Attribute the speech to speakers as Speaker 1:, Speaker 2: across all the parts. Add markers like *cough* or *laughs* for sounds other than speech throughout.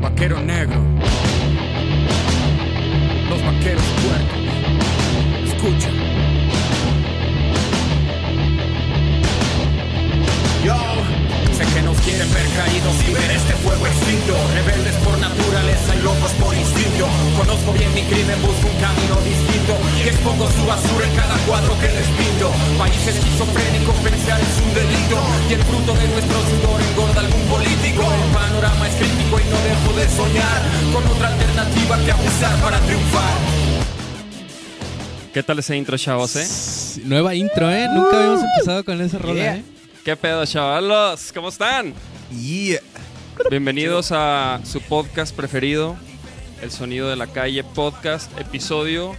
Speaker 1: vaqueros negros, los vaqueros puercos. Escucha. Yo sé que nos quieren ver caídos y ver este fuego extinto. Rebeldes por naturaleza y locos por instinto. Conozco bien mi crimen, busco un camino distinto. Y expongo su basura en cada cuadro que les pinto. País esquizofrénico, pensar es un delito. Y el fruto de nuestro sudor engorda algún político. El panorama es crítico y no dejo de soñar con otra alternativa que abusar para triunfar.
Speaker 2: ¿Qué tal ese intro, chavos, eh?
Speaker 3: Nueva intro, ¿eh? Nunca habíamos empezado con esa rola,
Speaker 4: Yeah.
Speaker 3: ¿eh?
Speaker 2: ¿Qué pedo, chavalos? ¿Cómo están?
Speaker 4: Yeah.
Speaker 2: Bienvenidos a su podcast preferido, El Sonido de la Calle Podcast, episodio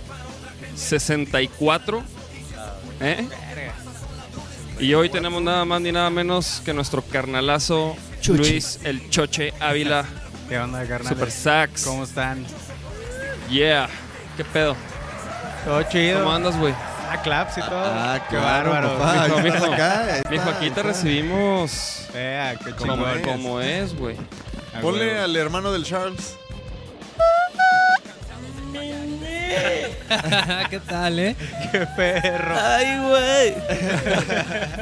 Speaker 2: 64. ¿Eh? Y hoy tenemos nada más ni nada menos que nuestro carnalazo Luis el Choche Ávila
Speaker 4: ¿Qué onda, carnal?
Speaker 2: Super Sax.
Speaker 4: ¿Cómo están?
Speaker 2: Yeah. ¿Qué pedo?
Speaker 4: Todo chido.
Speaker 2: ¿Cómo andas, güey?
Speaker 4: Ah, claps y todo.
Speaker 5: Ah, qué bárbaro, papá.
Speaker 2: Mijo, *laughs*
Speaker 5: Ahí estás
Speaker 2: mijo.
Speaker 5: acá, ahí
Speaker 2: Mijo,
Speaker 5: está,
Speaker 2: aquí
Speaker 5: ahí
Speaker 2: te
Speaker 5: está.
Speaker 2: recibimos
Speaker 4: Vea, Eh, ah, qué chingón.
Speaker 2: como,
Speaker 5: es.
Speaker 2: como es, güey.
Speaker 4: Ah,
Speaker 5: Ponle
Speaker 4: huevo.
Speaker 5: al hermano del Charles.
Speaker 3: ¿Qué tal, eh?
Speaker 4: Qué *laughs* perro.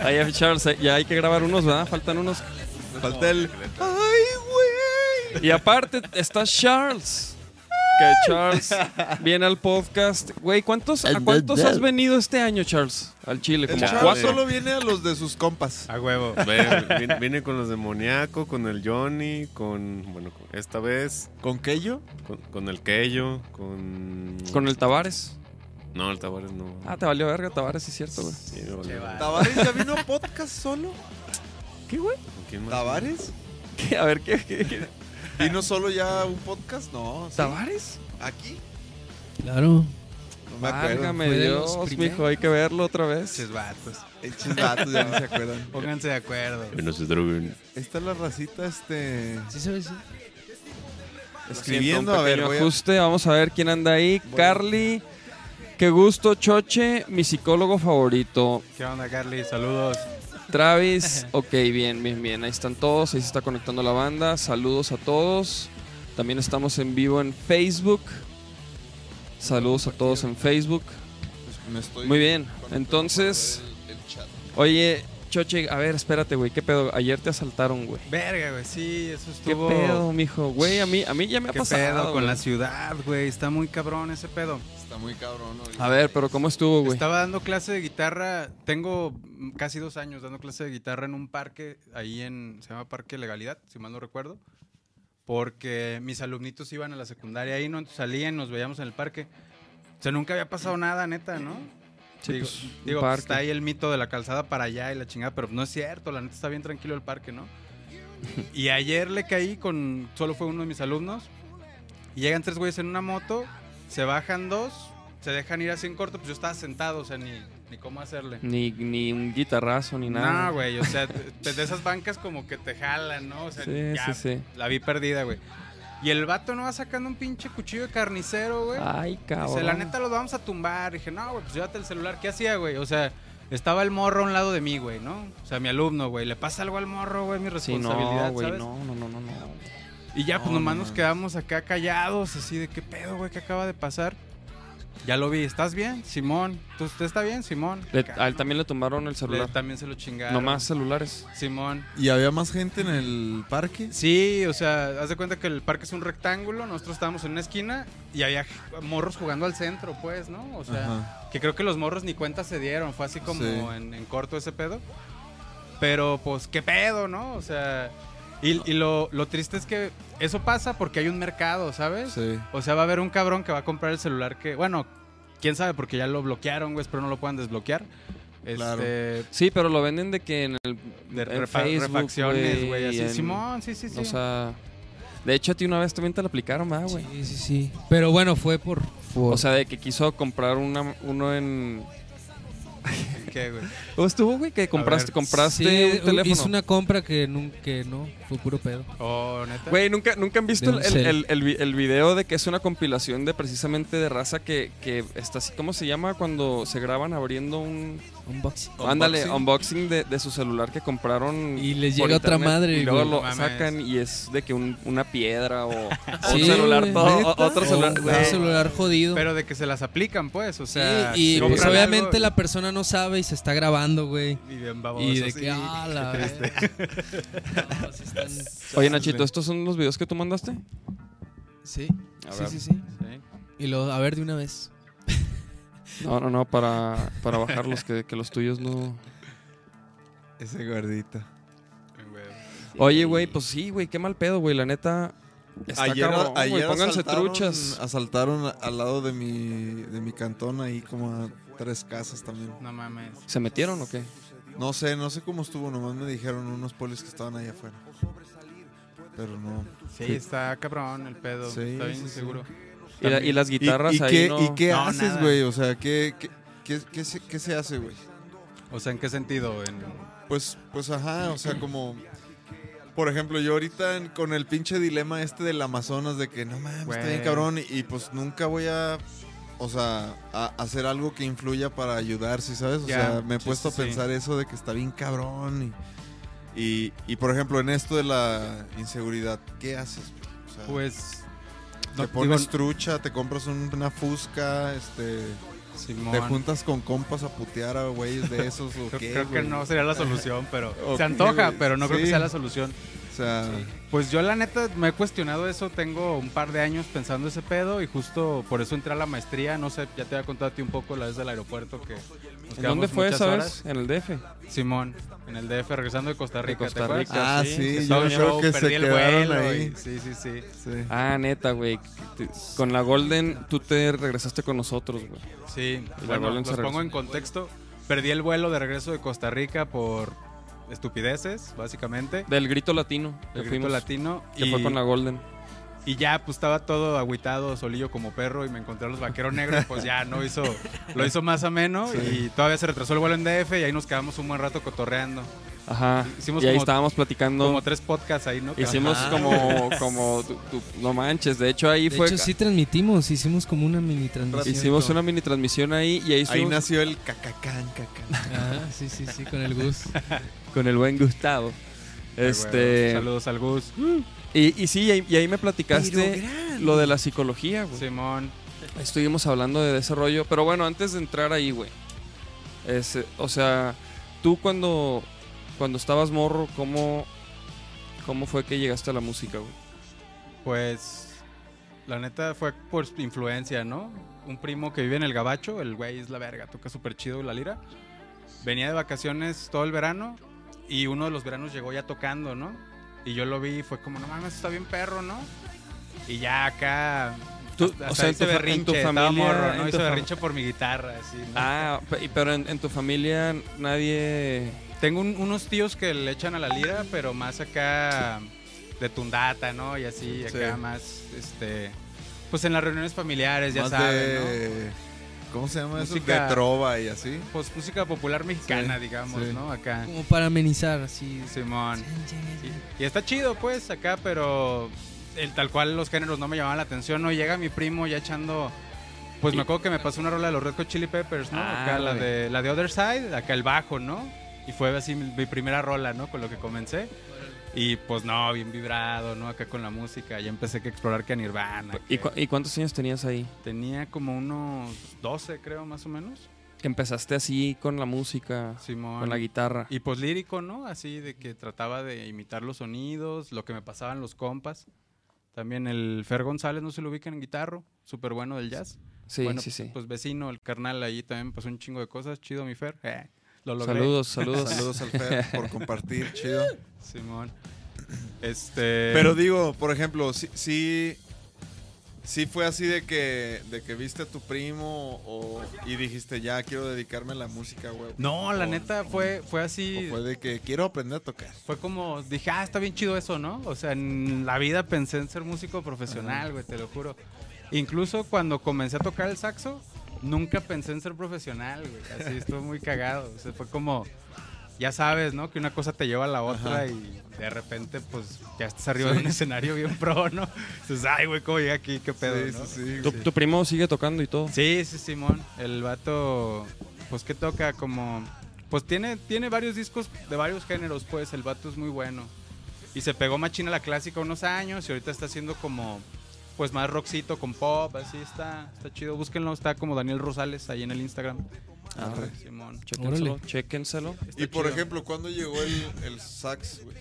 Speaker 2: Ahí, Charles, eh, ya hay que grabar unos, ¿verdad? Faltan unos.
Speaker 5: Falta el. ¡Ay, güey!
Speaker 2: Y aparte está Charles. Que Charles viene al podcast. Güey, ¿cuántos, ¿a cuántos has venido este año, Charles? Al Chile,
Speaker 5: El
Speaker 2: como
Speaker 5: Charles
Speaker 2: cuatro.
Speaker 5: solo viene a los de sus compas.
Speaker 4: A huevo.
Speaker 6: Ve- Viene, viene con los demoníaco, con el Johnny, con. Bueno, con- esta vez.
Speaker 5: ¿Con Keyo?
Speaker 6: Con, con el Keyo, con.
Speaker 2: Con el Tavares.
Speaker 6: No, el Tabares no.
Speaker 2: Ah, te valió verga, Tavares, sí es cierto, güey.
Speaker 6: Sí, me valió.
Speaker 4: Che, va.
Speaker 5: ¿Tavares ya vino a podcast solo?
Speaker 2: ¿Qué, güey?
Speaker 6: ¿Con quién más?
Speaker 5: ¿Tavares?
Speaker 2: ¿Qué? A ver, ¿qué? qué, qué?
Speaker 5: ¿Vino solo ya a un podcast? No. ¿sí?
Speaker 2: ¿Tavares?
Speaker 5: ¿Aquí?
Speaker 3: Claro.
Speaker 5: No me acuerdo.
Speaker 2: Válgame
Speaker 3: Fue de
Speaker 2: Dios,
Speaker 3: los primeros.
Speaker 2: mijo, hay que verlo otra vez.
Speaker 4: Pinches vatos.
Speaker 5: Eches datos, ya no se acuerdan.
Speaker 4: Pónganse de acuerdo.
Speaker 6: Que no se droguen.
Speaker 5: Esta es la racita, este.
Speaker 3: Sí se ve, sí.
Speaker 5: Escribiendo,
Speaker 2: Siento
Speaker 5: a
Speaker 2: un
Speaker 5: ver,
Speaker 2: pequeño
Speaker 5: voy a-
Speaker 2: ajuste, vamos a ver quién anda ahí. Carly, qué gusto, Choche, mi psicólogo favorito.
Speaker 4: ¿Qué onda, Carly? Saludos.
Speaker 2: Travis, ok, bien, bien, bien. Ahí están todos, ahí se está conectando la banda. Saludos a todos. También estamos en vivo en Facebook. Saludos a todos en Facebook.
Speaker 5: Me estoy
Speaker 2: Muy bien, entonces-
Speaker 5: El, el chat.
Speaker 2: Oye, Choche, a ver, espérate, güey, ¿qué pedo? Ayer te asaltaron, güey.
Speaker 4: Verga, güey. Sí, eso
Speaker 2: ¿Qué
Speaker 4: estuvo.
Speaker 2: pedo, mijo? Güey, a mí, a mí ya me ha
Speaker 4: ¿Qué
Speaker 2: pasado.
Speaker 4: pedo con
Speaker 2: güey.
Speaker 4: la ciudad, güey? Está muy cabrón ese pedo.
Speaker 5: Está muy cabrón. ahorita.
Speaker 2: A ver, pero ¿cómo estuvo, güey?
Speaker 4: Estaba dando clase de guitarra, tengo mm, casi dos años dando clase de guitarra en un parque, ahí en, se llama Parque Legalidad, si mal no recuerdo, porque mis alumnitos iban a la secundaria ahí, ¿no? Entonces salían, nos veíamos en el parque. O sea, nunca había pasado nada, neta, ¿no?
Speaker 2: Sí,
Speaker 4: digo,
Speaker 2: pues, un
Speaker 4: digo, pues,
Speaker 2: parque.
Speaker 4: está ahí el mito de la calzada para allá y la chingada, pero no es cierto, la neta está bien tranquilo el
Speaker 2: *laughs*
Speaker 4: parque, ¿no? Y ayer le caí con, solo fue uno de mis alumnos, y llegan tres güeyes en una moto, se bajan dos, se dejan ir así en corto, pues yo estaba sentado, o sea, ni, ni cómo hacerle.
Speaker 2: Ni, ni un guitarrazo, ni nada.
Speaker 4: No, güey, o sea, te- de esas bancas como que te jalan, ¿no? O sea,
Speaker 2: Sí,
Speaker 4: ya,
Speaker 2: sí, sí.
Speaker 4: la vi perdida, güey. Y el vato no va sacando un pinche cuchillo de carnicero, güey.
Speaker 2: Ay, cabrón.
Speaker 4: Dice, la neta los vamos a tumbar. dije, no, güey, pues llévate el celular. ¿Qué hacía, güey? O sea, estaba el morro a un lado de mí, güey, ¿no? O sea, mi alumno, güey. Le pasa algo al morro, güey, mi
Speaker 2: Sí,
Speaker 4: responsabilidad,
Speaker 2: no, güey,
Speaker 4: ¿sabes?
Speaker 2: no, no, no, no, no.
Speaker 4: Y ya, pues
Speaker 5: No,
Speaker 4: nomás
Speaker 5: no
Speaker 4: nos
Speaker 5: mames.
Speaker 4: quedamos acá callados, así de qué pedo, güey, qué acaba de pasar. Ya lo vi, ¿estás bien? Simón, ¿tú usted está bien, Simón?
Speaker 2: Le-
Speaker 4: Acá,
Speaker 2: a él
Speaker 4: ¿no?
Speaker 2: también le tumbaron el
Speaker 4: Le-
Speaker 2: celular.
Speaker 4: también se lo chingaron.
Speaker 2: Nomás celulares.
Speaker 4: Simón.
Speaker 5: ¿Y había más gente en el parque?
Speaker 4: Sí, o sea, haz de cuenta que el parque es un rectángulo, nosotros estábamos en una esquina y había j- morros jugando al centro, pues, ¿no? O sea,
Speaker 5: Ajá.
Speaker 4: que creo que los morros ni cuenta se dieron, fue así como
Speaker 5: Sí.
Speaker 4: en, en corto ese pedo. Pero pues, ¿qué pedo, no? O sea, y, y lo, lo triste es que eso pasa porque hay un mercado, ¿sabes?
Speaker 5: Sí.
Speaker 4: O sea, va a haber un cabrón que va a comprar el celular que, bueno, quién sabe, porque ya lo bloquearon, güey, espero no lo puedan desbloquear. Este,
Speaker 5: Claro.
Speaker 4: De
Speaker 2: Sí, pero lo venden de que en el. en
Speaker 4: refa-
Speaker 2: Facebook,
Speaker 4: refacciones, güey,
Speaker 2: güey,
Speaker 4: así.
Speaker 2: en-
Speaker 4: Simón, sí, sí, sí.
Speaker 2: O sea. De hecho, a ti una vez también te la aplicaron, ¿verdad, güey?
Speaker 3: Sí, sí, sí. Pero bueno, fue por. por-
Speaker 2: O sea, de que quiso comprar una, uno en.
Speaker 4: ¿Qué, güey?
Speaker 2: ¿Cómo estuvo, güey? Que compraste,
Speaker 4: ver.
Speaker 2: compraste
Speaker 3: Sí,
Speaker 2: un teléfono.
Speaker 3: Hice una compra que nunca no. Fue puro pedo.
Speaker 4: Oh, neta.
Speaker 2: Güey, ¿nunca, ¿nunca han visto
Speaker 3: De un
Speaker 2: el,
Speaker 3: cel.
Speaker 2: el- el vi- el video de que es una compilación de precisamente de raza que, que está así, ¿cómo se llama? Cuando se graban abriendo un...
Speaker 3: Unboxing.
Speaker 2: Ándale, unboxing de, de su celular que compraron.
Speaker 3: Y les
Speaker 2: por
Speaker 3: llega otra
Speaker 2: internet,
Speaker 3: madre,
Speaker 2: Y luego
Speaker 3: güey.
Speaker 2: lo
Speaker 4: No mames.
Speaker 2: sacan y es de que un- una piedra o, o
Speaker 3: Sí,
Speaker 2: un celular
Speaker 3: güey. Oh,
Speaker 2: todo. o-
Speaker 5: ¿Neta?
Speaker 2: Otro celular. Ah.
Speaker 3: Un
Speaker 2: güey.
Speaker 3: celular jodido.
Speaker 4: Pero de que se las aplican, pues, o
Speaker 3: Sí,
Speaker 4: sea.
Speaker 3: y
Speaker 4: compran
Speaker 3: pues
Speaker 4: algo
Speaker 3: obviamente
Speaker 4: y-
Speaker 3: la persona no sabe y se está grabando, güey.
Speaker 4: Y bien babosos,
Speaker 3: Y de que,
Speaker 4: y-
Speaker 3: ah, la
Speaker 4: qué
Speaker 3: verga.
Speaker 4: triste.
Speaker 3: No, sí están-
Speaker 2: Oye, Nachito, ¿estos son los videos que tú mandaste?
Speaker 3: Sí,
Speaker 2: A
Speaker 3: sí,
Speaker 2: ver.
Speaker 3: sí, sí.
Speaker 4: Sí.
Speaker 3: Y lo, a ver de una vez.
Speaker 2: No, no, no, para, para bajarlos, que, que los tuyos no...
Speaker 5: Ese gordito.
Speaker 4: *laughs* Güey.
Speaker 2: Oye, güey, pues sí, güey, qué mal pedo, güey, la neta. Está cabrón, güey, pónganse
Speaker 5: asaltaron-
Speaker 2: truchas.
Speaker 5: Asaltaron a- al lado de mi, de mi cantón ahí como a tres casas también.
Speaker 4: No mames.
Speaker 2: ¿Se metieron o qué?
Speaker 5: No sé, no sé cómo estuvo, nomás me dijeron unos polis que estaban ahí afuera. Pero no.
Speaker 4: Sí, está cabrón el pedo.
Speaker 5: Sí,
Speaker 4: está bien
Speaker 5: sí, sí.
Speaker 4: inseguro.
Speaker 2: Y, la- y las guitarras
Speaker 5: ¿Y, y
Speaker 2: ahí
Speaker 5: qué,
Speaker 2: no...
Speaker 5: ¿Y qué
Speaker 4: No,
Speaker 5: haces,
Speaker 4: nada.
Speaker 5: güey? O sea, ¿qué, qué, qué, qué se, qué se hace, güey?
Speaker 4: O sea, ¿en qué sentido? En...
Speaker 5: Pues, pues ajá, o sea, como. Por ejemplo, yo ahorita en- con el pinche dilema este del Amazonas de que no mames, está bien
Speaker 4: Güey.
Speaker 5: cabrón. Y, y, pues nunca voy a. O sea, a hacer algo que influya para ayudar, ¿sí sabes? O
Speaker 4: Ya,
Speaker 5: sea, me he
Speaker 4: sí,
Speaker 5: puesto
Speaker 4: sí,
Speaker 5: a
Speaker 4: sí.
Speaker 5: pensar eso de que está bien cabrón. Y, y, y, por ejemplo, en esto de la inseguridad, ¿qué haces? güey? O sea,
Speaker 4: Pues.
Speaker 5: te
Speaker 4: no,
Speaker 5: pones
Speaker 4: digo,
Speaker 5: trucha, te compras un- una fusca, este,
Speaker 4: Simón.
Speaker 5: te juntas con compas a putear a güeyes de esos o
Speaker 4: Creo,
Speaker 5: qué,
Speaker 4: creo que
Speaker 5: güey?
Speaker 4: no sería la solución, pero
Speaker 5: *laughs* Ok,
Speaker 4: se antoja,
Speaker 5: güey.
Speaker 4: pero no creo que
Speaker 5: Sí.
Speaker 4: sea la solución.
Speaker 5: O sea,
Speaker 4: Pues yo la neta me he cuestionado eso, tengo un par de años pensando ese pedo y justo por eso entré a la maestría, no sé, ya te había contado a ti un poco la vez del aeropuerto que nos
Speaker 2: ¿En
Speaker 4: quedamos
Speaker 2: dónde fue
Speaker 4: muchas
Speaker 2: esa
Speaker 4: horas.
Speaker 2: vez? En el DF.
Speaker 4: Eh. Simón, en el DF, regresando de Costa Rica.
Speaker 2: Costa
Speaker 4: ¿te acuerdas?
Speaker 2: Rica.
Speaker 5: Ah,
Speaker 2: sí,
Speaker 5: sí,
Speaker 2: que
Speaker 5: yo
Speaker 4: Estaba
Speaker 5: creo
Speaker 4: yo,
Speaker 5: que
Speaker 4: perdí
Speaker 5: se
Speaker 4: el
Speaker 5: quedaron
Speaker 4: vuelo y-
Speaker 5: ahí.
Speaker 4: sí, sí, sí.
Speaker 5: Sí.
Speaker 2: Ah, neta, güey. te- Con la Golden tú te regresaste con nosotros, güey.
Speaker 4: Sí,
Speaker 2: Y la
Speaker 4: bueno,
Speaker 2: Golden
Speaker 4: los
Speaker 2: se regresó.
Speaker 4: pongo en contexto. Perdí el vuelo de regreso de Costa Rica por estupideces, básicamente.
Speaker 2: Del grito latino. que
Speaker 4: El grito
Speaker 2: fuimos,
Speaker 4: latino.
Speaker 2: Que
Speaker 4: y,
Speaker 2: fue con la Golden.
Speaker 4: y ya, pues estaba todo agüitado, solillo como perro. Y me encontré a los vaqueros negros. Pues ya no hizo, lo hizo más ameno. Y todavía se retrasó el vuelo en DF. Y ahí nos quedamos un buen rato cotorreando.
Speaker 2: Ajá.
Speaker 4: Hicimos
Speaker 2: y ahí
Speaker 4: como-
Speaker 2: estábamos platicando.
Speaker 4: Como tres podcasts ahí, ¿no?
Speaker 2: Hicimos
Speaker 5: Ajá.
Speaker 2: como, como tú- tú- no manches. De hecho ahí
Speaker 3: De
Speaker 2: fue,
Speaker 3: hecho, sí transmitimos, hicimos como una mini transmisión.
Speaker 2: hicimos una mini transmisión ahí y ahí,
Speaker 5: Ahí
Speaker 2: estuvimos
Speaker 5: nació el cacacán, cacán.
Speaker 3: Ah, sí, sí, sí, con el Gus.
Speaker 2: con el buen Gustavo.
Speaker 4: Ah, güey,
Speaker 2: Este,
Speaker 4: Saludos al Gus.
Speaker 2: y, y sí, y ahí, y ahí me platicaste lo de la psicología, güey.
Speaker 4: Simón.
Speaker 2: Estuvimos hablando de desarrollo, pero bueno, antes de entrar ahí, güey. Ese- o sea, tú cuando, cuando estabas morro, ¿cómo, ¿cómo fue que llegaste a la música, güey?
Speaker 4: Pues la neta fue por influencia, ¿no? Un primo que vive en el Gabacho, el güey es la verga, toca súper chido la lira. Venía de vacaciones todo el verano y uno de los veranos llegó ya tocando, ¿no? Y yo lo vi y fue como, no mames, está bien perro, ¿no? Y ya acá...
Speaker 2: Tú-
Speaker 4: hasta-
Speaker 2: o
Speaker 4: hasta
Speaker 2: sea, en
Speaker 4: hice
Speaker 2: tu fa- en tu
Speaker 4: estaba
Speaker 2: familia,
Speaker 4: morro,
Speaker 2: en
Speaker 4: ¿no?
Speaker 2: tu
Speaker 4: Hice
Speaker 2: fam-
Speaker 4: berrinche por mi guitarra, así, ¿no?
Speaker 2: Ah, pe- pero en, en tu familia nadie...
Speaker 4: Tengo un- unos tíos que le echan a la lira, pero más acá de tundata, ¿no? Y así, acá
Speaker 5: Sí.
Speaker 4: más, este... Pues en las reuniones familiares, ya
Speaker 5: Más
Speaker 4: saben, ¿no?
Speaker 5: de... ¿Cómo se llama eso?
Speaker 4: Música-
Speaker 5: De trova y así.
Speaker 4: Pues música popular mexicana,
Speaker 5: Sí,
Speaker 4: digamos,
Speaker 5: sí.
Speaker 4: ¿no? Acá,
Speaker 3: Como para amenizar, así.
Speaker 4: Simón. Y, y está chido, pues, acá, pero el tal cual los géneros no me llamaban la atención, ¿no? Llega mi primo ya echando... Pues me acuerdo que me pasó una rola de los Red Hot Chili Peppers, ¿no?
Speaker 2: Ah,
Speaker 4: acá la
Speaker 2: güey.
Speaker 4: de, la de Other Side, acá el bajo, ¿no? Y fue así mi mi primera rola, ¿no? Con lo que comencé. Y pues no, bien vibrado, ¿no? Acá con la música. Ya empecé que explorar que a Nirvana.
Speaker 2: ¿Y,
Speaker 4: que
Speaker 2: cu- y cuántos años tenías ahí?
Speaker 4: Tenía como unos 12, creo, más o menos.
Speaker 2: Que empezaste así con la música,
Speaker 4: Simón.
Speaker 2: con la guitarra.
Speaker 4: Y pues lírico, ¿no? Así de que trataba de imitar los sonidos, lo que me pasaban los compas. También el Fer González, no se lo ubican en guitarro, súper bueno del jazz.
Speaker 2: sí,
Speaker 4: bueno,
Speaker 2: sí, sí.
Speaker 4: Pues vecino, el carnal ahí también me pasó un chingo de cosas. Chido, mi Fer. Eh, lo logré.
Speaker 2: saludos, saludos.
Speaker 5: *laughs* Saludos al
Speaker 4: *laughs*
Speaker 5: Fer por compartir, chido.
Speaker 4: Eh. Simón. Este.
Speaker 5: Pero digo, por ejemplo, sí, sí, sí fue así de que, de que viste a tu primo o, y dijiste, ya quiero dedicarme a la música, güey.
Speaker 4: No, la
Speaker 5: O-
Speaker 4: neta fue, fue
Speaker 5: o
Speaker 4: así.
Speaker 5: fue de que quiero aprender a tocar.
Speaker 4: Fue como, dije, ah, está bien chido eso, ¿no? O sea, en la vida pensé en ser músico profesional, güey, te lo juro. Incluso cuando comencé a tocar el saxo, nunca pensé en ser profesional, güey. Así, estuvo muy cagado. O sea, fue como, ya sabes, ¿no? Que una cosa te lleva a la otra y de repente, pues, ya estás arriba de un escenario bien pro, ¿no? Dices, ay, güey, ¿cómo llegué aquí? ¿Qué pedo?
Speaker 5: Sí,
Speaker 4: no?"
Speaker 5: sí, sí.
Speaker 2: Tu, tu primo sigue tocando y todo.
Speaker 4: Sí, sí, Simón. El vato, pues que toca como... Pues tiene, tiene varios discos de varios géneros, pues el vato es muy bueno. Y se pegó machina la clásica unos años y ahorita está haciendo como, pues más rockcito con pop, así está, está chido. Búsquenlo, está como Daniel Rosales ahí en el Instagram.
Speaker 2: Arre.
Speaker 4: Simón.
Speaker 2: Chéquenselo,
Speaker 3: Órale.
Speaker 2: chéquenselo.
Speaker 4: Está
Speaker 5: Y por
Speaker 4: chido.
Speaker 5: ejemplo, ¿cuándo llegó el, el sax, güey?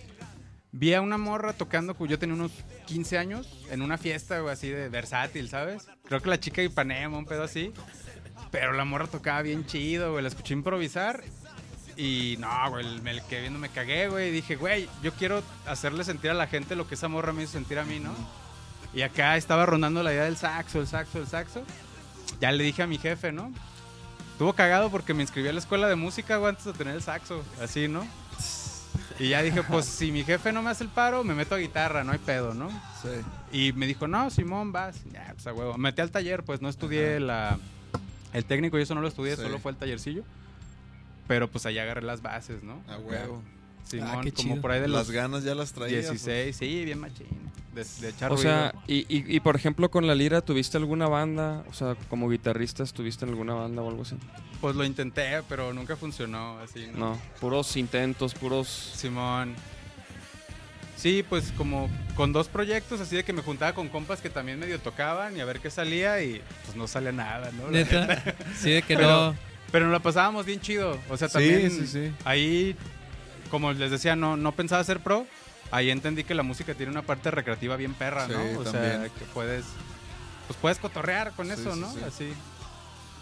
Speaker 4: Vi a una morra tocando, cu- yo tenía unos 15 años, en una fiesta o así de versátil, ¿sabes? Creo que la chica de Ipanema, un pedo así. Pero la morra tocaba bien chido, güey. La escuché improvisar. Y no, güey, me le quedé viendo, me cagué, güey. Y dije, güey, yo quiero hacerle sentir a la gente lo que esa morra me hizo sentir a mí, ¿no? Y acá estaba rondando la idea del saxo, el saxo, el saxo. Ya le dije a mi jefe, ¿no? Estuvo cagado porque me inscribí a la escuela de música, güey, antes de tener el saxo. Así, ¿no? Y ya dije, pues si mi jefe no me hace el paro, me meto a guitarra, no hay pedo, ¿no?
Speaker 5: Sí.
Speaker 4: Y me dijo, no, Simón, vas. Ya, pues a huevo. Me Metí al taller, pues no estudié la, el técnico y eso no lo estudié,
Speaker 5: Sí.
Speaker 4: solo fue el tallercillo. Pero pues allá agarré las bases, ¿no?
Speaker 5: A huevo.
Speaker 4: Simón,
Speaker 3: Ah, qué
Speaker 4: como
Speaker 3: chido.
Speaker 4: por ahí de los
Speaker 5: Las pues. ganas ya las traía.
Speaker 4: 16, sí, bien machín. De, de echar
Speaker 2: O sea,
Speaker 4: ruido.
Speaker 2: y, y, y por ejemplo, con la lira, ¿tuviste alguna banda? O sea, como guitarrista, ¿estuviste en alguna banda o algo así?
Speaker 4: pues lo intenté, pero nunca funcionó así, ¿no?
Speaker 2: No, puros intentos, puros.
Speaker 4: Simón. Sí, pues como con dos proyectos, así de que me juntaba con compas que también medio tocaban y a ver qué salía y pues no salía nada, ¿no?
Speaker 3: Neta. Sí, de que
Speaker 4: Pero-
Speaker 3: no.
Speaker 4: Pero nos la pasábamos bien chido. O sea,
Speaker 5: Sí,
Speaker 4: también
Speaker 5: sí, sí.
Speaker 4: ahí, como les decía, no, no pensaba ser pro. Ahí entendí que la música tiene una parte recreativa bien perra,
Speaker 5: Sí,
Speaker 4: ¿no? O sea,
Speaker 5: también.
Speaker 4: que puedes, pues puedes cotorrear con
Speaker 5: Sí,
Speaker 4: eso,
Speaker 5: sí,
Speaker 4: ¿no?
Speaker 5: sí.
Speaker 4: Así.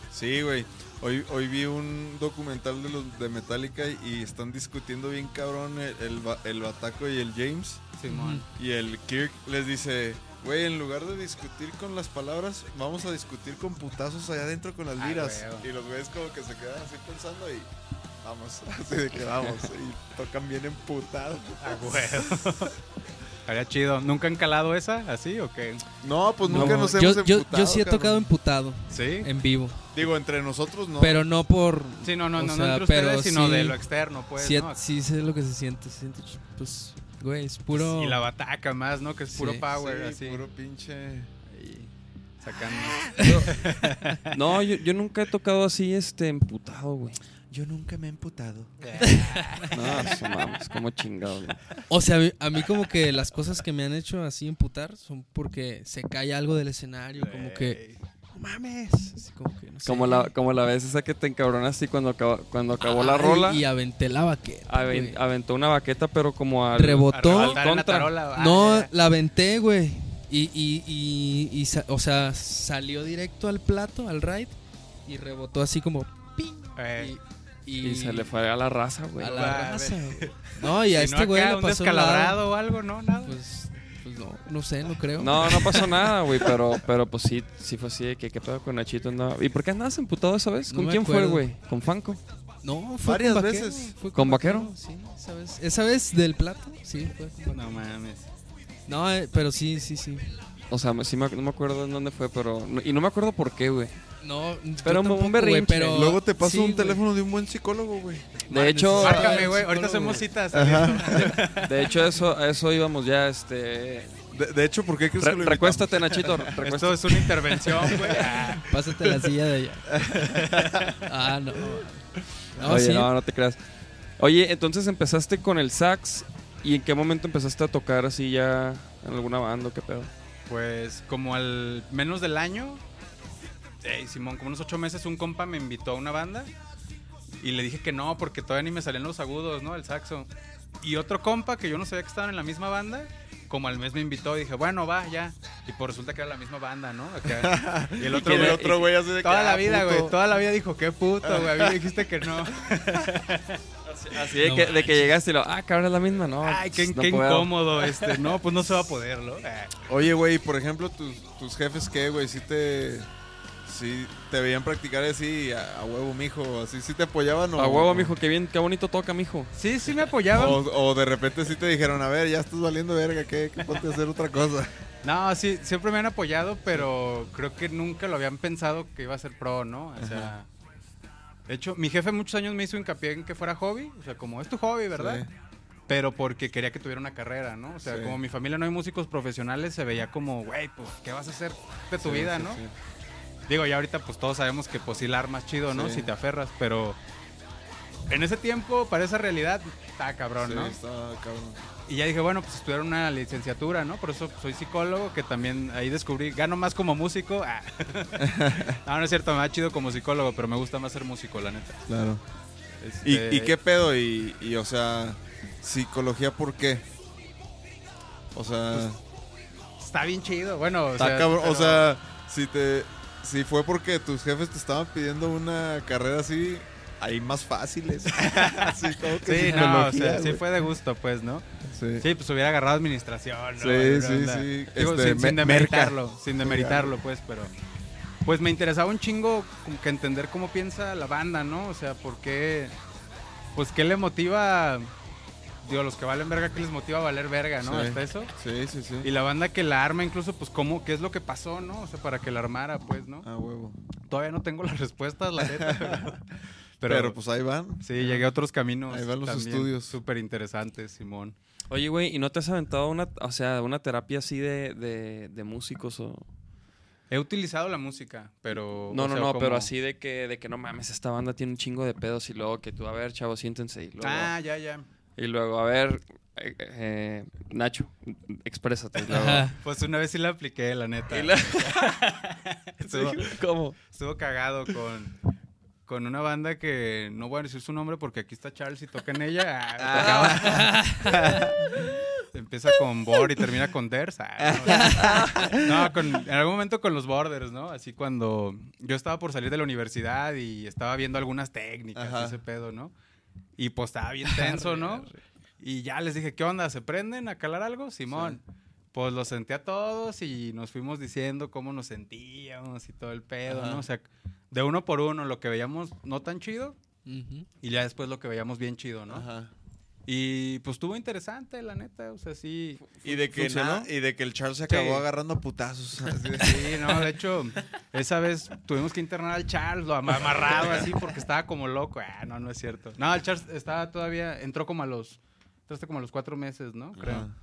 Speaker 5: Sí, güey. Hoy, hoy vi un documental de los de Metallica y están discutiendo bien cabrón el, el, ba- el Bataco y el James.
Speaker 4: Simón.
Speaker 5: Y el Kirk les dice, güey, en lugar de discutir con las palabras, vamos a discutir con putazos allá adentro con las
Speaker 4: Ah,
Speaker 5: liras.
Speaker 4: huevo.
Speaker 5: y los güeyes como que se quedan así pensando y vamos, *laughs* así de que vamos. y tocan bien emputados.
Speaker 4: A huevo. *laughs* Estaría chido. ¿Nunca han calado esa? ¿Así o qué?
Speaker 5: No, pues nunca
Speaker 3: No,
Speaker 5: nos
Speaker 3: yo,
Speaker 5: hemos
Speaker 3: yo- yo
Speaker 5: emputado,
Speaker 3: sí he
Speaker 5: cabrón.
Speaker 3: tocado emputado
Speaker 4: Sí.
Speaker 3: en vivo,
Speaker 5: Digo, entre nosotros no.
Speaker 3: pero no por...
Speaker 4: Sí, no, no,
Speaker 3: O
Speaker 4: no,
Speaker 3: sea,
Speaker 4: no entre ustedes,
Speaker 3: pero
Speaker 4: sino
Speaker 3: sí-
Speaker 4: de lo externo, pues.
Speaker 3: sí,
Speaker 4: ¿no?
Speaker 3: sí sé lo que se siente, se siente, pues, güey, es puro...
Speaker 4: Y la bataca más, ¿no? Que es puro
Speaker 3: Sí,
Speaker 4: power,
Speaker 5: Sí,
Speaker 4: así.
Speaker 5: puro pinche...
Speaker 4: Y sacando. *laughs*
Speaker 2: No, yo, yo nunca he tocado así, este, emputado, güey.
Speaker 7: Yo nunca me he emputado.
Speaker 2: No, eso mames, como chingado, güey.
Speaker 3: O sea, a mí, a mí como que las cosas que me han hecho así imputar son porque se cae algo del escenario, como que... No mames. Así como que no sé.
Speaker 2: Como la, como la vez esa que te encabronaste cuando acabó, cuando acabó la
Speaker 3: Ay,
Speaker 2: rola,
Speaker 3: Y aventé la vaqueta.
Speaker 2: aven-
Speaker 3: güey.
Speaker 2: aventó una baqueta, pero como al...
Speaker 3: Rebotó.
Speaker 4: Arrebatar en la
Speaker 2: Contra.
Speaker 4: tarola, ah,
Speaker 3: No,
Speaker 4: ya.
Speaker 3: la aventé, güey. Y, y, y, y sa- o sea, salió directo al plato, al right, y rebotó así como ping.
Speaker 4: Eh.
Speaker 3: Y, y-
Speaker 2: Y se le fue a la raza, güey.
Speaker 3: a
Speaker 4: Va,
Speaker 3: la
Speaker 4: a
Speaker 3: raza,
Speaker 4: ver.
Speaker 3: güey. No, y a
Speaker 4: Si no
Speaker 3: este güey
Speaker 4: acá,
Speaker 3: le
Speaker 4: un
Speaker 3: pasó al lado.
Speaker 4: descalabrado o algo, ¿no? Nada.
Speaker 3: Pues, pues no, no sé, no creo.
Speaker 2: No, no pasó nada, güey, pero, pero pues sí, sí fue así de que qué pedo con Nachito andaba. ¿Y por qué andabas emputado esa vez?
Speaker 3: No
Speaker 2: ¿Con
Speaker 3: me
Speaker 2: quién
Speaker 3: acuerdo.
Speaker 2: fue, güey? ¿Con Fanco?
Speaker 3: No, fue
Speaker 5: Varias
Speaker 3: con vaquero,
Speaker 5: veces.
Speaker 3: fue
Speaker 2: ¿Con vaquero?
Speaker 3: Sí, esa vez, esa vez del plato, sí, fue con vaquero.
Speaker 4: No mames.
Speaker 3: No, eh, pero sí, sí, sí.
Speaker 2: O sea, me- sí me, no me acuerdo en dónde fue, pero... no- y no me acuerdo por qué, güey.
Speaker 3: No, yo
Speaker 2: Pero un
Speaker 3: tampoco, güey,
Speaker 2: berrinche.
Speaker 3: pero-
Speaker 5: Luego te paso
Speaker 3: sí,
Speaker 5: un
Speaker 3: güey.
Speaker 5: teléfono de un buen psicólogo, güey.
Speaker 2: De hecho,
Speaker 3: Marca
Speaker 4: Márcame,
Speaker 3: el
Speaker 4: güey. Ahorita
Speaker 3: psicólogo,
Speaker 4: hacemos
Speaker 3: güey.
Speaker 4: citas.
Speaker 2: de hecho eso, a eso íbamos ya, este...
Speaker 5: De, de hecho, ¿por qué crees
Speaker 2: Re-
Speaker 5: que lo invitamos?
Speaker 2: recuéstate, Nachito, recuéstate.
Speaker 4: Esto es una intervención, güey. Ah,
Speaker 3: Pásate la silla de allá. Ah, no. No,
Speaker 2: Oye,
Speaker 3: sí.
Speaker 2: no, no te creas. Oye, entonces empezaste con el sax y en qué momento empezaste a tocar así ya en alguna banda o qué pedo.
Speaker 4: Pues como al menos del año, eh, Simón, como unos ocho meses, un compa me invitó a una banda y le dije que no, porque todavía ni me salían los agudos, ¿no? El saxo. Y otro compa que yo no sabía que estaban en la misma banda, como al mes me invitó y dije, bueno, va, ya. Y por resulta que era la misma banda, ¿no? Acá. Y el
Speaker 5: Y
Speaker 4: otro,
Speaker 5: el
Speaker 4: güey,
Speaker 5: otro güey así de que,
Speaker 4: Toda la
Speaker 5: ah,
Speaker 4: vida,
Speaker 5: puto.
Speaker 4: güey. Toda la vida dijo, qué puto, güey. A mí dijiste que no.
Speaker 2: Así de,
Speaker 3: No
Speaker 2: que, de que llegaste y lo, ah, cabrón, es la misma, no.
Speaker 4: Ay, qué,
Speaker 2: pues, no
Speaker 4: qué
Speaker 2: puedo.
Speaker 4: *laughs* incómodo este. No, pues no se va a poder, ¿no? Ah,
Speaker 5: Oye, güey, por ejemplo, tus, tus jefes, ¿qué, güey? Si te... Si te veían practicar así a, a huevo, mijo, así si te apoyaban o...
Speaker 2: A huevo, mijo, qué bien, qué bonito toca, mijo.
Speaker 4: Sí, sí me
Speaker 5: O,
Speaker 4: apoyaban.
Speaker 5: o de repente sí te dijeron, a ver, ya estás valiendo verga, ¿qué? ¿Qué ponte a hacer otra cosa?
Speaker 4: No, sí, siempre me han apoyado, pero creo que nunca lo habían pensado que iba a ser pro, ¿no? O sea, De hecho, mi jefe muchos años me hizo hincapié en que fuera hobby. O sea, como es tu hobby, *laughs* ¿verdad?
Speaker 5: Sí.
Speaker 4: Pero porque quería que tuviera una carrera, ¿no? O sea,
Speaker 5: Sí.
Speaker 4: como mi familia no hay músicos profesionales, se veía como, güey, pues, ¿qué vas a hacer de tu vida,
Speaker 5: sí,
Speaker 4: no?
Speaker 5: sí.
Speaker 4: Digo, ya ahorita pues todos sabemos que pues sí la armas chido, ¿no?
Speaker 5: Sí.
Speaker 4: Si te aferras, pero en ese tiempo, para esa realidad, está cabrón,
Speaker 5: Sí,
Speaker 4: ¿no?
Speaker 5: está cabrón.
Speaker 4: Y ya dije, bueno, pues estudiar una licenciatura, ¿no? Por eso soy psicólogo, que también ahí descubrí, gano más como músico.
Speaker 5: *laughs*
Speaker 4: Ah. no, no es cierto, me va chido como psicólogo, pero me gusta más ser músico, la neta.
Speaker 5: Claro. ¿Y,
Speaker 4: Este,
Speaker 5: y qué pedo? Y, y, o sea, psicología, ¿por qué? O sea,
Speaker 4: Está bien chido, bueno, o
Speaker 5: está
Speaker 4: sea,
Speaker 5: cabrón.
Speaker 4: pero-
Speaker 5: O sea, si te. Si fue porque tus jefes te estaban pidiendo una carrera así, hay más fáciles. *laughs* así como que
Speaker 4: Sí, no, o sea,
Speaker 5: psicología,
Speaker 4: sí
Speaker 5: güey.
Speaker 4: fue de gusto, pues, ¿no?
Speaker 5: Sí.
Speaker 4: Sí, pues hubiera agarrado administración. ¿no?
Speaker 5: Sí,
Speaker 4: Bla,
Speaker 5: sí,
Speaker 4: bla.
Speaker 5: sí.
Speaker 4: Digo,
Speaker 5: Este,
Speaker 4: sin, sin
Speaker 5: me- merca.
Speaker 4: demeritarlo, sin demeritarlo, pues, pero... Pues me interesaba un chingo como que entender cómo piensa la banda, ¿no? O sea, por qué... Pues qué le motiva... Digo, los que valen verga, ¿qué les motiva a valer verga, no?
Speaker 5: Sí.
Speaker 4: Hasta eso.
Speaker 5: Sí, sí, sí.
Speaker 4: Y la banda que la arma incluso, pues cómo, qué es lo que pasó, ¿no? O sea, para que la armara, pues, ¿no?
Speaker 5: Ah, huevo.
Speaker 4: Todavía no tengo las respuestas, la neta. *laughs* pero-
Speaker 5: Pero,
Speaker 4: Pero,
Speaker 5: pues ahí van.
Speaker 4: sí, llegué a otros caminos.
Speaker 5: Ahí van los
Speaker 4: también
Speaker 5: estudios.
Speaker 4: Súper interesantes, Simón.
Speaker 2: Oye, güey, ¿y no te has aventado una, o sea, una terapia así de, de, de músicos o...?
Speaker 4: He utilizado la música, pero.
Speaker 2: No,
Speaker 4: o
Speaker 2: no,
Speaker 4: sea,
Speaker 2: no,
Speaker 4: como-
Speaker 2: pero así de que, de que no mames, esta banda tiene un chingo de pedos y luego que tú, a ver, chavo, siéntense y luego,
Speaker 4: Ah, ya, ya.
Speaker 2: y luego a ver, eh, eh, Nacho, exprésate. y luego-
Speaker 3: Ajá.
Speaker 4: Pues una vez sí la apliqué, la neta.
Speaker 2: Y
Speaker 4: *laughs*
Speaker 2: la-
Speaker 4: estuvo,
Speaker 2: ¿Cómo?
Speaker 4: estuvo cagado con, con una banda que no voy a decir su nombre porque aquí está Charles y toca
Speaker 2: *laughs*
Speaker 4: en ella. Ah, tocaba. *laughs* Empieza con Bor y termina con Ders. Ah,
Speaker 2: *laughs*
Speaker 4: no, no, con- en algún momento con los Borders, ¿no? Así cuando yo estaba por salir de la universidad y estaba viendo algunas técnicas,
Speaker 5: Ajá.
Speaker 4: y ese pedo, ¿no? Y pues
Speaker 2: *laughs*
Speaker 4: estaba bien tenso, ¿no? Y ya les dije, ¿qué onda? ¿Se prenden a calar algo? Simón. Pues los senté a todos y nos fuimos diciendo cómo nos sentíamos y todo el pedo,
Speaker 5: Ajá.
Speaker 4: ¿no? O sea, de uno por uno, lo que veíamos no tan chido
Speaker 3: Ujú.
Speaker 4: y ya después lo que veíamos bien chido, ¿no?
Speaker 5: Ajá.
Speaker 4: Y pues estuvo interesante, la neta, o sea, sí.
Speaker 5: Y de, que
Speaker 4: ¿Funcionó?
Speaker 5: nada- y de que el Charles se acabó
Speaker 4: Sí.
Speaker 5: agarrando a
Speaker 4: *laughs*
Speaker 5: putazos. así de-
Speaker 4: Sí, no, de hecho, esa vez tuvimos que internar al Charles, lo am-
Speaker 5: *laughs*
Speaker 4: amarrado así porque estaba como loco. Ah, no, no es cierto. No, el Charles estaba todavía, entró como a los, entraste como a los cuatro meses, ¿no? Creo.
Speaker 5: Ajá.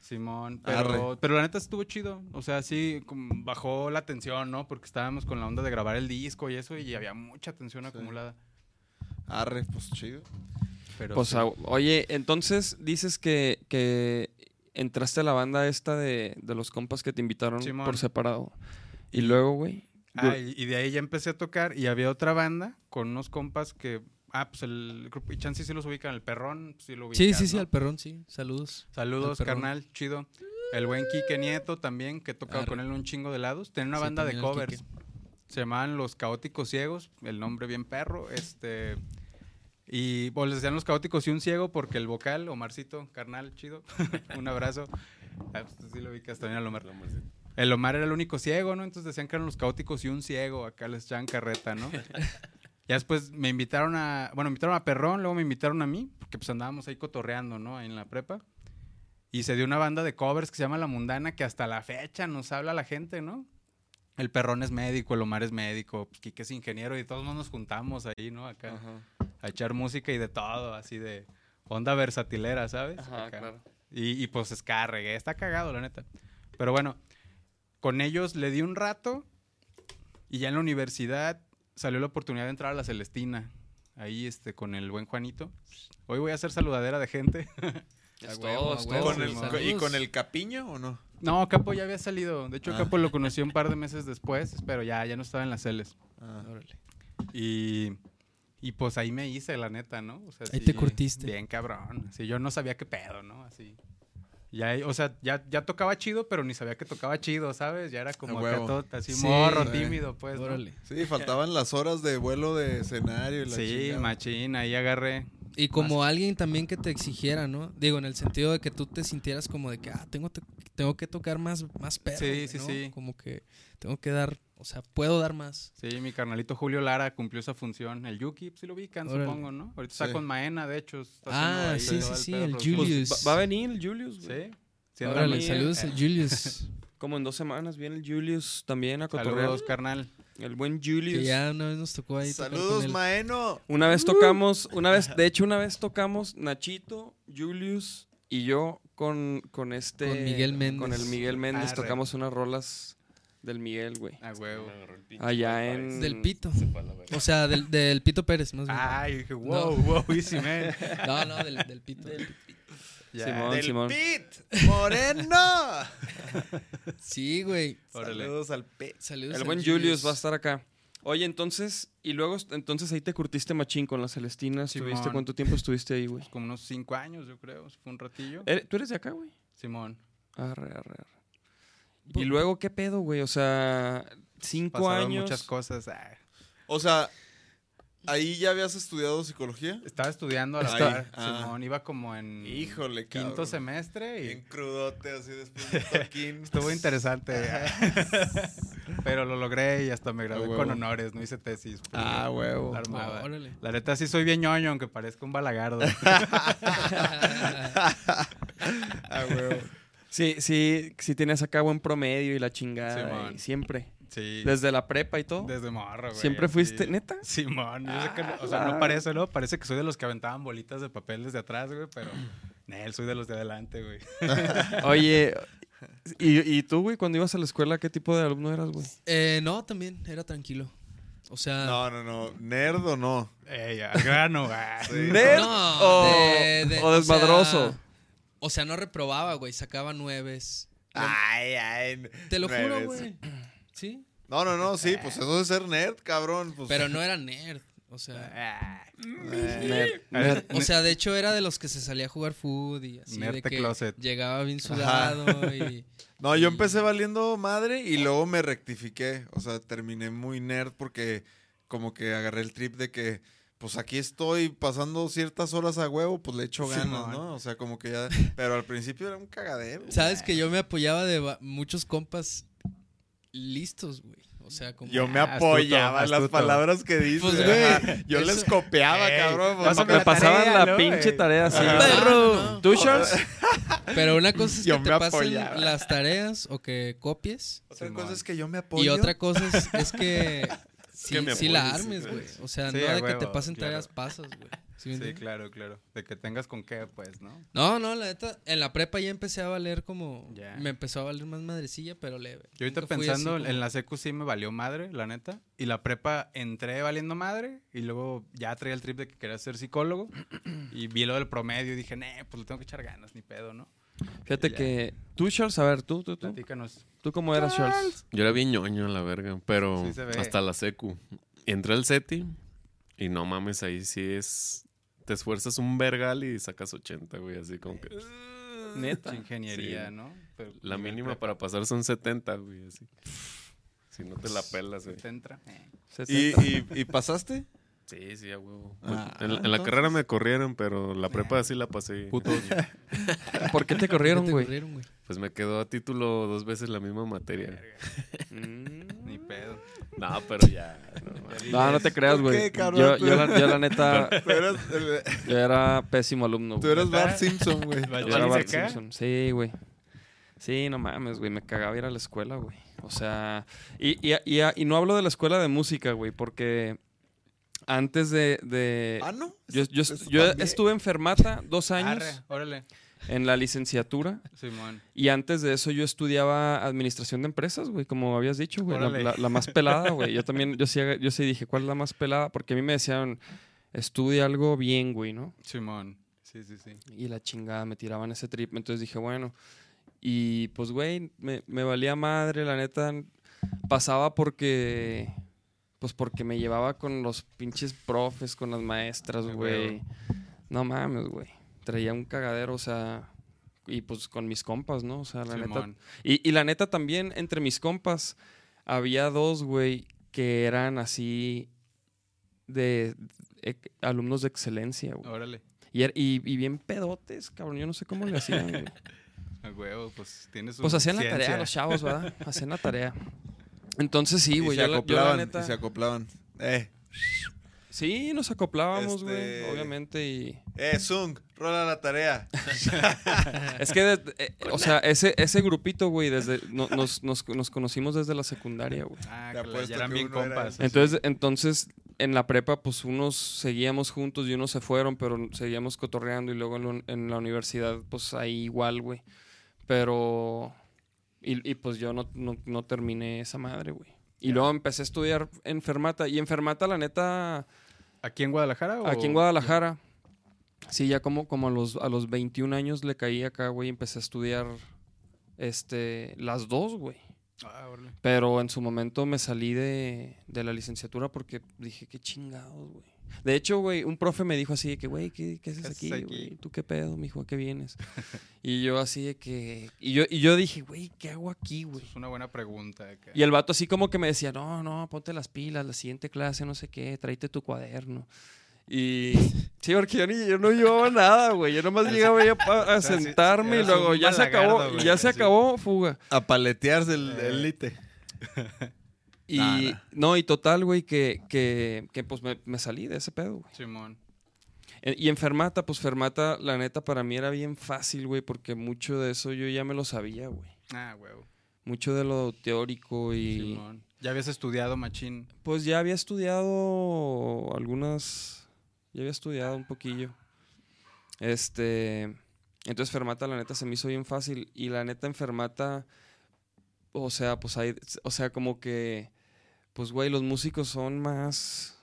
Speaker 4: Simón,
Speaker 5: Arre.
Speaker 4: pero, pero la neta estuvo chido. O sea, sí, como bajó la tensión, ¿no? Porque estábamos con la onda de grabar el disco y eso, y había mucha tensión acumulada.
Speaker 5: Arre, pues chido.
Speaker 4: Pero
Speaker 2: Pues,
Speaker 4: sí.
Speaker 2: ah, oye, entonces dices que, que entraste a la banda esta de, de los compas que te invitaron
Speaker 4: Simón.
Speaker 2: por separado. Y luego, güey.
Speaker 4: Ah, y, y de ahí ya empecé a tocar y había otra banda con unos compas que. Ah, pues el grupo. Y Chansi sí los ubican, el perrón, sí lo ubican.
Speaker 3: Sí, sí, sí,
Speaker 4: ¿no?
Speaker 3: al perrón, sí. Saludos.
Speaker 4: Saludos,
Speaker 3: al Perrón.
Speaker 4: carnal, chido. El buen Quique Nieto también, que he tocado
Speaker 3: Arre.
Speaker 4: con él un chingo de lados. Tenía una
Speaker 3: Sí,
Speaker 4: banda de
Speaker 3: también el
Speaker 4: covers. Se llamaban Los Caóticos Ciegos, el nombre bien perro. Este. Y pues les decían los caóticos y un ciego porque el vocal, Omarcito, carnal, chido. *laughs* un abrazo. Ah, pues, tú sí lo ubicas también al Omar. El Omar era el único ciego, ¿no? Entonces decían que eran los caóticos y un ciego. Acá les echaban carreta, ¿no? ya después me invitaron a... Bueno, invitaron a Perrón, luego me invitaron a mí, porque pues andábamos ahí cotorreando, ¿no? Ahí en la prepa. Y se dio una banda de covers que se llama La Mundana, que hasta la fecha nos habla la gente, ¿no? El Perrón es médico, el Omar es médico, pues, Quique es ingeniero y todos nos juntamos ahí, ¿no? Acá
Speaker 5: Ajá.
Speaker 4: a echar música y de todo, así de onda versatilera, ¿sabes?
Speaker 2: Ajá,
Speaker 4: Acá.
Speaker 2: claro.
Speaker 4: Y, y pues ska, reggae, está cagado, la neta. Pero bueno, con ellos le di un rato y ya en la universidad salió la oportunidad de entrar a la Celestina. Ahí este, con el buen Juanito. Hoy voy a hacer saludadera de gente. *laughs*
Speaker 2: Es
Speaker 3: A huevo,
Speaker 2: todo,
Speaker 3: a
Speaker 2: es
Speaker 4: Oh,
Speaker 3: huevo.
Speaker 2: todo.
Speaker 5: Con el-
Speaker 3: Saludos.
Speaker 5: ¿Y con el capiño o no?
Speaker 4: No, Capo ya había salido. De hecho,
Speaker 5: Ah.
Speaker 4: Capo lo conocí un par de meses después, pero ya, ya no estaba en las Celes.
Speaker 5: Ah.
Speaker 3: Órale.
Speaker 4: Y, y pues ahí me hice, la neta, ¿no? O sea,
Speaker 3: Ahí te curtiste.
Speaker 4: Bien cabrón. Así, yo no sabía qué pedo, ¿no? Así. Ya, ahí- o sea, ya, ya tocaba chido, pero ni sabía que tocaba chido, ¿sabes? Ya era como
Speaker 5: A
Speaker 4: acá
Speaker 5: huevo.
Speaker 4: todo así
Speaker 3: Sí.
Speaker 4: morro,
Speaker 5: Sí.
Speaker 4: tímido, pues. ¿no?
Speaker 3: Órale.
Speaker 5: Sí, faltaban las horas de vuelo de escenario. y la
Speaker 4: Sí,
Speaker 5: chingada.
Speaker 4: machín, ahí agarré.
Speaker 3: Y como alguien también que te exigiera, ¿no? Digo, en el sentido de que tú te sintieras como de que, ah, tengo, te- tengo que tocar más, más perro.
Speaker 4: Sí,
Speaker 3: güey,
Speaker 4: sí,
Speaker 3: ¿no?
Speaker 4: sí.
Speaker 3: Como que tengo que dar, o sea, puedo dar más.
Speaker 4: Sí, mi carnalito Julio Lara cumplió esa función. El Yuki, pues, sí lo ubican,
Speaker 3: Órale.
Speaker 4: supongo, ¿no? Ahorita
Speaker 5: Sí.
Speaker 4: está con Maena, de hecho. está haciendo
Speaker 3: Ah,
Speaker 4: ahí
Speaker 3: sí,
Speaker 4: todo
Speaker 3: sí, sí,
Speaker 4: pedo
Speaker 3: el
Speaker 4: productivo.
Speaker 3: Julius.
Speaker 2: Pues, va, va a venir el Julius, güey.
Speaker 4: Sí. sí, anda
Speaker 3: Órale,
Speaker 4: muy-
Speaker 3: saludos al Julius.
Speaker 2: Como en dos semanas viene el Julius también a cotorrear.
Speaker 4: Saludos, carnal.
Speaker 2: El buen
Speaker 3: Que
Speaker 2: Julius.
Speaker 3: ya una vez nos tocó ahí. tocar con
Speaker 5: Saludos,
Speaker 3: él.
Speaker 5: Maeno.
Speaker 2: Una vez tocamos, una vez, de hecho, una vez tocamos Nachito, Julius y yo con, con este.
Speaker 3: Con Miguel Méndez.
Speaker 2: Con el Miguel Méndez
Speaker 4: Arre.
Speaker 2: tocamos unas rolas del Miguel, güey.
Speaker 4: A huevo.
Speaker 2: Allá en.
Speaker 3: Del Pito. O sea, del, del Pito Pérez, más bien.
Speaker 4: Ay, dije, wow, wow,
Speaker 3: *laughs*
Speaker 4: easy man.
Speaker 3: No, no, del, del Pito.
Speaker 4: Ya.
Speaker 2: Simón,
Speaker 5: Del
Speaker 2: Simón.
Speaker 5: Pit Moreno.
Speaker 3: Sí, güey.
Speaker 4: Órale.
Speaker 5: Saludos al Pit.
Speaker 3: Saludos.
Speaker 2: El
Speaker 3: al
Speaker 2: buen Julius va a estar acá. Oye, entonces, y luego, est- entonces ahí te curtiste machín con las Celestinas.
Speaker 4: Simón.
Speaker 2: ¿Tuviste cuánto tiempo estuviste ahí, güey?
Speaker 4: Como unos cinco años, yo creo. Fue un ratillo.
Speaker 5: Eh,
Speaker 2: ¿Eres- ¿Tú eres de acá, güey?
Speaker 4: Simón.
Speaker 2: Arre, arre, arre.
Speaker 3: Pues
Speaker 2: Y luego, ¿qué pedo, güey? O sea, cinco
Speaker 4: Pasaron
Speaker 2: años.
Speaker 4: muchas cosas. ah.
Speaker 5: O sea, ahí ya habías estudiado psicología.
Speaker 4: Estaba estudiando a la
Speaker 5: Está-
Speaker 4: par,
Speaker 5: ah.
Speaker 4: Simón. Iba como en
Speaker 5: Híjole,
Speaker 4: quinto
Speaker 5: cabrón.
Speaker 4: semestre y
Speaker 5: Bien crudote, así después de toquín.
Speaker 4: estuvo interesante. ah. *laughs* Pero lo logré y hasta me gradué
Speaker 5: huevo.
Speaker 4: con honores. No hice tesis.
Speaker 5: Ah, huevo.
Speaker 4: La armada.
Speaker 3: Órale.
Speaker 4: La neta sí soy bien ñoño, aunque parezca un
Speaker 5: *laughs*
Speaker 4: balagardo.
Speaker 5: Ah, huevo.
Speaker 2: *laughs* Sí, sí, sí tienes acá buen promedio y la chingada.
Speaker 4: Simón.
Speaker 2: y siempre.
Speaker 4: Sí.
Speaker 2: Desde la prepa y todo.
Speaker 4: Desde morro, güey.
Speaker 2: ¿Siempre fuiste,
Speaker 4: sí. *laughs*
Speaker 2: neta?
Speaker 4: Simón, yo sé que no- o sea,
Speaker 5: Ah.
Speaker 4: no parece, ¿no? Parece que soy de los que aventaban bolitas de papel desde atrás, güey, pero *clears throat* Nel, soy de los de adelante, güey.
Speaker 2: Oye, ¿y, y tú, güey, cuando ibas a la escuela, qué tipo de alumno eras, güey?
Speaker 3: *laughs* Eh, no, también era tranquilo. O sea.
Speaker 5: No, no, no. Nerd o no.
Speaker 4: Ey, al grano, güey.
Speaker 2: ¿Nerd o,
Speaker 3: de- de-
Speaker 2: o
Speaker 3: o sea,
Speaker 2: desmadroso?
Speaker 3: O sea, no reprobaba, güey. Sacaba nueves.
Speaker 5: Ay, ay.
Speaker 3: Te lo juro,
Speaker 5: nueves.
Speaker 3: güey. Sí.
Speaker 5: No, no, no, sí, pues eso es ser nerd, cabrón. Pues,
Speaker 3: Pero no era nerd. O sea.
Speaker 2: Nerd, nerd.
Speaker 3: O sea, de hecho era de los que se salía a jugar food y así.
Speaker 4: Nerd
Speaker 3: de
Speaker 4: de
Speaker 3: que
Speaker 4: closet.
Speaker 3: Llegaba bien sudado y.
Speaker 5: No, yo empecé valiendo madre y luego me rectifiqué. O sea, terminé muy nerd porque como que agarré el trip de que, pues aquí estoy pasando ciertas horas a huevo, pues le echo ganas,
Speaker 4: Simón.
Speaker 5: ¿no? O sea, como que ya... Pero al principio era un cagadero.
Speaker 3: Sabes que yo me apoyaba de va- muchos compas listos, güey. O sea, como.
Speaker 5: Yo me
Speaker 4: Ah, astuto,
Speaker 5: apoyaba en las
Speaker 4: astuto.
Speaker 5: palabras que dices.
Speaker 3: Pues, güey,
Speaker 5: ajá. yo
Speaker 3: eso-
Speaker 5: les copiaba,
Speaker 4: Ey,
Speaker 5: cabrón. pues,
Speaker 4: pásame
Speaker 2: Me
Speaker 4: la
Speaker 2: pasaban
Speaker 4: tarea,
Speaker 2: la
Speaker 4: ¿no,
Speaker 2: pinche
Speaker 4: güey?
Speaker 2: tarea así.
Speaker 5: Ajá.
Speaker 3: Perro.
Speaker 2: ¿Tú, Charles?
Speaker 3: Pero una cosa es que
Speaker 5: Yo
Speaker 3: te
Speaker 5: me
Speaker 3: pasen
Speaker 5: apoyaba.
Speaker 3: las tareas o que copies.
Speaker 5: Otra
Speaker 4: Simón.
Speaker 5: cosa es que yo me apoyo.
Speaker 3: Y otra cosa es, es que sí,
Speaker 5: me
Speaker 3: sí la
Speaker 5: apoyes,
Speaker 3: armes, güey. O sea,
Speaker 4: Sí,
Speaker 3: no
Speaker 4: a
Speaker 3: de que te
Speaker 4: huevo,
Speaker 3: pasen
Speaker 4: claro.
Speaker 3: tareas pasas, güey. ¿Sí me
Speaker 4: Sí,
Speaker 3: entiendes?
Speaker 4: claro, claro. De que tengas con qué, pues, ¿no?
Speaker 3: No, no, la neta, en la prepa ya empecé a valer como...
Speaker 4: Ya.
Speaker 3: Me empezó a valer más madrecilla, pero leve.
Speaker 4: Yo ahorita
Speaker 3: Nunca fui así
Speaker 4: pensando,
Speaker 3: como-
Speaker 4: en la secu sí me valió madre, la neta. Y la prepa entré valiendo madre y luego ya traía el trip de que quería ser psicólogo. Y vi lo del promedio y dije, nee, pues le tengo que echar ganas, ni pedo, ¿no?
Speaker 2: *laughs* Fíjate
Speaker 4: Ya.
Speaker 2: que. Tú, Charles, a ver, tú, tú, tú.
Speaker 4: Platícanos.
Speaker 2: ¿Tú cómo eras, Charles?
Speaker 6: Yo era bien ñoño a la verga, pero
Speaker 4: Sí se ve.
Speaker 6: hasta la secu. Entré al SETI y no mames, ahí sí es... Te esfuerzas un vergal y sacas 80, güey, así como que...
Speaker 2: Neta.
Speaker 4: Ingeniería,
Speaker 6: Sí.
Speaker 4: ¿no? Pero
Speaker 6: La
Speaker 4: nivel
Speaker 6: mínima
Speaker 4: prepa,
Speaker 6: para pasar son 70, güey, así. Si no te la pelas,
Speaker 4: ¿sí
Speaker 6: güey.
Speaker 4: te entra? Eh.
Speaker 5: ¿Y,
Speaker 2: 70.
Speaker 5: y, y pasaste?
Speaker 6: Sí, sí, a huevo.
Speaker 5: Ah,
Speaker 6: Pues, en, la- en la
Speaker 5: entonces-
Speaker 6: carrera me corrieron, pero la prepa sí la pasé.
Speaker 2: ¿Por *laughs* qué te
Speaker 3: ¿Qué
Speaker 2: corrieron,
Speaker 3: te
Speaker 2: güey?
Speaker 3: corrieron, güey?
Speaker 6: Pues me quedó a título dos veces la misma materia.
Speaker 2: Mm.
Speaker 4: Ni pedo.
Speaker 6: No, pero ya. no mames.
Speaker 2: No, no te creas,
Speaker 5: ¿Por qué,
Speaker 2: güey.
Speaker 5: cabrón?
Speaker 2: Yo,
Speaker 5: Tú
Speaker 2: yo
Speaker 5: eres-
Speaker 2: la, yo la
Speaker 4: *laughs*
Speaker 2: neta,
Speaker 5: Tú eras,
Speaker 2: yo era pésimo alumno.
Speaker 5: tú
Speaker 2: güey.
Speaker 5: eras Bart Simpson, güey.
Speaker 4: Bart
Speaker 2: Yo era Bart
Speaker 4: acá?
Speaker 2: Simpson. Sí, güey. Sí, no mames, güey. Me cagaba ir a la escuela, güey. O sea, y, y, y, y no hablo de la escuela de música, güey, porque antes de... de-
Speaker 5: Ah, no.
Speaker 2: Eh, yo yo-
Speaker 5: Eso
Speaker 2: yo
Speaker 5: también.
Speaker 2: estuve enfermata dos años
Speaker 4: Arre, órale.
Speaker 2: en la licenciatura.
Speaker 4: Simón.
Speaker 2: Y antes de eso yo estudiaba administración de empresas, güey, como habías dicho, güey, la,
Speaker 4: Órale.
Speaker 2: la- la más pelada, güey. Yo también, yo sí, yo sí dije, ¿cuál es la más pelada? Porque a mí me decían, estudia algo bien, güey, ¿no?
Speaker 4: Simón. Sí, sí, sí.
Speaker 2: Y la chingada, me tiraban ese trip. Entonces dije, bueno, y pues, güey, me, me valía madre, la neta, pasaba porque, pues porque me llevaba con los pinches profes, con las maestras,
Speaker 4: Ah,
Speaker 2: güey.
Speaker 4: huevo.
Speaker 2: No mames, güey. Traía un cagadero, o sea, y pues con mis compas, ¿no? O sea, la neta,
Speaker 4: Simón.
Speaker 2: y, y la neta también, entre mis compas, había dos, güey, que eran así de, de- ec- alumnos de excelencia, güey.
Speaker 4: Órale.
Speaker 2: Y, er- y- y bien pedotes, cabrón. Yo no sé cómo le hacían,
Speaker 5: *laughs*
Speaker 2: güey.
Speaker 5: Pues
Speaker 4: A huevo, pues tienes
Speaker 2: Pues hacían la tarea los chavos, ¿verdad? Hacían la tarea. Entonces sí,
Speaker 5: Y
Speaker 2: güey. Yo,
Speaker 5: se
Speaker 2: la- yo la
Speaker 5: acoplaban,
Speaker 2: neta...
Speaker 5: y se acoplaban. Eh,
Speaker 2: Sí, nos acoplábamos, güey,
Speaker 5: Este-
Speaker 2: obviamente. Y...
Speaker 5: Eh, Zung, rola la tarea.
Speaker 2: Es que, de- eh, o sea, ese, ese grupito, güey, desde no- nos, nos- nos conocimos desde la secundaria, güey.
Speaker 4: Ah,
Speaker 5: Te
Speaker 4: que la-
Speaker 5: apuesto
Speaker 4: ya eran
Speaker 5: que
Speaker 4: bien
Speaker 5: uno era
Speaker 4: compas.
Speaker 5: ese.
Speaker 2: Entonces, entonces, en la prepa, pues unos seguíamos juntos y unos se fueron, pero seguíamos cotorreando y luego en, la un- en la universidad, pues ahí igual, güey. Pero, y, y, pues yo no, no- no terminé esa madre, güey. Y luego empecé a estudiar enfermata. Y enfermata, la neta,
Speaker 4: ¿Aquí en Guadalajara? o-
Speaker 2: aquí en Guadalajara, sí, ya como, como a, los, a los 21 años le caí acá, güey, y empecé a estudiar este, las dos, güey.
Speaker 4: Ah, órale.
Speaker 2: Pero en su momento me salí de, de la licenciatura porque dije, qué chingados, güey. De hecho, güey, un profe me dijo así de que, güey, ¿qué, qué haces
Speaker 4: ¿Qué
Speaker 2: aquí,
Speaker 4: haces aquí?
Speaker 2: güey? ¿Tú qué pedo, mijo? ¿A qué
Speaker 4: *laughs*
Speaker 2: vienes? y yo así de que... Y yo, y yo dije, güey, ¿qué hago aquí, güey?
Speaker 4: pues Es una buena pregunta. acá.
Speaker 2: Y el vato así como que me decía, no, no, ponte las pilas, la siguiente clase, no sé qué, tráete tu cuaderno.
Speaker 4: *laughs*
Speaker 2: Y... Sí, porque yo, ni- yo no llevaba nada, güey. Yo nomás llegaba ya pa-
Speaker 4: *laughs*
Speaker 2: a
Speaker 4: sea, sí,
Speaker 2: sentarme y
Speaker 4: eras
Speaker 2: luego
Speaker 4: un
Speaker 2: ya se
Speaker 4: balagardo,
Speaker 2: acabó,
Speaker 4: güey,
Speaker 2: ya se
Speaker 4: así.
Speaker 2: acabó, fuga.
Speaker 5: A paletearse el, el lite.
Speaker 2: Y no, y total, güey, que, que, que, pues me, me salí de ese pedo, güey.
Speaker 4: Simón.
Speaker 2: E- Y en Fermata, pues Fermata, la neta, para mí era bien fácil, güey, porque mucho de eso yo ya me lo sabía, güey.
Speaker 4: Ah, huevo.
Speaker 2: Mucho de lo teórico y...
Speaker 4: Simón. Ya habías estudiado machín.
Speaker 2: Pues ya había estudiado algunas... Ya había estudiado un poquillo. Este... Entonces Fermata, la neta, se me hizo bien fácil. Y la neta, en Fermata, o sea, pues hay... O sea, como que... Pues, güey, los músicos son más...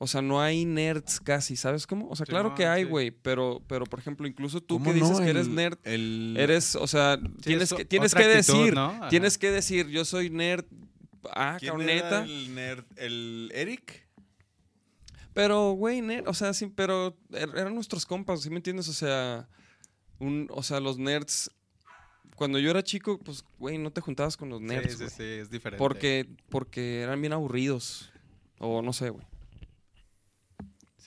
Speaker 2: O sea, no hay nerds casi, ¿sabes cómo? O sea, claro que
Speaker 4: Simón,
Speaker 2: hay,
Speaker 4: sí.
Speaker 2: güey, pero, pero, por ejemplo, incluso tú
Speaker 5: ¿Cómo
Speaker 2: que dices
Speaker 5: no?
Speaker 2: que eres
Speaker 5: El-
Speaker 2: nerd,
Speaker 5: el-
Speaker 2: eres, o sea,
Speaker 4: Sí,
Speaker 2: tienes
Speaker 4: es
Speaker 2: que,
Speaker 4: o-
Speaker 2: tienes
Speaker 4: otra
Speaker 2: que
Speaker 4: actitud,
Speaker 2: decir,
Speaker 4: ¿no? Ajá.
Speaker 2: tienes que decir, yo soy nerd, ah,
Speaker 5: ¿Quién
Speaker 2: cabrón,
Speaker 5: era
Speaker 2: neta.
Speaker 5: el nerd? ¿El Eric?
Speaker 2: Pero, güey, nerd, o sea, sí, pero er- eran nuestros compas, ¿sí me entiendes? O sea, un, o sea, los nerds, cuando yo era chico, pues, güey, no te juntabas con los nerds,
Speaker 4: sí, sí,
Speaker 2: güey,
Speaker 4: sí, es diferente.
Speaker 2: porque, porque eran bien aburridos, o no sé, güey.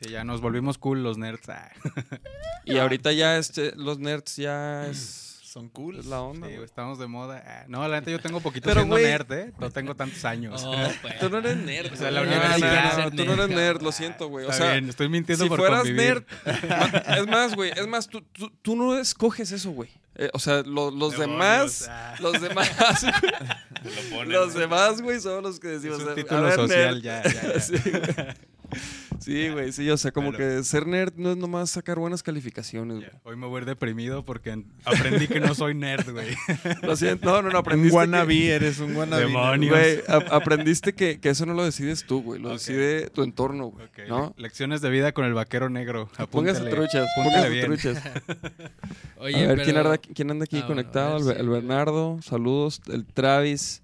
Speaker 4: Sí, ya nos volvimos cool los nerds. Ah,
Speaker 2: Y ahorita ya este, los nerds ya es,
Speaker 5: Son cool.
Speaker 2: es la onda,
Speaker 4: sí,
Speaker 2: güey.
Speaker 4: estamos de moda. Ah, no, la neta yo tengo poquito
Speaker 2: Pero,
Speaker 4: siendo
Speaker 2: güey.
Speaker 4: nerd, ¿eh? No tengo
Speaker 2: *laughs*
Speaker 4: tantos años.
Speaker 3: Oh, pues.
Speaker 2: Tú no eres nerd,
Speaker 4: O sea, la
Speaker 2: güey. No, no,
Speaker 4: universidad.
Speaker 2: no, no, Tú no eres nerd, lo siento, güey. O
Speaker 4: Está
Speaker 2: sea,
Speaker 4: bien, estoy mintiendo
Speaker 2: si
Speaker 4: por
Speaker 2: fueras
Speaker 4: convivir.
Speaker 2: nerd, ma- es más, güey, es más, tú, tú, tú no escoges eso, güey. Eh, o sea, lo- los demás,
Speaker 4: Demonios, ah.
Speaker 2: los
Speaker 4: *laughs*
Speaker 2: demás, güey, los demás, güey, son los que
Speaker 4: Es
Speaker 2: decimos.
Speaker 4: un
Speaker 2: "A
Speaker 4: título
Speaker 2: ver, nerd".
Speaker 4: social, ya, ya, ya.
Speaker 2: *laughs* Sí, güey. Sí, güey, sí, o sea, como que ser nerd no es nomás sacar buenas calificaciones, güey.
Speaker 4: Hoy me voy a ir deprimido porque aprendí que no soy nerd,
Speaker 2: *laughs*
Speaker 4: güey.
Speaker 2: Lo siento, no, no, no,
Speaker 5: Un
Speaker 2: aprendiste
Speaker 5: wannabe,
Speaker 2: que-
Speaker 5: eres un wannabe.
Speaker 4: Demonio.
Speaker 2: Güey, a- aprendiste que, que eso no lo decides tú, güey, lo decide tu entorno, güey,
Speaker 4: Ok,
Speaker 2: ¿no?
Speaker 4: Lecciones de vida con el vaquero negro.
Speaker 2: Póngase
Speaker 4: Apúntale,
Speaker 2: truchas,
Speaker 4: apúntale
Speaker 2: póngase
Speaker 4: bien.
Speaker 2: truchas.
Speaker 3: Oye,
Speaker 2: a ver, ¿quién,
Speaker 3: pero-
Speaker 2: anda, quién anda aquí
Speaker 3: Ah, bueno,
Speaker 2: conectado?
Speaker 3: a
Speaker 2: El
Speaker 3: ver,
Speaker 2: Be-
Speaker 3: sí,
Speaker 2: el,
Speaker 3: güey.
Speaker 2: Bernardo, saludos. El Travis,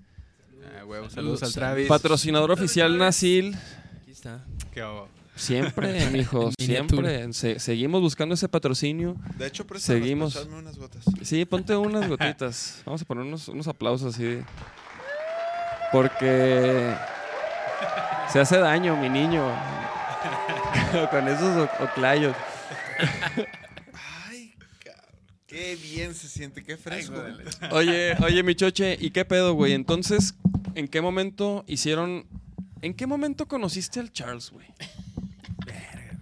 Speaker 4: Ah, huevo, saludos al
Speaker 3: Saludos.
Speaker 4: Travis.
Speaker 2: patrocinador oficial Nasil.
Speaker 3: Aquí está.
Speaker 4: Qué obo.
Speaker 3: *laughs*
Speaker 2: Siempre, mijo, siempre.
Speaker 3: Miniatura.
Speaker 2: Se- seguimos buscando ese patrocinio.
Speaker 5: De hecho, préstalas,
Speaker 2: Seguimos.
Speaker 5: para echarme unas gotas.
Speaker 2: Sí, ponte unas gotitas. Vamos a poner unos, unos aplausos así. de- Porque se hace daño, mi niño. *laughs* Con esos o- oclayos.
Speaker 5: Ay, cabrón. Qué bien se siente, qué fresco. Ah,
Speaker 2: Oye, oye, mi choche, ¿y qué pedo, güey? Entonces, ¿en qué momento hicieron. ¿En qué momento conociste al Charles, güey?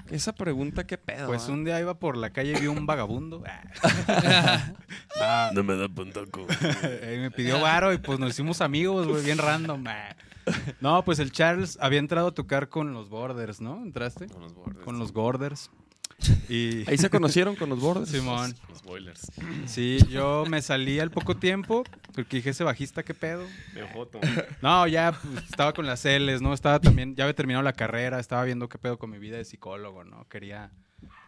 Speaker 2: Esa pregunta, ¿qué pedo?
Speaker 4: Pues
Speaker 2: ah?
Speaker 4: un día iba por la calle y vi
Speaker 2: *laughs*
Speaker 4: un vagabundo. Ah. *laughs*
Speaker 6: No me da puntaco.
Speaker 4: Eh, me pidió varo y pues nos hicimos amigos, güey, bien random. ah. No, pues el Charles había entrado a tocar con los Borders, ¿no? ¿Entraste?
Speaker 6: Con los bordes.
Speaker 4: Con los Borders. Y
Speaker 2: Ahí se conocieron con los bordes.
Speaker 4: Simón.
Speaker 6: pues, Los boilers.
Speaker 4: Sí, yo me salí al poco tiempo porque dije, ese bajista, ¿qué pedo?
Speaker 6: *laughs* Me ojoto.
Speaker 4: No, ya pues, estaba con las L's, ¿no? Estaba también, ya había terminado la carrera, estaba viendo qué pedo con mi vida de psicólogo, ¿no? Quería,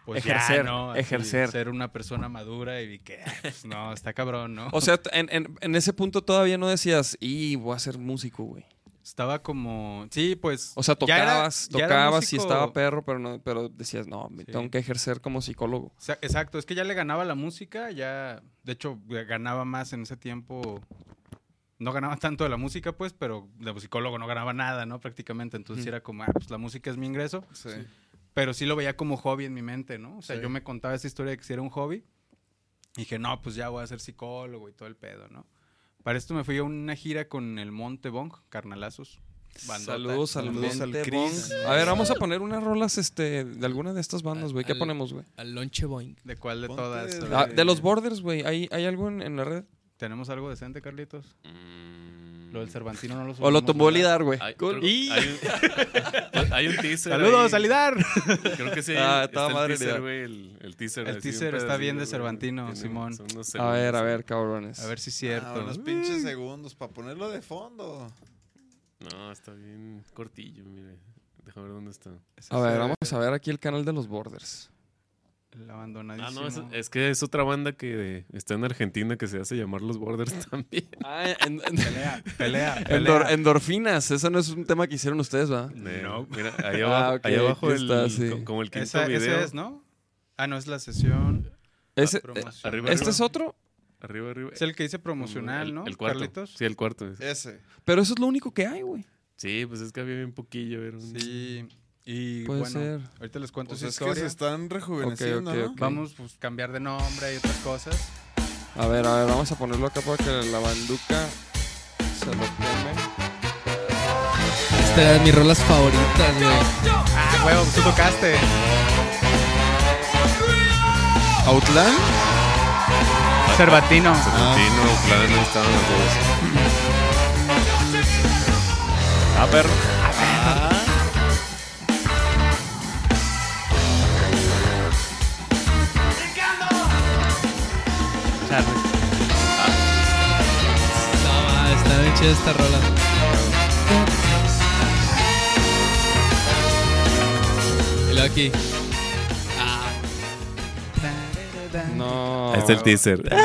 Speaker 4: pues ya,
Speaker 2: Ejercer,
Speaker 4: ¿no?
Speaker 2: ejercer.
Speaker 4: Ser una persona madura y vi que, ah, pues, no, está cabrón, ¿no?
Speaker 2: O sea, t- en, en- en ese punto todavía no decías, y voy a ser músico, güey.
Speaker 4: Estaba como, sí, pues.
Speaker 2: O sea,
Speaker 4: ya era-
Speaker 2: tocabas,
Speaker 4: ya era
Speaker 2: tocabas y
Speaker 4: músico.
Speaker 2: estaba perro, pero no, pero decías, no, me
Speaker 4: Sí.
Speaker 2: tengo que ejercer como psicólogo.
Speaker 4: O sea, Exacto, es que ya le ganaba la música, ya, de hecho, ganaba más en ese tiempo. No ganaba tanto de la música, pues, pero de psicólogo no ganaba nada, ¿no? Prácticamente. Entonces
Speaker 2: Mm.
Speaker 4: era como, ah, pues la música es mi ingreso.
Speaker 5: Sí.
Speaker 4: pero sí lo veía como hobby en mi mente, ¿no? O sea,
Speaker 5: Sí.
Speaker 4: yo me contaba esa historia de que si era un hobby. Y dije, no, pues ya voy a ser psicólogo y todo el pedo, ¿no? Para esto me fui a una gira con el Monte Bong, carnalazos. Bandota.
Speaker 2: Saludos al
Speaker 5: Saludos al
Speaker 2: Mente
Speaker 5: Chris.
Speaker 2: Bong. A ver, vamos a poner unas rolas este, de alguna de estas bandas, güey. ¿Qué
Speaker 3: Al-
Speaker 2: ponemos, güey?
Speaker 3: Al Lonche Boing.
Speaker 4: ¿De cuál de
Speaker 5: Ponte
Speaker 4: todas?
Speaker 5: de-
Speaker 2: Ah, de los Borders, güey. ¿Hay, ¿Hay algo en, en la red?
Speaker 4: ¿Tenemos algo decente, Carlitos?
Speaker 6: Mm.
Speaker 4: Lo del Cervantino no lo
Speaker 2: O lo
Speaker 4: subimos,
Speaker 2: tumbó
Speaker 4: ¿verdad?
Speaker 2: Lidar, güey.
Speaker 6: Hay,
Speaker 2: Cool.
Speaker 6: creo- hay un, hay un teaser.
Speaker 4: ¡Saludos,
Speaker 6: ahí.
Speaker 4: Alidar!
Speaker 6: *laughs* Creo que sí. hay-
Speaker 2: Ah,
Speaker 6: está
Speaker 2: estaba
Speaker 6: el
Speaker 2: madre
Speaker 6: teaser,
Speaker 2: Lidar.
Speaker 6: güey. El, el teaser.
Speaker 4: El
Speaker 6: así, un
Speaker 4: teaser está bien de
Speaker 6: pedacito, güey.
Speaker 4: Cervantino,
Speaker 6: Tiene
Speaker 4: Simón.
Speaker 6: son unos
Speaker 2: A ver, a
Speaker 6: segundos.
Speaker 2: ver, cabrones.
Speaker 4: A ver si es
Speaker 5: Ah,
Speaker 4: cierto.
Speaker 5: unos pinches segundos para ponerlo de fondo.
Speaker 6: No, está bien cortillo, mire. Déjame ver dónde está.
Speaker 2: A ver, vamos a ver aquí el canal de los Borders.
Speaker 4: El abandonadísimo.
Speaker 6: Ah, no, es, es que es otra banda que está en Argentina que se hace llamar Los Borders *laughs* también.
Speaker 2: Ah, en- en-
Speaker 6: *laughs*
Speaker 4: Pelea, pelea,
Speaker 2: *laughs* endor-
Speaker 4: pelea.
Speaker 2: endorfinas. Ese no es un tema que hicieron ustedes,
Speaker 6: Ah,
Speaker 2: ¿va?
Speaker 4: No.
Speaker 6: *laughs* Mira, ahí
Speaker 2: Ah,
Speaker 6: abajo,
Speaker 2: ok,
Speaker 6: ahí abajo
Speaker 2: aquí
Speaker 6: el-
Speaker 2: está, sí.
Speaker 6: co- como el quinto
Speaker 4: Esa,
Speaker 6: video.
Speaker 4: ese es, ¿no? Ah, no, es la sesión. la
Speaker 2: Ese-
Speaker 4: promoción.
Speaker 6: arriba,
Speaker 2: este es otro,
Speaker 6: Arriba, arriba. Mm,
Speaker 4: Es el que dice promocional,
Speaker 6: El-
Speaker 4: ¿no?
Speaker 6: El cuarto.
Speaker 4: Carlitos.
Speaker 6: Sí, el cuarto. es.
Speaker 5: Ese.
Speaker 2: pero eso es lo único que hay, güey.
Speaker 6: Sí, pues es que había bien poquillo. Era un-
Speaker 4: Sí. Y
Speaker 2: Puede
Speaker 4: bueno,
Speaker 2: ser.
Speaker 4: ahorita les cuento
Speaker 5: Pues
Speaker 4: su
Speaker 5: es que
Speaker 4: historia.
Speaker 5: se están rejuveneciendo,
Speaker 2: Ok, ok,
Speaker 5: ¿no?
Speaker 2: ok.
Speaker 4: Vamos pues, cambiar de nombre y otras cosas.
Speaker 2: A ver, a ver, vamos a ponerlo acá para que la banduca se lo tome.
Speaker 3: Esta era de mis rolas favoritas, güey.
Speaker 4: Ah, huevo, tú tocaste.
Speaker 5: ¿Outland?
Speaker 4: Cervatino.
Speaker 2: Ah.
Speaker 6: Argentino, claro, no estaban los dos. Ah, perro.
Speaker 4: Charles.
Speaker 3: No, ma, está bien chida esta rola. Y luego aquí.
Speaker 2: No. Ah.
Speaker 6: Ahí está el teaser.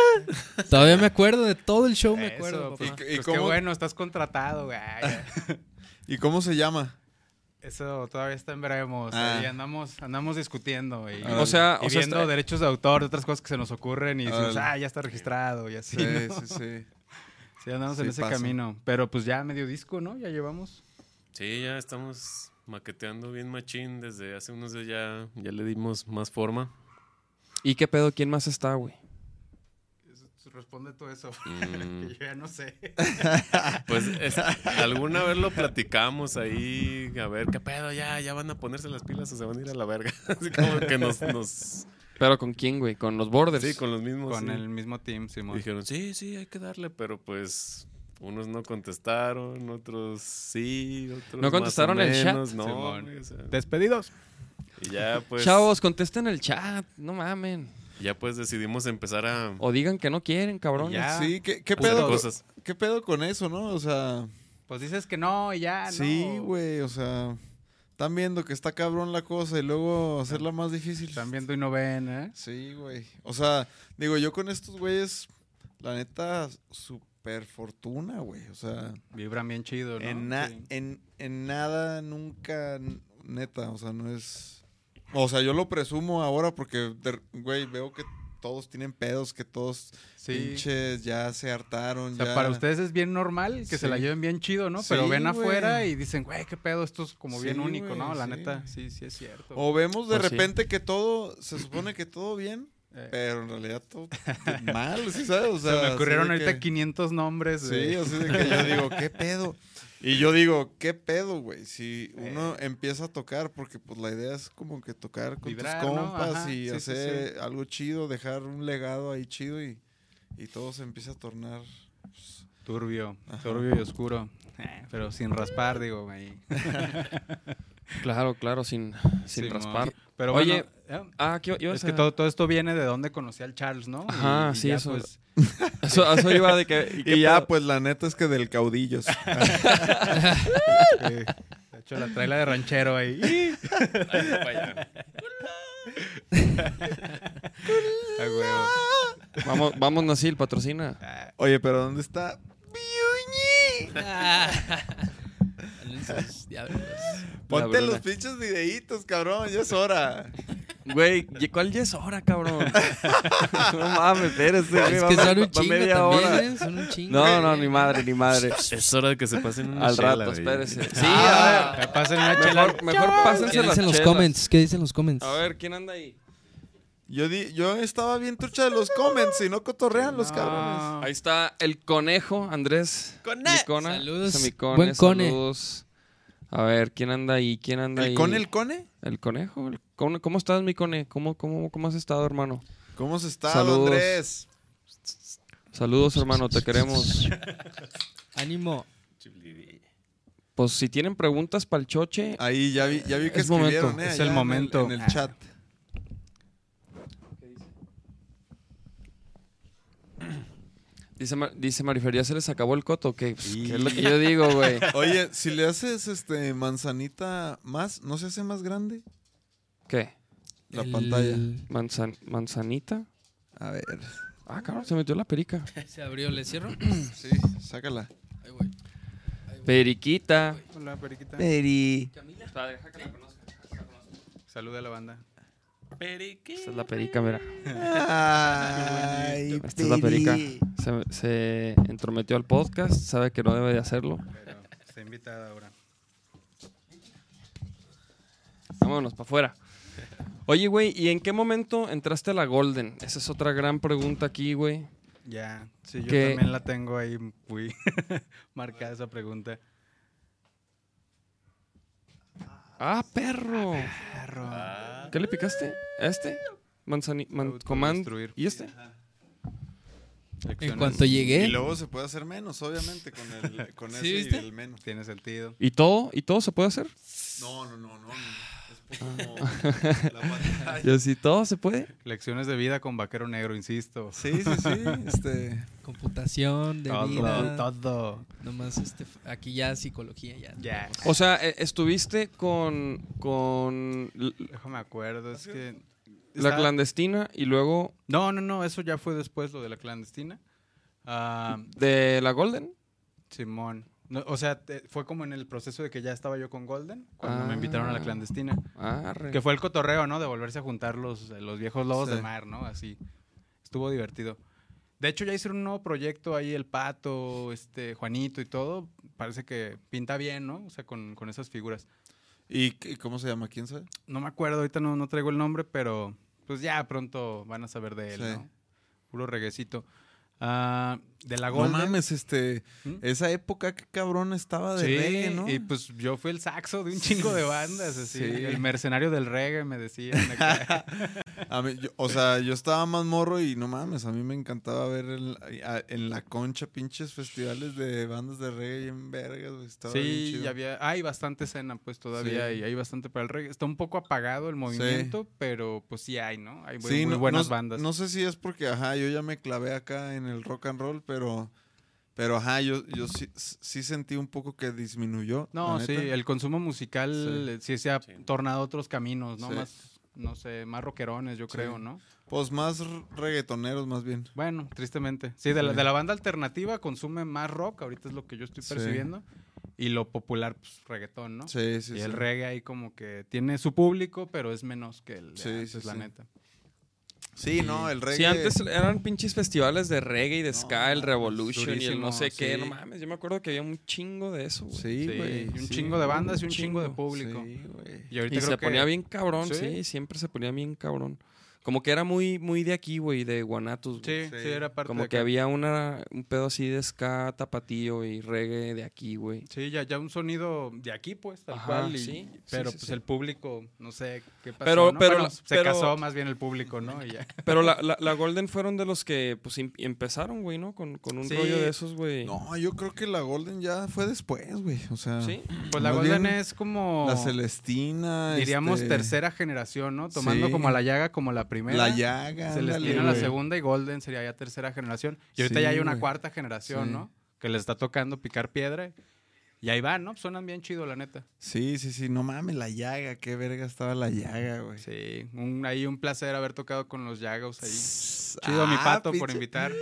Speaker 2: *laughs*
Speaker 3: Todavía me acuerdo de todo el show, me
Speaker 4: Eso,
Speaker 3: acuerdo,
Speaker 4: papá.
Speaker 5: ¿Y,
Speaker 3: papá.
Speaker 5: y
Speaker 4: Pues qué
Speaker 5: cómo,
Speaker 4: bueno, estás contratado, güey.
Speaker 5: ¿Y cómo se llama?
Speaker 4: Eso todavía está en veremos.
Speaker 5: Ah.
Speaker 4: ahí andamos, andamos discutiendo. Y,
Speaker 5: O
Speaker 2: sea,
Speaker 4: y
Speaker 2: o sea,
Speaker 4: viendo
Speaker 2: está-
Speaker 4: derechos de autor, de otras cosas que se nos ocurren. Y decimos,
Speaker 5: Órale.
Speaker 4: ah, ya está registrado. Y así.
Speaker 5: Sí,
Speaker 4: ¿no?
Speaker 5: sí, sí.
Speaker 4: Sí, andamos
Speaker 5: Sí
Speaker 4: en ese
Speaker 5: pasa.
Speaker 4: camino. Pero pues ya medio disco, ¿no? Ya llevamos.
Speaker 6: Sí, ya estamos maqueteando bien machín. Desde hace unos días ya, ya le dimos
Speaker 2: *laughs*
Speaker 6: más forma.
Speaker 2: ¿Y qué pedo? ¿Quién más está, güey?
Speaker 4: Responde todo eso.
Speaker 6: Mm,
Speaker 4: *laughs* Yo ya no sé.
Speaker 6: pues es- alguna vez lo platicamos ahí. A ver, qué pedo, ya, ya van a ponerse las pilas o se van a ir a la verga. *laughs* Así como que nos. nos-
Speaker 2: ¿Pero con quién, güey? ¿Con los Borders?
Speaker 6: sí, con los mismos.
Speaker 4: Con
Speaker 6: sí.
Speaker 4: el mismo team, Simón.
Speaker 6: Dijeron, sí, sí, hay que darle, pero pues unos no contestaron, otros sí, otros
Speaker 2: ¿No contestaron
Speaker 6: más o
Speaker 2: el chat?
Speaker 6: menos, No,
Speaker 4: Simón.
Speaker 6: güey, o sea,
Speaker 4: Despedidos.
Speaker 6: y ya pues,
Speaker 2: Chavos, contesten el chat. No mamen.
Speaker 6: ya pues decidimos empezar a
Speaker 2: O digan que no quieren, cabrones.
Speaker 4: Ya. Ah,
Speaker 5: Sí, ¿qué, qué
Speaker 6: hacer
Speaker 5: pedo,
Speaker 6: cosas.
Speaker 5: ¿qué pedo con eso, no? O sea,
Speaker 4: Pues dices que no, y ya,
Speaker 5: sí,
Speaker 4: no.
Speaker 5: güey, o sea, están viendo que está cabrón la cosa y luego hacerla más difícil.
Speaker 4: Están viendo y no ven, ¿eh?
Speaker 5: Sí, güey. O sea, digo, yo con estos güeyes, la neta, super fortuna, güey. O sea,
Speaker 4: Vibran bien chido, ¿no?
Speaker 5: en, na-
Speaker 4: Sí.
Speaker 5: en, en nada, nunca, n- neta, o sea, no es... O sea, yo lo presumo ahora porque, de- güey, veo que todos tienen pedos, que todos
Speaker 4: Sí.
Speaker 5: pinches ya se hartaron.
Speaker 4: O sea,
Speaker 5: ya-
Speaker 4: para ustedes es bien normal que se la
Speaker 5: Sí.
Speaker 4: lleven bien chido, ¿no? Pero
Speaker 5: Sí,
Speaker 4: ven
Speaker 5: güey.
Speaker 4: afuera y dicen, güey, qué pedo, esto es como bien
Speaker 5: Sí,
Speaker 4: único,
Speaker 5: güey,
Speaker 4: ¿no? La
Speaker 5: sí. Oh,
Speaker 4: neta. Sí, sí, es cierto.
Speaker 5: O vemos de
Speaker 2: Pues sí.
Speaker 5: repente que todo, se supone que todo bien,
Speaker 4: Eh.
Speaker 5: pero en realidad todo
Speaker 4: *laughs*
Speaker 5: mal, ¿sí sabes? O sea,
Speaker 4: se me
Speaker 5: así
Speaker 4: ocurrieron
Speaker 5: de
Speaker 4: ahorita
Speaker 5: que-
Speaker 4: 500 nombres.
Speaker 5: Sí,
Speaker 4: de-
Speaker 5: así de que yo digo, ¿qué pedo? Y yo digo, ¿qué pedo, güey? Si uno
Speaker 4: Eh.
Speaker 5: empieza a tocar, porque pues la idea es como que tocar con
Speaker 4: Vibrar,
Speaker 5: tus
Speaker 4: ¿no?
Speaker 5: compas
Speaker 4: Ajá,
Speaker 5: y
Speaker 4: sí, sí,
Speaker 5: hacer algo chido, dejar un legado ahí chido y, y todo se empieza a tornar. pues,
Speaker 4: Turbio,
Speaker 5: Ajá.
Speaker 4: turbio y oscuro. Eh, Pero sin raspar, digo, güey.
Speaker 2: Claro, claro, sin, sin
Speaker 4: Simón.
Speaker 2: raspar.
Speaker 4: Pero
Speaker 2: Oye,
Speaker 4: bueno, eh,
Speaker 2: Ah, ¿qué ibas
Speaker 4: es que
Speaker 2: a-
Speaker 4: todo, todo esto viene de donde conocí al Charles, ¿no? Y-
Speaker 2: Ajá,
Speaker 4: y
Speaker 2: sí,
Speaker 4: ya,
Speaker 2: eso-
Speaker 4: pues,
Speaker 2: *laughs* Eso, eso iba de
Speaker 5: *laughs*
Speaker 2: que... ¿qué
Speaker 5: Y ya,
Speaker 2: pedo?
Speaker 5: pues la neta es que
Speaker 4: *laughs*
Speaker 5: del caudillos.
Speaker 4: eh, de hecho, la traila de ranchero
Speaker 5: *laughs*
Speaker 4: ahí. *laughs*
Speaker 6: Ahí va para allá.
Speaker 4: Ah, huevo.
Speaker 2: Vamos, vamos Nasil, patrocina.
Speaker 5: Oye, pero ¿dónde está? ¡Biuñi!
Speaker 3: Anuncios, diablos.
Speaker 5: Ponte
Speaker 2: Bruna.
Speaker 5: los pinches videitos, cabrón, ya es hora.
Speaker 2: Güey, ¿y ¿cuál ya es hora, cabrón? *laughs* no mames, espérese. güey,
Speaker 3: Es
Speaker 2: va-
Speaker 3: que son
Speaker 2: va-
Speaker 3: un
Speaker 2: va
Speaker 3: chingo
Speaker 2: media
Speaker 3: también,
Speaker 2: hora.
Speaker 3: ¿eh? Son un chingo.
Speaker 2: No, no, ni madre, ni madre.
Speaker 6: Es hora de que se pasen una
Speaker 2: Al
Speaker 6: chela,
Speaker 2: rato,
Speaker 6: güey.
Speaker 2: espérese. Sí,
Speaker 4: Ah,
Speaker 2: a
Speaker 4: me pasen una
Speaker 2: ver.
Speaker 4: chela.
Speaker 2: Mejor, mejor pásense
Speaker 3: ¿Qué
Speaker 2: las
Speaker 3: dicen los
Speaker 2: chelas.
Speaker 3: comments? ¿Qué dicen los comments?
Speaker 2: A ver, ¿quién anda ahí?
Speaker 5: Yo, di- yo estaba bien trucha de los comments y no cotorrean los cabrones.
Speaker 2: Ahí está el conejo, Andrés.
Speaker 6: Cone.
Speaker 2: Mi cona.
Speaker 3: Saludos.
Speaker 2: Ese mi cone,
Speaker 3: Buen cone.
Speaker 2: saludos. A ver, ¿quién anda ahí? ¿Quién anda ahí?
Speaker 5: ¿El con el cone?
Speaker 2: El conejo. el cone. ¿Cómo estás, mi cone? ¿Cómo, cómo, cómo has estado, hermano?
Speaker 5: ¿Cómo se está,
Speaker 2: Saludos.
Speaker 5: Andrés?
Speaker 2: Saludos, hermano, te queremos.
Speaker 3: Ánimo.
Speaker 2: Pues si tienen preguntas para el choche,
Speaker 5: Ahí ya vi, ya vi que
Speaker 2: Es momento,
Speaker 5: escribieron, eh,
Speaker 4: es
Speaker 5: allá
Speaker 4: el
Speaker 5: en
Speaker 4: momento.
Speaker 5: En el, chat.
Speaker 2: dice, Ma- dice Marifer, ¿ya se les acabó el coto? ¿Qué, Pues, ¿qué es lo que yo digo, güey?
Speaker 5: Oye, si le haces este manzanita más, ¿no se hace más grande
Speaker 2: ¿Qué?
Speaker 5: la
Speaker 3: El-
Speaker 5: pantalla?
Speaker 2: ¿Manzan- ¿Manzanita?
Speaker 5: A ver.
Speaker 2: Ah, cabrón, se metió la perica.
Speaker 3: Se abrió, ¿le cierro? *clears throat*
Speaker 5: Sí, sácala.
Speaker 3: Ahí voy.
Speaker 2: Periquita.
Speaker 4: Hola, periquita.
Speaker 7: Peri.
Speaker 4: Saluda a la banda.
Speaker 2: Esta es la perica, mira. Ah.
Speaker 7: Ay,
Speaker 2: Esta es la perica.
Speaker 7: Peri.
Speaker 2: Se, se entrometió al podcast, sabe que no debe de hacerlo.
Speaker 4: Pero está invitada ahora.
Speaker 2: Vámonos para afuera. Oye, güey, ¿y en qué momento entraste a la Golden? Esa es otra gran pregunta aquí, güey.
Speaker 4: Ya, sí, yo
Speaker 2: Que-
Speaker 4: también la tengo ahí muy *laughs* marcada esa pregunta.
Speaker 2: Ah, perro. ¿Qué le picaste? ¿A este? Manzani, man- comand-
Speaker 4: Autodestruir.
Speaker 2: ¿Y este?
Speaker 4: Lecciones.
Speaker 3: En cuanto
Speaker 5: Y
Speaker 3: llegué,
Speaker 5: luego se puede hacer menos, obviamente, con el con
Speaker 3: ¿Sí
Speaker 5: ese
Speaker 3: viste?
Speaker 5: y el menos.
Speaker 4: Tiene sentido.
Speaker 2: ¿Y todo? ¿Y todo se puede hacer?
Speaker 5: No, no, no, no. no. Es por como la pantalla.
Speaker 2: *laughs* Yo sí, todo se puede.
Speaker 4: Lecciones de vida con vaquero negro, insisto.
Speaker 5: Sí, sí, sí. Este,
Speaker 3: computación, de vida.
Speaker 4: Todo, todo.
Speaker 3: Nomás este, f- aquí ya psicología, ya.
Speaker 4: Ya.
Speaker 2: O sea, eh, estuviste con, con l-
Speaker 4: Déjame acuerdo, es que.
Speaker 2: la
Speaker 4: estaba-
Speaker 2: clandestina y luego
Speaker 4: No, no, no, eso ya fue después lo de la clandestina. Ah,
Speaker 2: de la Golden.
Speaker 4: Simón. No, o sea, te- fue como en el proceso de que ya estaba yo con Golden, cuando
Speaker 2: Ah.
Speaker 4: me invitaron a la clandestina.
Speaker 2: Arre.
Speaker 4: Que fue el cotorreo, ¿no? De volverse a juntar los, los viejos lobos
Speaker 5: Sí.
Speaker 4: de mar, ¿no? Así. Estuvo divertido. De hecho, ya hicieron un nuevo proyecto ahí, El Pato, este, Juanito y todo. Parece que pinta bien, ¿no? O sea, con, con esas figuras.
Speaker 5: ¿Y qué- cómo se llama? ¿Quién sabe?
Speaker 4: No me acuerdo, ahorita no, no traigo el nombre, pero pues ya pronto van a saber de él,
Speaker 5: Sí.
Speaker 4: ¿no? Puro reguecito. Ah, de la
Speaker 5: No
Speaker 4: Golden.
Speaker 5: mames, este,
Speaker 4: ¿Mm?
Speaker 5: esa época que cabrón estaba de
Speaker 4: Sí,
Speaker 5: reggae, ¿no?
Speaker 4: y pues yo fui el saxo de un chingo de bandas, así.
Speaker 5: Sí.
Speaker 4: El mercenario del reggae, me
Speaker 5: *laughs*
Speaker 4: decían. acá.
Speaker 5: A mí, yo- o sea, yo estaba más morro y no mames, a mí me encantaba ver el- a- en la concha pinches festivales de bandas de reggae en vergas, güey, estaba bien
Speaker 4: sí,
Speaker 5: chido.
Speaker 4: y había, hay bastante escena pues todavía
Speaker 5: Sí.
Speaker 4: y hay bastante para el reggae. Está un poco apagado el movimiento, pero pues sí hay, ¿no? Hay bu- muy,
Speaker 5: Sí, no-
Speaker 4: buenas
Speaker 5: no-
Speaker 4: bandas.
Speaker 5: No sé si es porque, ajá, yo ya me clavé acá en el rock and roll, pero, pero ajá, yo, yo sí, sí sentí un poco que disminuyó.
Speaker 4: No,
Speaker 5: la
Speaker 4: sí,
Speaker 5: neta.
Speaker 4: el consumo musical eh, sí, se ha tornado a otros caminos, pues, ¿no?
Speaker 5: Sí.
Speaker 4: Más, no sé, más rockerones, yo creo, ¿no?
Speaker 5: Pues más r- reggaetoneros, más bien.
Speaker 4: Bueno, tristemente. Sí, de, La, de la banda alternativa consume más rock, ahorita es lo que yo estoy
Speaker 5: Sí.
Speaker 4: percibiendo. Y lo popular, pues reggaetón, ¿no?
Speaker 5: Sí, sí,
Speaker 4: y
Speaker 5: sí.
Speaker 4: el reggae ahí como que tiene su público, pero es menos que el de
Speaker 5: Sí,
Speaker 4: antes,
Speaker 5: sí,
Speaker 4: la
Speaker 5: sí.
Speaker 4: neta.
Speaker 5: Sí, no, el reggae.
Speaker 2: Sí, antes eran pinches festivales de reggae y de ska, el Revolution y el no
Speaker 4: durísimo,
Speaker 2: sé qué.
Speaker 4: sí.
Speaker 2: No mames, yo me acuerdo que había un chingo de eso, güey.
Speaker 5: Sí,
Speaker 4: Sí,
Speaker 5: güey.
Speaker 4: y un
Speaker 5: sí,
Speaker 4: chingo de
Speaker 5: güey,
Speaker 4: bandas y un
Speaker 2: un
Speaker 4: chingo, de
Speaker 2: chingo.
Speaker 4: público.
Speaker 5: Sí, güey.
Speaker 4: Y ahorita
Speaker 2: Y se
Speaker 4: creo que-
Speaker 2: ponía bien cabrón, ¿Sí?
Speaker 4: ¿Sí?
Speaker 2: siempre se ponía bien cabrón. Como que era muy, muy de aquí, güey, de Guanatos, güey.
Speaker 4: Sí, sí, era parte
Speaker 2: Como
Speaker 4: de
Speaker 2: que
Speaker 4: acá.
Speaker 2: había una, un pedo así de ska, tapatío y reggae de aquí, güey.
Speaker 4: Sí, ya, ya un sonido de aquí, pues, tal
Speaker 2: Ajá,
Speaker 4: cual. y-
Speaker 2: sí,
Speaker 4: pero
Speaker 2: sí, sí,
Speaker 4: pues
Speaker 2: sí.
Speaker 4: el público, no sé qué pasó.
Speaker 2: Pero-
Speaker 4: ¿no?
Speaker 2: pero
Speaker 4: Bueno,
Speaker 2: la-
Speaker 4: se
Speaker 2: pero-
Speaker 4: casó más bien el público, ¿no?
Speaker 5: *laughs*
Speaker 4: Y ya.
Speaker 2: Pero la, la- la Golden fueron de los que pues im- empezaron, güey, ¿no? Con, con un
Speaker 4: Sí.
Speaker 2: rollo de esos, güey.
Speaker 5: No, yo creo que la Golden ya fue después, güey. O sea,
Speaker 2: ¿Sí?
Speaker 4: Pues la
Speaker 5: Más
Speaker 4: Golden
Speaker 5: bien,
Speaker 4: es como.
Speaker 5: la Celestina.
Speaker 4: Diríamos
Speaker 5: este,
Speaker 4: tercera generación, ¿no? Tomando
Speaker 5: sí.
Speaker 4: como a la llaga como la primera.
Speaker 5: La Llaga.
Speaker 4: Celestina
Speaker 5: ándale,
Speaker 4: la
Speaker 5: güey.
Speaker 4: segunda y Golden sería ya tercera generación. Y ahorita
Speaker 5: Sí,
Speaker 4: ya hay una
Speaker 5: güey.
Speaker 4: cuarta generación,
Speaker 5: Sí.
Speaker 4: ¿no? Que les está tocando picar piedra. Y ahí van, ¿no? Suenan bien chido, la neta.
Speaker 5: Sí, sí, sí. No mames, la Llaga. Qué verga estaba la Llaga, güey.
Speaker 4: Sí, un, ahí un placer haber tocado con los Yagos ahí.
Speaker 5: S-
Speaker 4: Chido, mi
Speaker 5: ah,
Speaker 4: pato, por
Speaker 5: pinche- Ah.
Speaker 4: invitar.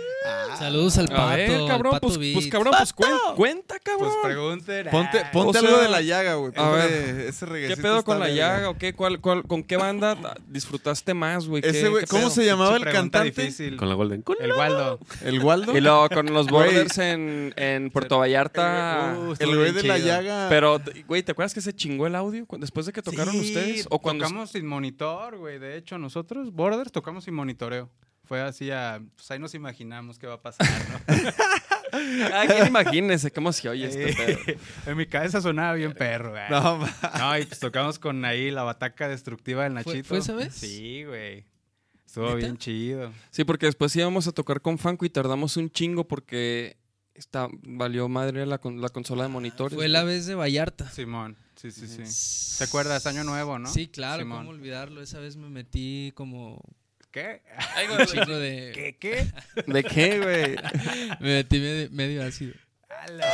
Speaker 3: Saludos al Ah. pato.
Speaker 2: A ver,
Speaker 3: al
Speaker 2: cabrón,
Speaker 3: Pato
Speaker 2: pues,
Speaker 3: Beat.
Speaker 2: pues, cabrón, pues cuen- cuenta, cabrón.
Speaker 4: Pues pregunten. ah.
Speaker 5: Ponte, ponte
Speaker 2: O sea,
Speaker 5: algo de la Llaga, güey.
Speaker 2: a ver,
Speaker 5: ponte ese
Speaker 2: ¿Qué
Speaker 5: reguecito
Speaker 2: pedo con
Speaker 5: está
Speaker 2: la
Speaker 5: verga.
Speaker 2: llaga o qué? ¿Cuál, cuál, ¿Con qué banda ta- disfrutaste más, güey? ¿Qué-
Speaker 5: Ese güey,
Speaker 2: qué
Speaker 5: ¿cómo
Speaker 2: pedo?
Speaker 5: se llamaba el
Speaker 4: Pinche pregunta
Speaker 5: cantante?
Speaker 4: difícil.
Speaker 6: Con la Golden.
Speaker 4: El Waldo.
Speaker 5: ¿El Waldo?
Speaker 4: *laughs*
Speaker 2: Y luego con los
Speaker 5: Güey.
Speaker 2: Borders en, en Puerto Vallarta.
Speaker 4: Uh,
Speaker 5: El
Speaker 4: estuvo
Speaker 5: güey güey de la
Speaker 2: chido.
Speaker 5: llaga.
Speaker 2: Pero, t- güey, ¿te acuerdas que se chingó el audio cu- después de que tocaron
Speaker 4: Sí,
Speaker 2: ustedes? O cuando
Speaker 4: Tocamos sin monitor, güey. De hecho, nosotros, Borders, tocamos sin monitoreo. Fue así a... Pues ahí nos imaginamos qué va a pasar, ¿no?
Speaker 2: Cada quien ah, imagínese cómo se oye este pedo.
Speaker 4: Eh, en mi cabeza sonaba bien perro, güey. No,
Speaker 5: No, ma-
Speaker 4: y pues tocamos con ahí la bataca destructiva del
Speaker 3: ¿Fue-
Speaker 4: Nachito.
Speaker 3: fue esa vez?
Speaker 4: Sí, güey. Estuvo
Speaker 3: ¿Neta?
Speaker 4: bien chido.
Speaker 2: Sí, porque después íbamos a tocar con Fanco y tardamos un chingo porque está, valió madre la, con- la consola de monitores.
Speaker 3: Fue la vez de Vallarta.
Speaker 4: Simón, sí, sí, sí.
Speaker 3: ¿Te
Speaker 4: acuerdas? Año nuevo, ¿no?
Speaker 3: Sí, claro,
Speaker 4: Simón.
Speaker 3: cómo olvidarlo. Esa vez me metí como
Speaker 4: ¿Qué?
Speaker 3: un chingo de...
Speaker 4: ¿Qué? ¿Qué?
Speaker 2: ¿De qué, güey?
Speaker 3: *laughs* Me metí medio, medio ácido.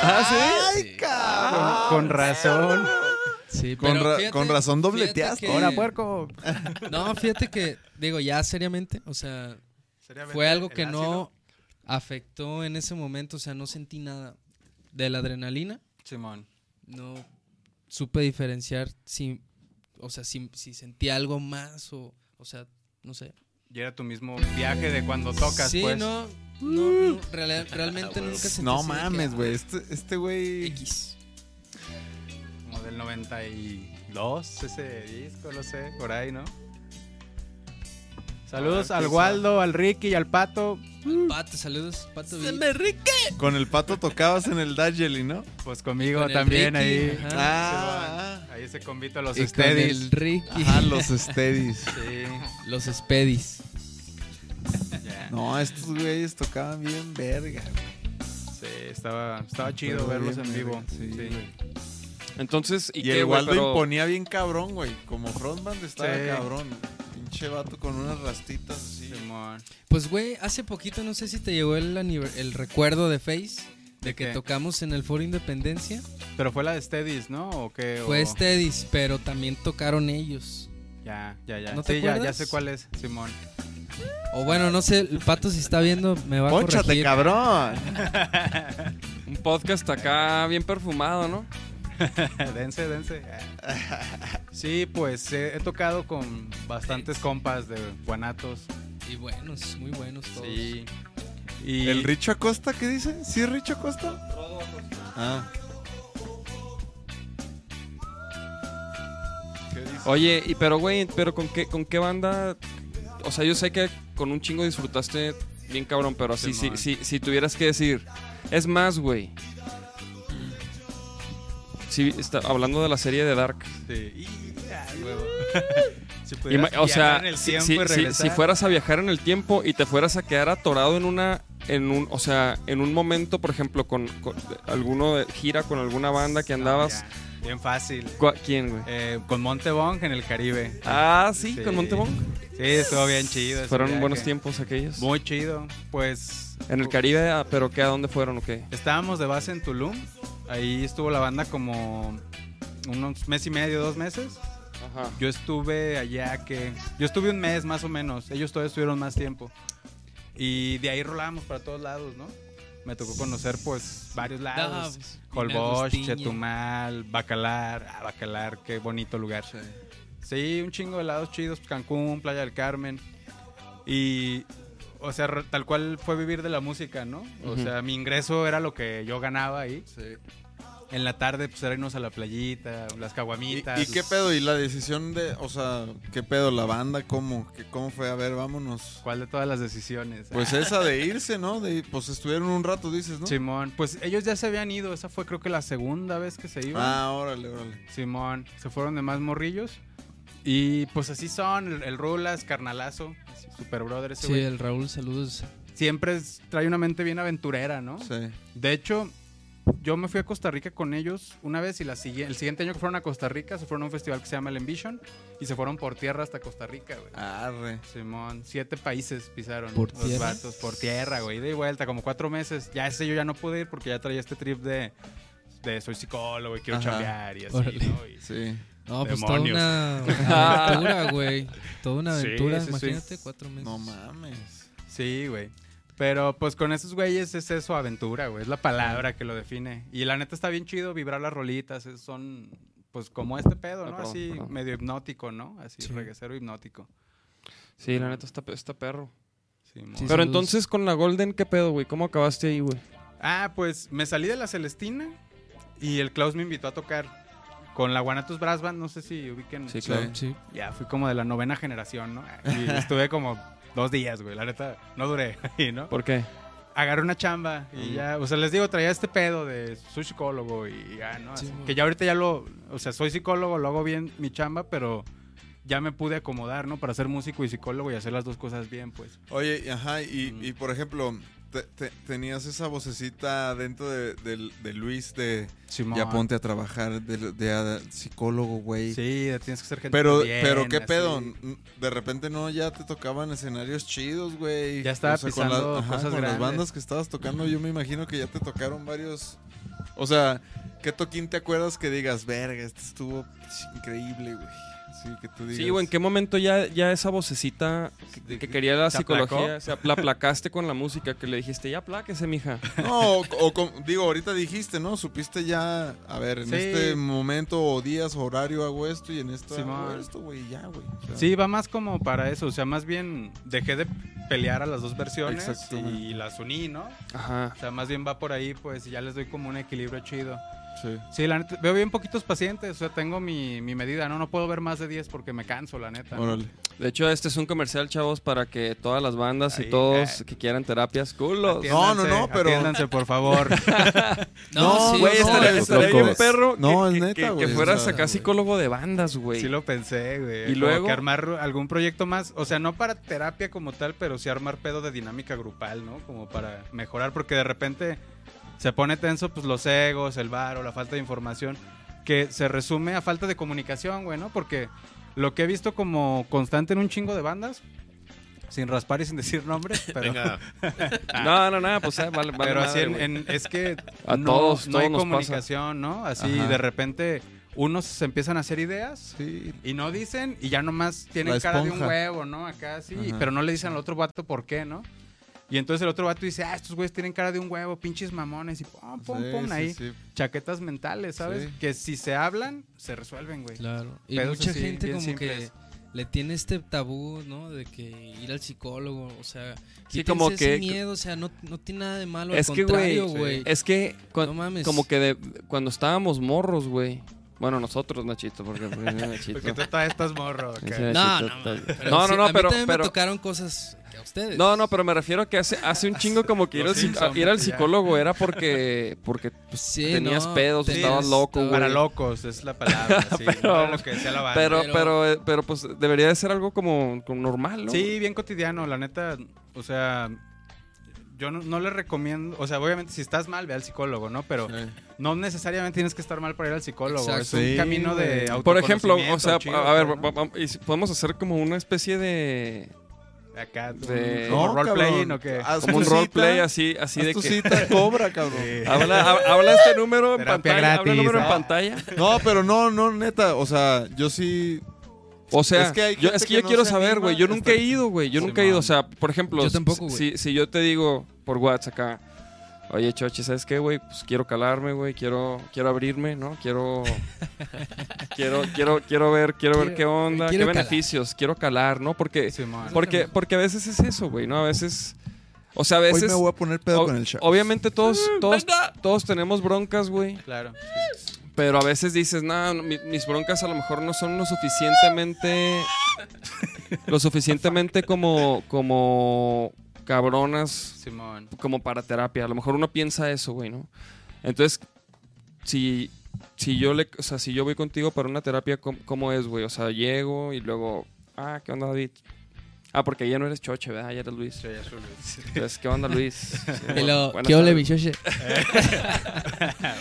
Speaker 2: ¿Ah, sí?
Speaker 3: Sí.
Speaker 5: Ah.
Speaker 4: Con, con razón.
Speaker 3: Sí,
Speaker 5: Con
Speaker 3: pero
Speaker 5: ra-
Speaker 3: fíjate-
Speaker 5: con razón
Speaker 3: fíjate
Speaker 5: dobleteaste.
Speaker 3: que-
Speaker 4: Ahora, puerco.
Speaker 3: No, fíjate que, digo, ya seriamente, o sea, fue algo que no afectó en ese momento, o sea, no sentí nada de la adrenalina,
Speaker 4: Simón.
Speaker 3: no supe diferenciar si, o sea, si, si sentí algo más o, o sea, no sé.
Speaker 4: Y era tu mismo viaje de cuando tocas,
Speaker 3: sí,
Speaker 4: pues. Ah,
Speaker 3: no, no, no, real- realmente nunca sentí
Speaker 5: No
Speaker 3: así de que,
Speaker 5: mames,
Speaker 3: ah,
Speaker 5: güey. Este este güey.
Speaker 3: X.
Speaker 4: Como del 92, ese disco, no sé, por ahí, ¿no? Ah, Saludos al Waldo, al Ricky y al Pato.
Speaker 3: Pato, saludos, Pato. Villa.
Speaker 5: Con el pato tocabas en el Dajeli, ¿no?
Speaker 4: Pues conmigo
Speaker 3: Con el
Speaker 4: también
Speaker 3: Ricky,
Speaker 4: ahí.
Speaker 3: ajá.
Speaker 5: Ah,
Speaker 4: Ahí se convito a los
Speaker 3: Y con el
Speaker 4: ustedes.
Speaker 3: Ricky.
Speaker 5: ah, los steadies.
Speaker 4: Sí,
Speaker 3: Los Spedis.
Speaker 4: ya.
Speaker 5: *laughs* No, estos güeyes tocaban bien verga. güey.
Speaker 4: Sí, estaba, estaba chido
Speaker 5: Pero
Speaker 4: verlos
Speaker 5: bien
Speaker 4: en vivo.
Speaker 5: verga, sí,
Speaker 4: Sí,
Speaker 5: güey.
Speaker 2: Entonces, ¿y,
Speaker 5: Y,
Speaker 2: qué,
Speaker 5: el
Speaker 2: güey?
Speaker 5: Waldo
Speaker 2: Pero-
Speaker 5: imponía bien cabrón, güey. Como frontman estaba
Speaker 4: Sí.
Speaker 5: cabrón. Pinche vato con unas rastitas así.
Speaker 4: Simón.
Speaker 3: Pues, güey, hace poquito, no sé si te llegó el, aniver- el recuerdo de Face, de
Speaker 4: ¿De
Speaker 3: que
Speaker 4: qué?
Speaker 3: tocamos en el Foro Independencia.
Speaker 4: Pero fue la de Steadies, ¿no? ¿O qué? O-
Speaker 3: Fue Steadis, pero también tocaron ellos.
Speaker 4: Ya, ya, ya.
Speaker 3: ¿No te
Speaker 4: sí, ya, ya
Speaker 3: acuerdas?
Speaker 4: sé cuál es, Simón. *laughs*
Speaker 3: O bueno, no sé, el pato si está viendo me va a
Speaker 5: ¡Pónchate,
Speaker 3: corregir.
Speaker 5: cabrón!
Speaker 2: Un podcast acá bien perfumado, ¿no? *laughs*
Speaker 4: dense, dense. Sí, pues eh, he tocado con bastantes compas de Guanatos.
Speaker 3: Y buenos, muy buenos todos.
Speaker 4: Sí. Y
Speaker 5: ¿El Richo Acosta qué dice? ¿Sí es Richo Acosta? Ah. ¿Qué dice?
Speaker 2: Oye, y pero güey, pero con qué, con qué banda, o sea, yo sé que con un chingo disfrutaste bien cabrón, pero así si,
Speaker 4: Simón.
Speaker 2: si, si tuvieras que decir, es más, güey. Sí, está hablando de la serie de Dark.
Speaker 4: Sí. Y-
Speaker 2: *laughs*
Speaker 4: ay, huevo. si
Speaker 2: Ima-
Speaker 4: pudieras
Speaker 2: o sea,
Speaker 4: viajar en el
Speaker 2: si,
Speaker 4: tiempo
Speaker 2: si-
Speaker 4: y
Speaker 2: si- si
Speaker 4: regresar.
Speaker 2: fueras a viajar en el tiempo y te fueras a quedar atorado en una, en un, o sea, en un momento, por ejemplo, con, con alguno de gira con alguna banda que
Speaker 4: No,
Speaker 2: andabas,
Speaker 4: Ah, ya, bien fácil.
Speaker 2: ¿Cuá- ¿quién, güey?
Speaker 4: Eh, con Montebong en el Caribe.
Speaker 2: Ah, sí,
Speaker 4: sí.
Speaker 2: con Montebong.
Speaker 4: Sí, estuvo bien chido. ese
Speaker 2: Fueron
Speaker 4: viaje.
Speaker 2: buenos tiempos aquellos.
Speaker 4: Muy chido. Pues.
Speaker 2: En el Caribe, ah, pero ¿qué? ¿A dónde fueron o qué?
Speaker 4: Estábamos de base en Tulum. Ahí estuvo la banda como unos mes y medio, dos meses.
Speaker 2: Ajá.
Speaker 4: Yo estuve allá que... Yo estuve un mes más o menos. Ellos todavía estuvieron más tiempo. Y de ahí rolábamos para todos lados, ¿no? Me tocó conocer pues varios
Speaker 3: Ah,
Speaker 4: lados.
Speaker 3: pues,
Speaker 4: Holbox,
Speaker 3: Agustín,
Speaker 4: Chetumal, Bacalar. Ah, Bacalar, qué bonito lugar. Sí. un chingo de lados chidos. Cancún, Playa del Carmen. Y... O sea, re- tal cual fue vivir de la música, ¿no? O
Speaker 2: Ujú.
Speaker 4: sea, mi ingreso era lo que yo ganaba ahí.
Speaker 5: Sí.
Speaker 4: En la tarde, pues, era irnos a la playita, las
Speaker 5: ¿Y,
Speaker 4: caguamitas.
Speaker 5: y qué pedo? ¿Y la decisión de, o sea, qué pedo? ¿La banda cómo? ¿Qué, ¿Cómo fue? A ver, vámonos.
Speaker 4: ¿Cuál de todas las decisiones?
Speaker 5: Pues esa de irse, ¿no? De, pues estuvieron un rato, dices, ¿no?
Speaker 4: Simón, pues ellos ya se habían ido, esa fue creo que la segunda vez que se iban.
Speaker 5: Ah, órale, órale.
Speaker 4: Simón, se fueron de más morrillos. Y pues así son, el, el Rulas, carnalazo, así, super brother
Speaker 3: Sí,
Speaker 4: ese güey.
Speaker 3: el Raúl, saludos.
Speaker 4: Siempre es- trae una mente bien aventurera, ¿no?
Speaker 5: Sí.
Speaker 4: De hecho, yo me fui a Costa Rica con ellos una vez y la sigui- el siguiente año que fueron a Costa Rica se fueron a un festival que se llama el Envision y se fueron por tierra hasta Costa Rica, güey.
Speaker 5: Arre.
Speaker 4: Simón, siete países pisaron
Speaker 3: ¿Por
Speaker 4: los
Speaker 3: tierra?
Speaker 4: vatos por tierra, güey, de vuelta, como cuatro meses. Ya ese yo ya no pude ir porque ya traía este trip de, de soy psicólogo y quiero
Speaker 5: Ajá.
Speaker 4: chambear y así,
Speaker 3: Órale.
Speaker 4: ¿no? Y-
Speaker 5: Sí.
Speaker 3: No, pues
Speaker 4: Demonios.
Speaker 3: toda una aventura, güey. Toda una
Speaker 4: Sí,
Speaker 3: aventura,
Speaker 4: sí, sí.
Speaker 3: imagínate, cuatro meses.
Speaker 5: No mames.
Speaker 4: Sí, güey. Pero pues con esos güeyes es eso, aventura, güey, es la palabra que lo define. Y la neta está bien chido vibrar las rolitas, es- son pues como este pedo,
Speaker 2: Ah,
Speaker 4: ¿no?
Speaker 2: perdón,
Speaker 4: Así
Speaker 2: perdón.
Speaker 4: medio hipnótico, ¿no? Así
Speaker 3: Sí.
Speaker 4: reguecero hipnótico.
Speaker 2: Sí, la neta está, pe- está perro.
Speaker 4: Simón.
Speaker 3: Sí,
Speaker 2: Pero
Speaker 3: saludos.
Speaker 2: entonces con la Golden, ¿qué pedo, güey? ¿Cómo acabaste ahí, güey?
Speaker 4: Ah, pues me salí de la Celestina Y el Klaus me invitó a tocar con la Guanatos Brass Band, no sé si ubiquen.
Speaker 2: Sí, claro.
Speaker 3: Sí.
Speaker 4: Ya fui como de la novena generación, ¿no? Y *laughs* estuve como dos días, güey. La neta, no duré *laughs* ahí, ¿no?
Speaker 2: ¿Por qué?
Speaker 4: agarré una chamba y ya, o sea, les digo, traía este pedo de soy psicólogo y ya, ¿no? Así
Speaker 3: Sí, güey.
Speaker 4: que ya ahorita ya lo, o sea, soy psicólogo, lo hago bien mi chamba, pero ya me pude acomodar, ¿no? Para ser músico y psicólogo y hacer las dos cosas bien, pues.
Speaker 5: Oye, y ajá, y, y por ejemplo, te- te- tenías esa vocecita dentro de, del- de Luis de
Speaker 4: Simón.
Speaker 5: ya ponte a trabajar, de, de a- psicólogo, güey.
Speaker 4: Sí, tienes que ser gente
Speaker 5: Pero,
Speaker 4: bien,
Speaker 5: pero qué
Speaker 4: así.
Speaker 5: pedo, de repente no ya te tocaban escenarios chidos, güey.
Speaker 4: Ya estaba
Speaker 5: con
Speaker 4: pisando
Speaker 5: las-
Speaker 4: cosas
Speaker 5: con las
Speaker 4: grandes.
Speaker 5: bandas que estabas tocando, yo me imagino que ya te tocaron varios. O sea, ¿qué toquín te acuerdas que digas, verga, este estuvo increíble, güey? Sí, que tú digas.
Speaker 2: Sí, o en qué momento ya, ya esa vocecita que, que quería la
Speaker 4: ¿Se
Speaker 2: psicología,
Speaker 4: aplacó?
Speaker 2: o sea, la aplacaste con la música, que le dijiste, ya apláquese, mija.
Speaker 5: No, o, o com- digo, ahorita dijiste, ¿no? Supiste ya, a ver, en
Speaker 4: Sí.
Speaker 5: este momento o días, horario hago esto y en esto hago
Speaker 4: Simón.
Speaker 5: esto, güey, ya, güey. O sea,
Speaker 4: Sí, va más como para eso, o sea, más bien dejé de pelear a las dos versiones
Speaker 5: Exactamente.
Speaker 4: y las uní, ¿no?
Speaker 2: Ajá.
Speaker 4: O sea, más bien va por ahí, pues, y ya les doy como un equilibrio chido.
Speaker 5: sí.
Speaker 4: Sí, la neta, veo bien poquitos pacientes, o sea, tengo mi, mi medida, no, no puedo ver más de 10 porque me canso, la neta.
Speaker 5: Órale.
Speaker 2: De hecho, este es un comercial, chavos, para que todas las bandas y
Speaker 4: Ahí,
Speaker 2: todos
Speaker 4: eh.
Speaker 2: que quieran terapias, culos.
Speaker 4: Atiéndanse,
Speaker 5: No, no, no, pero-
Speaker 4: atiéndanse, por favor.
Speaker 5: *laughs*
Speaker 3: No, sí,
Speaker 2: Güey,
Speaker 3: no,
Speaker 2: estaría,
Speaker 3: no,
Speaker 2: estaría bien
Speaker 5: locos.
Speaker 2: perro.
Speaker 5: No,
Speaker 2: que,
Speaker 5: es
Speaker 2: que-
Speaker 5: neta,
Speaker 2: que-
Speaker 5: güey,
Speaker 2: Que
Speaker 5: o
Speaker 2: fueras
Speaker 5: sea,
Speaker 2: acá
Speaker 5: güey.
Speaker 2: psicólogo de bandas, güey.
Speaker 4: sí lo pensé, güey.
Speaker 2: Y
Speaker 4: Como
Speaker 2: luego-
Speaker 4: que armar algún proyecto más, o sea, no para terapia como tal, pero sí armar pedo de dinámica grupal, ¿no? Como para mejorar, porque de repente se pone tenso, pues, los egos, el varo, la falta de información, que se resume a falta de comunicación, güey, ¿no? Porque lo que he visto como constante en un chingo de bandas, sin raspar y sin *laughs* decir nombres, pero...
Speaker 6: Venga,
Speaker 2: No, no, no, pues eh, vale, vale
Speaker 4: Pero así
Speaker 2: madre,
Speaker 4: en-
Speaker 2: güey.
Speaker 4: en- es que
Speaker 2: A
Speaker 4: no,
Speaker 2: todos,
Speaker 4: no
Speaker 2: todos
Speaker 4: hay
Speaker 2: nos pasa.
Speaker 4: comunicación, ¿no? Así
Speaker 5: Ajá.
Speaker 4: de repente unos se empiezan a hacer ideas
Speaker 5: Sí.
Speaker 4: y no dicen y ya nomás tienen
Speaker 5: La
Speaker 4: cara de un
Speaker 5: esponja.
Speaker 4: huevo, ¿no? Acá así,
Speaker 5: Ajá.
Speaker 4: pero no le dicen al otro vato por qué, ¿no? Y entonces el otro vato dice, ah, estos güeyes tienen cara de un huevo, pinches mamones y pum, pum,
Speaker 5: Sí,
Speaker 4: pum,
Speaker 5: sí,
Speaker 4: ahí.
Speaker 5: sí.
Speaker 4: Chaquetas mentales, ¿sabes?
Speaker 5: Sí.
Speaker 4: Que si se hablan, se resuelven, güey.
Speaker 3: Claro. Y
Speaker 4: Pedos
Speaker 3: mucha
Speaker 4: así,
Speaker 3: gente
Speaker 4: bien
Speaker 3: como
Speaker 4: simples.
Speaker 3: que le tiene este tabú, ¿no? De que ir al psicólogo, o sea,
Speaker 2: Sí,
Speaker 3: quítense
Speaker 2: como
Speaker 3: ese
Speaker 2: que-
Speaker 3: miedo, o sea, no, no tiene nada de malo,
Speaker 2: Es
Speaker 3: al
Speaker 2: que, güey,
Speaker 3: contrario, güey.
Speaker 2: Es que cuan-
Speaker 3: No mames.
Speaker 2: como que de- cuando estábamos morros, güey. Bueno, nosotros, Nachito, porque porque
Speaker 4: *laughs*
Speaker 2: Nachito.
Speaker 4: Porque tú todavía estás morro. acá.
Speaker 2: ese
Speaker 3: No,
Speaker 2: Nachito
Speaker 3: no,
Speaker 2: está-
Speaker 3: pero
Speaker 2: no,
Speaker 3: sí,
Speaker 2: no, no,
Speaker 3: a mí
Speaker 2: pero,
Speaker 3: también
Speaker 2: pero-
Speaker 3: me tocaron cosas que a ustedes.
Speaker 2: no, no, pero me refiero a que hace, hace un chingo como que ir,
Speaker 4: Los
Speaker 2: al, psic-
Speaker 4: Simpson,
Speaker 2: ir al
Speaker 4: ya.
Speaker 2: psicólogo era porque, porque pues,
Speaker 3: Sí,
Speaker 2: tenías
Speaker 3: no,
Speaker 2: pedos,
Speaker 3: tenías-
Speaker 2: estabas loco, güey.
Speaker 4: Para locos es la
Speaker 5: *laughs*
Speaker 4: palabra, sí.
Speaker 2: Pero-
Speaker 4: no era lo que decía la banda.
Speaker 2: Pero,
Speaker 3: Pero-
Speaker 2: pero, eh, pero, pues debería de ser algo como, como normal, ¿no?
Speaker 4: Sí, bien cotidiano, la neta. O sea, yo no, no le recomiendo. O sea, obviamente, si estás mal, ve al psicólogo, ¿no? Pero no necesariamente tienes que estar mal para ir al psicólogo.
Speaker 3: Exacto.
Speaker 4: Es un
Speaker 5: Sí,
Speaker 4: camino de
Speaker 5: güey.
Speaker 2: Por ejemplo, o
Speaker 4: autoconocimiento
Speaker 2: sea,
Speaker 4: chido,
Speaker 2: a ver,
Speaker 4: ¿no?
Speaker 2: va- va- y si podemos hacer como una especie de.
Speaker 4: Acá, tú,
Speaker 2: de- Ah,
Speaker 4: ¿como
Speaker 5: No,
Speaker 4: roleplaying
Speaker 5: cabrón.
Speaker 4: o qué?
Speaker 5: Haz
Speaker 2: Como un
Speaker 5: tu cita,
Speaker 2: roleplay así, así
Speaker 5: haz
Speaker 2: de
Speaker 5: tu
Speaker 2: que.
Speaker 5: cita cobra, cabrón.
Speaker 2: Habla, ha- habla este número en
Speaker 4: Terapia
Speaker 2: pantalla. habla el
Speaker 4: gratis,
Speaker 2: número en
Speaker 4: ah.
Speaker 2: pantalla.
Speaker 5: No, pero no, no, neta, o sea, yo sí
Speaker 2: O sea,
Speaker 5: Es que hay
Speaker 2: yo,
Speaker 5: gente
Speaker 2: es que
Speaker 5: que
Speaker 2: yo
Speaker 5: no
Speaker 2: quiero
Speaker 5: se
Speaker 2: saber, güey. Yo
Speaker 5: anima a
Speaker 2: nunca he ido, güey. Yo nunca he ido. O sea, por ejemplo,
Speaker 3: Yo tampoco, güey.
Speaker 2: si, si yo te digo por WhatsApp acá, oye, Chochi, ¿sabes qué, güey? Pues quiero calarme, güey. Quiero, quiero abrirme, ¿no?
Speaker 3: *laughs*
Speaker 2: Quiero, quiero, quiero, quiero ver, quiero, ver
Speaker 3: Quiero-
Speaker 2: qué onda, qué
Speaker 3: quiero calar.
Speaker 2: beneficios. Quiero calar, ¿no? Porque,
Speaker 4: Simón.
Speaker 2: porque, porque a veces es eso, güey, ¿no? A veces, o sea, a
Speaker 5: hoy
Speaker 2: veces,
Speaker 5: me voy a poner pedo
Speaker 2: o-
Speaker 5: con el chat. Mm,
Speaker 2: obviamente todos, todos, todos tenemos broncas, güey.
Speaker 4: Claro.
Speaker 2: Pero a veces dices, nah, no, mi- mis broncas a lo mejor no son lo suficientemente. lo suficientemente como. como. cabronas.
Speaker 4: Simón.
Speaker 2: como para terapia. A lo mejor uno piensa eso, güey, ¿no? Entonces, si. Si yo le. O sea, si yo voy contigo para una terapia, ¿cómo, cómo es, güey? O sea, llego y luego. Ah, ¿qué onda, David? Ah, porque ya no eres choche, ¿verdad? Ya eres Luis.
Speaker 4: Sí,
Speaker 2: *laughs*
Speaker 4: azul.
Speaker 2: Entonces, ¿qué onda, *laughs* Luis? Sí,
Speaker 3: Y
Speaker 2: bueno,
Speaker 3: luego,
Speaker 2: buenas
Speaker 3: ¿qué ole,
Speaker 2: tardes.
Speaker 3: mi Xoxe? *laughs*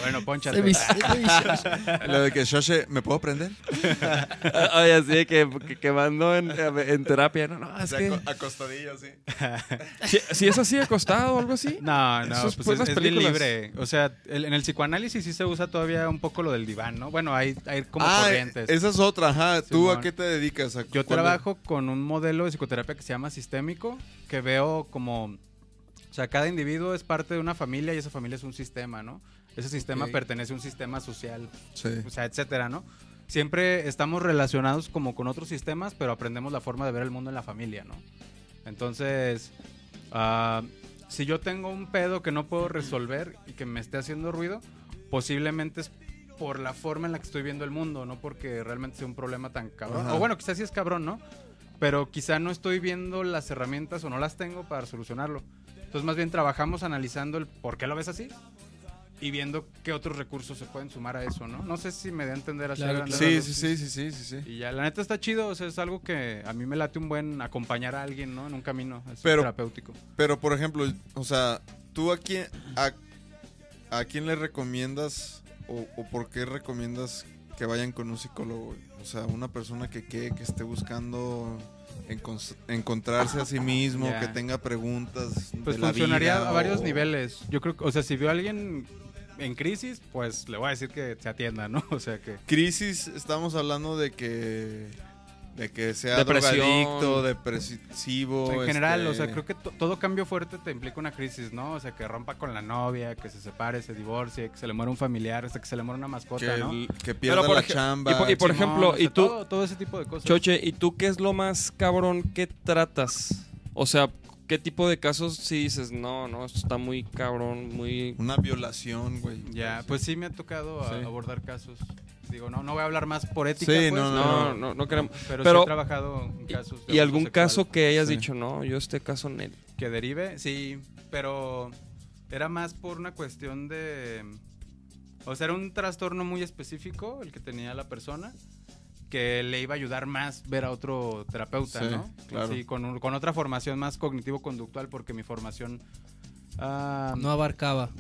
Speaker 4: bueno,
Speaker 3: Soy
Speaker 4: ponchate.
Speaker 3: mi- soy mi
Speaker 2: *laughs*
Speaker 3: Xoxe.
Speaker 5: Lo de que Shoshe, ¿me puedo prender?
Speaker 2: Ah, Oye, así de que, que, que mando en, en terapia. No, no, es que...
Speaker 5: acostadillo, así.
Speaker 2: Si, si es así acostado o algo así.
Speaker 4: No, no,
Speaker 2: Sus
Speaker 4: pues es,
Speaker 2: puras
Speaker 4: es bien
Speaker 2: películas.
Speaker 4: libre. O sea, el- en el psicoanálisis sí se usa todavía un poco lo del diván, ¿no? Bueno, hay, hay como
Speaker 5: ah,
Speaker 4: corrientes.
Speaker 5: esa es otra, ajá. ¿Tú a
Speaker 4: Simón.
Speaker 5: qué te dedicas? ¿A
Speaker 4: Yo
Speaker 5: cuándo?
Speaker 4: trabajo con un modelo de psicoterapia que se llama sistémico, que veo como, o sea, cada individuo es parte de una familia y esa familia es un sistema, ¿no? Ese sistema
Speaker 3: Ok.
Speaker 4: pertenece a un sistema social,
Speaker 5: Sí.
Speaker 4: o sea, etcétera, ¿no? Siempre estamos relacionados como con otros sistemas, pero aprendemos la forma de ver el mundo en la familia, ¿no? Entonces, ah, si yo tengo un pedo que no puedo resolver y que me esté haciendo ruido, posiblemente es por la forma en la que estoy viendo el mundo, no porque realmente sea un problema tan cabrón.
Speaker 5: Ajá.
Speaker 4: O bueno, quizás sí es cabrón, ¿no? Pero quizá no estoy viendo las herramientas o no las tengo para solucionarlo. Entonces más bien trabajamos analizando el por qué lo ves así y viendo qué otros recursos se pueden sumar a eso, ¿no? No sé si me dé a entender así. a
Speaker 3: Claro,
Speaker 4: grandes
Speaker 5: Sí,
Speaker 4: rasgos.
Speaker 5: sí, sí, sí, sí, sí, sí.
Speaker 4: Y ya, la neta está chido, o sea, es algo que a mí me late un buen acompañar a alguien, ¿no? En un camino así
Speaker 5: Pero-
Speaker 4: terapéutico.
Speaker 5: Pero, por ejemplo, o sea, ¿tú a quién, a, a quién le recomiendas o, o por qué recomiendas que vayan con un psicólogo? O sea, una persona que, que, que esté buscando encon- encontrarse a sí mismo,
Speaker 4: Ya.
Speaker 5: que tenga preguntas.
Speaker 4: Pues
Speaker 5: de la
Speaker 4: funcionaría
Speaker 5: vida
Speaker 4: a varios
Speaker 5: o-
Speaker 4: niveles. Yo creo que, o sea, si veo a alguien en crisis, pues le voy a decir que se atienda, ¿no? *laughs* O sea, que...
Speaker 5: Crisis, estamos hablando de que. De que sea
Speaker 2: Depresión.
Speaker 5: drogadicto, depresivo.
Speaker 4: en general,
Speaker 5: este,
Speaker 4: o sea, creo que to- todo cambio fuerte te implica una crisis, ¿no? O sea, que rompa con la novia, que se separe, se divorcie, que se le muera un familiar, hasta que se le muera una
Speaker 5: que,
Speaker 4: mascota, ¿no?
Speaker 5: el- que pierda
Speaker 2: por
Speaker 5: la
Speaker 2: ej-
Speaker 5: chamba.
Speaker 2: y por- y por
Speaker 5: Simón.
Speaker 2: ejemplo,
Speaker 4: o sea,
Speaker 2: ¿y tú?
Speaker 4: Todo, todo ese tipo de cosas.
Speaker 2: Choche, ¿y tú qué es lo más cabrón que tratas? O sea, ¿qué tipo de casos si dices, no, no, esto está muy cabrón, muy...
Speaker 5: Una violación, güey.
Speaker 4: Ya, pues sí me ha tocado a-
Speaker 5: Sí.
Speaker 4: abordar casos. Digo, no, no voy a hablar más por ética,
Speaker 5: Sí,
Speaker 4: pues,
Speaker 5: no,
Speaker 2: No, no, no queremos...
Speaker 4: Pero, sí
Speaker 2: Pero-
Speaker 4: he trabajado en casos. de
Speaker 2: ¿Y
Speaker 4: abuso
Speaker 2: algún
Speaker 4: sexual
Speaker 2: caso que hayas
Speaker 5: Sí.
Speaker 2: dicho, no, yo este caso, nel?
Speaker 4: Que derive, sí, pero era más por una cuestión de. O sea, era un trastorno muy específico el que tenía la persona que le iba a ayudar más ver a otro terapeuta,
Speaker 5: Sí,
Speaker 4: ¿no?
Speaker 5: claro.
Speaker 4: Sí, con, un- con otra formación más cognitivo-conductual, porque mi formación. ah,
Speaker 3: No abarcaba.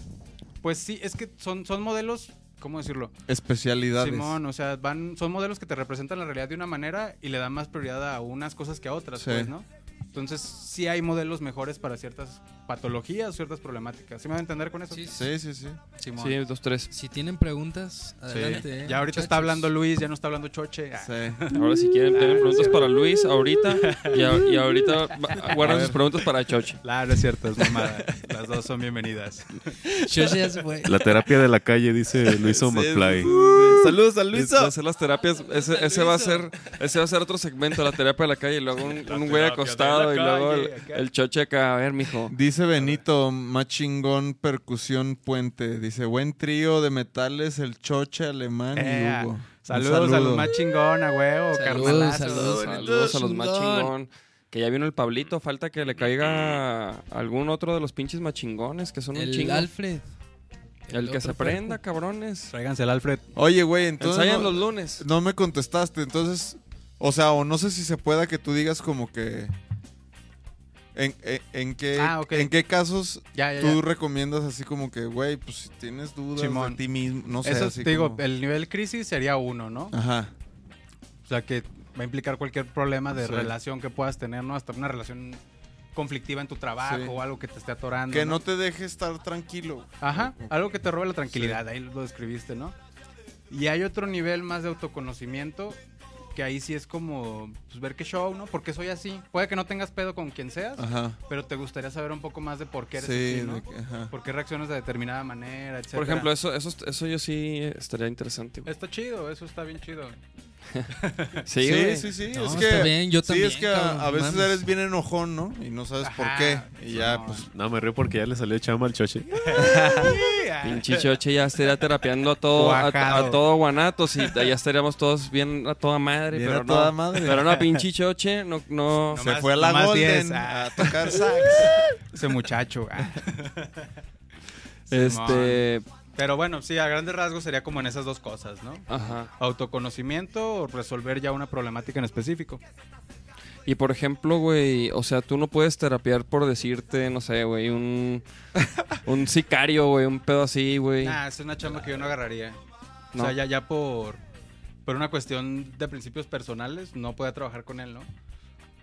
Speaker 4: Pues sí, es que son, son modelos, ¿cómo decirlo?
Speaker 5: Especialidades.
Speaker 4: Simón, o sea, van, son modelos que te representan la realidad de una manera y le dan más prioridad a unas cosas que a otras,
Speaker 5: Sí.
Speaker 4: pues, ¿no? Entonces, sí hay modelos mejores para ciertas patologías, ciertas problemáticas. ¿Sí me va a entender con eso?
Speaker 3: Sí,
Speaker 5: Sí, sí, sí.
Speaker 4: Simón.
Speaker 2: Sí, dos, *laughs* tres.
Speaker 3: Si tienen preguntas, adelante. eh,
Speaker 4: Ya ahorita está
Speaker 3: muchachos.
Speaker 4: hablando Luis, ya no está hablando Choche. Ah,
Speaker 5: Sí.
Speaker 2: Ahora si quieren, tienen preguntas para Luis ahorita y, a- y ahorita *laughs* va- guardan sus preguntas para Choche.
Speaker 4: Claro, es cierto, es mamada. *laughs* Las dos son
Speaker 5: *laughs*
Speaker 4: bienvenidas.
Speaker 3: Choche ya
Speaker 2: *laughs*
Speaker 3: se fue.
Speaker 6: La terapia de la calle, dice Luiso
Speaker 5: Sí,
Speaker 6: McFly.
Speaker 5: sí,
Speaker 6: Saludos a
Speaker 2: Es- Va a ser las terapias, ese, ese va a ser, ese va a ser otro segmento, la terapia de la calle, y luego un, un güey acostado y luego el, el choche acá, a ver, mijo.
Speaker 5: Dice Benito, más chingón, percusión, puente. Dice, buen trío de metales, el choche, alemán
Speaker 4: Eh,
Speaker 5: y Hugo. Un
Speaker 4: Saludos a los
Speaker 5: saludo.
Speaker 4: más chingona, huevo,
Speaker 3: Saludos,
Speaker 4: carnalazos.
Speaker 3: saludos.
Speaker 2: Saludos a los más chingón. Que ya vino el Pablito, falta que le caiga algún otro de los pinches machingones que son un
Speaker 3: El
Speaker 2: chingo.
Speaker 3: Alfred.
Speaker 2: el que
Speaker 3: otro
Speaker 2: se prenda, cabrones.
Speaker 4: Tráiganse al Alfred.
Speaker 5: Oye, güey, entonces
Speaker 2: Ensayan
Speaker 5: no,
Speaker 2: los lunes.
Speaker 5: no me contestaste. Entonces, o sea, o no sé si se pueda que tú digas como que... ¿En, en- en qué,
Speaker 4: Ah, ok.
Speaker 5: ¿En qué casos
Speaker 4: Ya, ya, ya.
Speaker 5: tú recomiendas así como que, güey, pues si tienes dudas de
Speaker 4: Simón.
Speaker 5: ti mismo, no sé,
Speaker 4: Eso,
Speaker 5: así
Speaker 4: te digo,
Speaker 5: como-
Speaker 4: el nivel crisis sería uno, ¿no?
Speaker 5: Ajá,
Speaker 4: O sea, que va a implicar cualquier problema de
Speaker 5: Sí.
Speaker 4: relación que puedas tener, ¿no? Hasta una relación conflictiva en tu trabajo
Speaker 5: Sí.
Speaker 4: o algo que te esté atorando.
Speaker 5: que no te deje estar tranquilo.
Speaker 4: Ajá, algo que te robe la tranquilidad, ahí lo describiste, ¿no? Y hay otro nivel más de autoconocimiento que ahí sí es como pues, ver qué show, ¿no? Porque soy así. Puede que no tengas pedo con quien seas,
Speaker 5: Ajá.
Speaker 4: pero te gustaría saber un poco más de por qué eres
Speaker 5: Sí,
Speaker 4: así, ¿no?
Speaker 5: de que- ajá.
Speaker 4: Por qué reaccionas de determinada manera, etc.
Speaker 2: Por ejemplo, eso, eso, eso yo sí estaría interesante. güey.
Speaker 4: Está chido, eso está bien chido.
Speaker 2: Sí,
Speaker 5: sí,
Speaker 2: güey.
Speaker 5: sí, sí,
Speaker 3: No,
Speaker 5: es
Speaker 3: está
Speaker 5: que
Speaker 3: bien, yo también.
Speaker 5: sí, es que a-
Speaker 3: cabrón,
Speaker 5: a, veces
Speaker 3: mames.
Speaker 5: eres bien enojón, ¿no? Y no sabes por
Speaker 4: Ajá,
Speaker 5: qué. Y ya,
Speaker 4: no.
Speaker 5: pues.
Speaker 6: No, me río porque ya le salió chamba al choche.
Speaker 5: ah.
Speaker 2: Pinche choche ya estaría terapeando a todo, a,
Speaker 4: Cuajado.
Speaker 2: a todo guanatos y ya estaríamos todos bien a toda madre.
Speaker 5: Bien
Speaker 2: pero
Speaker 5: a toda
Speaker 2: no,
Speaker 5: madre.
Speaker 2: Pero no, pinche choche, no, no.
Speaker 5: se
Speaker 4: Nomás-
Speaker 5: fue a la
Speaker 4: nomás
Speaker 5: Golden
Speaker 4: 10, ah.
Speaker 5: a
Speaker 4: *laughs*
Speaker 5: tocar sax.
Speaker 4: Ese muchacho. ah.
Speaker 2: este.
Speaker 4: Pero bueno, sí, a grandes rasgos sería como en esas dos cosas, ¿no?
Speaker 2: Ajá.
Speaker 4: Autoconocimiento o resolver ya una problemática en específico.
Speaker 2: Y por ejemplo, güey, o sea, tú no puedes terapiar por decirte, no sé, güey, un,
Speaker 4: *laughs*
Speaker 2: un sicario, güey, un pedo así, güey.
Speaker 4: Ah, es una chamba que yo no agarraría.
Speaker 2: No.
Speaker 4: O sea, ya, ya por, por una cuestión de principios personales, no pueda trabajar con él, ¿no?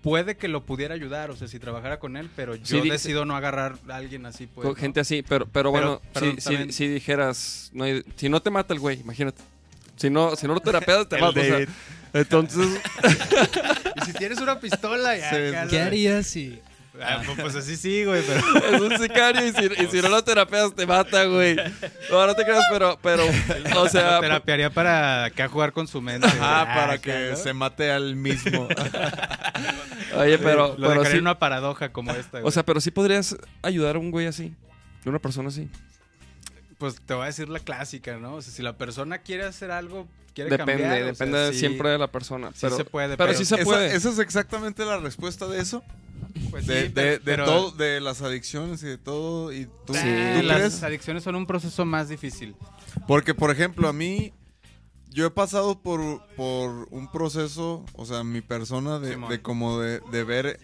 Speaker 4: Puede que lo pudiera ayudar, o sea, si trabajara con él, pero yo
Speaker 2: Sí, di-
Speaker 4: decido no agarrar a alguien así, pues.
Speaker 2: Con
Speaker 4: ¿no?
Speaker 2: gente así, pero, pero bueno,
Speaker 4: Pero, perdón,
Speaker 2: si, si,
Speaker 4: también-
Speaker 2: si dijeras, no hay- si no te mata el güey, imagínate. Si no, si no lo terapeas, te
Speaker 4: *laughs*
Speaker 6: El
Speaker 2: mata. o sea,
Speaker 6: David.
Speaker 2: entonces,
Speaker 4: Y si tienes una pistola, ya. ya
Speaker 3: ¿Qué
Speaker 4: la-
Speaker 3: harías si.?
Speaker 4: Ah, pues, pues así sí, güey,
Speaker 2: *laughs*
Speaker 4: pero.
Speaker 2: Es un sicario y si, y si no lo terapeas te mata, güey. No, no te creas, pero,
Speaker 4: *laughs*
Speaker 2: pero o sea, pues-
Speaker 4: Lo terapiaría para acá jugar con su mente.
Speaker 5: Ah,
Speaker 4: güey.
Speaker 5: para
Speaker 4: acá,
Speaker 5: que
Speaker 4: ¿no?
Speaker 5: se mate al mismo.
Speaker 2: oye, pero, pero
Speaker 4: Lo dejaría
Speaker 2: sí,
Speaker 4: en una paradoja como esta, güey.
Speaker 2: o sea, pero sí podrías ayudar a un güey así, a una persona así.
Speaker 4: pues te voy a decir la clásica, ¿no? O sea, si la persona quiere hacer algo, quiere
Speaker 2: Depende,
Speaker 4: cambiar. o sea,
Speaker 2: depende
Speaker 4: sí,
Speaker 2: siempre de la persona.
Speaker 4: sí
Speaker 2: pero
Speaker 4: se puede,
Speaker 2: pero sí se
Speaker 5: Esa-
Speaker 2: puede.
Speaker 5: Esa es exactamente la respuesta de eso.
Speaker 4: pues sí,
Speaker 5: de, de- de
Speaker 4: pero-
Speaker 5: todo, de las adicciones y de todo. Y tú,
Speaker 4: Sí,
Speaker 5: ¿tú
Speaker 4: las
Speaker 5: crees?
Speaker 4: adicciones son un proceso más difícil.
Speaker 5: Porque, por ejemplo, a mí, yo he pasado por, por un proceso, o sea, mi persona de,
Speaker 4: Simón.
Speaker 5: de como de, de ver,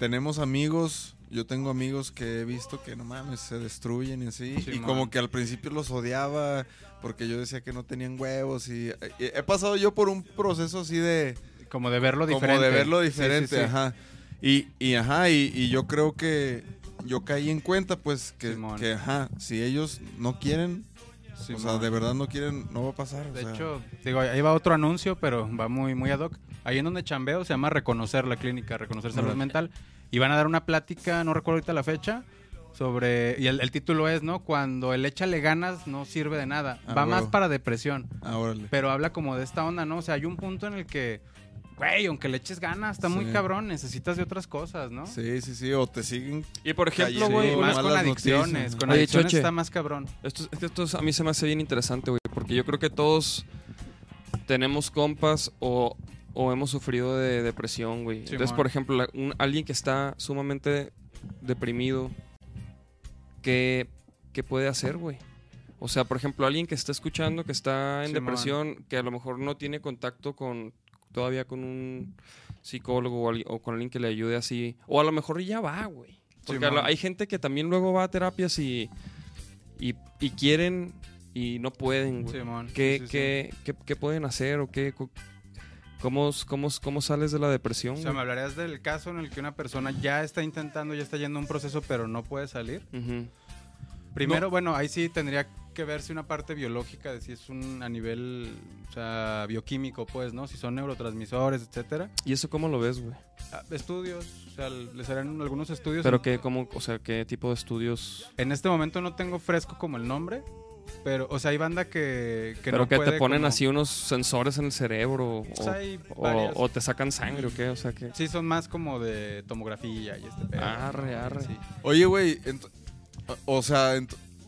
Speaker 5: tenemos amigos, yo tengo amigos que he visto que no mames, se destruyen y así, y
Speaker 4: Simón.
Speaker 5: como que al principio los odiaba porque yo decía que no tenían huevos y, y he pasado yo por un proceso así de
Speaker 4: Como de verlo diferente.
Speaker 5: como de verlo
Speaker 4: Sí, sí,
Speaker 5: diferente,
Speaker 4: sí.
Speaker 5: ajá. Y, y ajá, y, y yo creo que yo caí en cuenta, pues, que,
Speaker 4: Simón.
Speaker 5: que ajá, si ellos no quieren, o sea,
Speaker 4: Simón.
Speaker 5: de verdad no quieren, no va a pasar. o
Speaker 4: De
Speaker 5: sea.
Speaker 4: hecho, digo, ahí va otro anuncio, pero va muy, muy ad hoc. Ahí en donde chambeo se llama Reconocer la clínica, Reconocer Salud
Speaker 5: Órale.
Speaker 4: Mental. Y van a dar una plática, no recuerdo ahorita la fecha, sobre. Y el, el título es, ¿no? Cuando el échale ganas no sirve de nada.
Speaker 5: Ah,
Speaker 4: va
Speaker 5: huevo.
Speaker 4: más para depresión.
Speaker 5: Ah, órale.
Speaker 4: Pero habla como de esta onda, ¿no? O sea, hay un punto en el que, güey, aunque le eches ganas, está muy
Speaker 5: Sí.
Speaker 4: cabrón, necesitas de otras cosas, ¿no?
Speaker 5: Sí, sí, sí, o te siguen.
Speaker 2: Y por ejemplo,
Speaker 5: Calle,
Speaker 2: güey,
Speaker 5: sí,
Speaker 4: más
Speaker 5: malas
Speaker 4: con adicciones,
Speaker 5: noticias, ¿no?
Speaker 4: con
Speaker 2: Oye,
Speaker 4: adicciones
Speaker 2: Choche.
Speaker 4: está más cabrón.
Speaker 2: Esto, es- es que esto es- a mí se me hace bien interesante, güey, porque yo creo que todos tenemos compas o, o hemos sufrido de depresión, güey. Entonces,
Speaker 4: Simón.
Speaker 2: por ejemplo, la- un- alguien que está sumamente deprimido, ¿qué, qué puede hacer, güey? O sea, por ejemplo, alguien que está escuchando, que está en
Speaker 4: Simón.
Speaker 2: depresión, que a lo mejor no tiene contacto con todavía con un psicólogo o, al- o con alguien que le ayude así. O a lo mejor ya va, güey. Porque a lo-
Speaker 4: Simón.
Speaker 2: hay gente que también luego va a terapias y, y, y quieren y no pueden, güey.
Speaker 4: Simón.
Speaker 2: ¿Qué,
Speaker 4: Sí, sí, sí.
Speaker 2: qué- qué- qué pueden hacer o qué? co- ¿Cómo, cómo, cómo sales de la depresión?
Speaker 4: O sea,
Speaker 2: güey?
Speaker 4: me hablarías del caso en el que una persona ya está intentando, ya está yendo a un proceso, pero no puede salir.
Speaker 2: Ujú.
Speaker 4: Primero, bueno, ahí sí tendría que verse una parte biológica, de si es un a nivel, o sea, bioquímico, pues, ¿no? Si son neurotransmisores, etcétera.
Speaker 2: ¿Y eso cómo lo ves, güey?
Speaker 4: Ah, Estudios, o sea, les harán algunos estudios.
Speaker 2: Pero que, cómo, o sea, qué tipo de estudios.
Speaker 4: En este momento no tengo fresco como el nombre, pero, o sea, hay banda que, que
Speaker 2: pero
Speaker 4: no
Speaker 2: que te
Speaker 4: puede
Speaker 2: ponen
Speaker 4: como-
Speaker 2: así unos sensores en el cerebro o,
Speaker 4: O sea, hay
Speaker 2: o-
Speaker 4: varias.
Speaker 2: o te sacan sangre o qué, o sea que.
Speaker 4: Sí, son más como de tomografía y este pedo.
Speaker 2: Arre,
Speaker 4: ¿no?
Speaker 2: arre.
Speaker 4: Sí.
Speaker 5: Oye, güey, ent- o sea,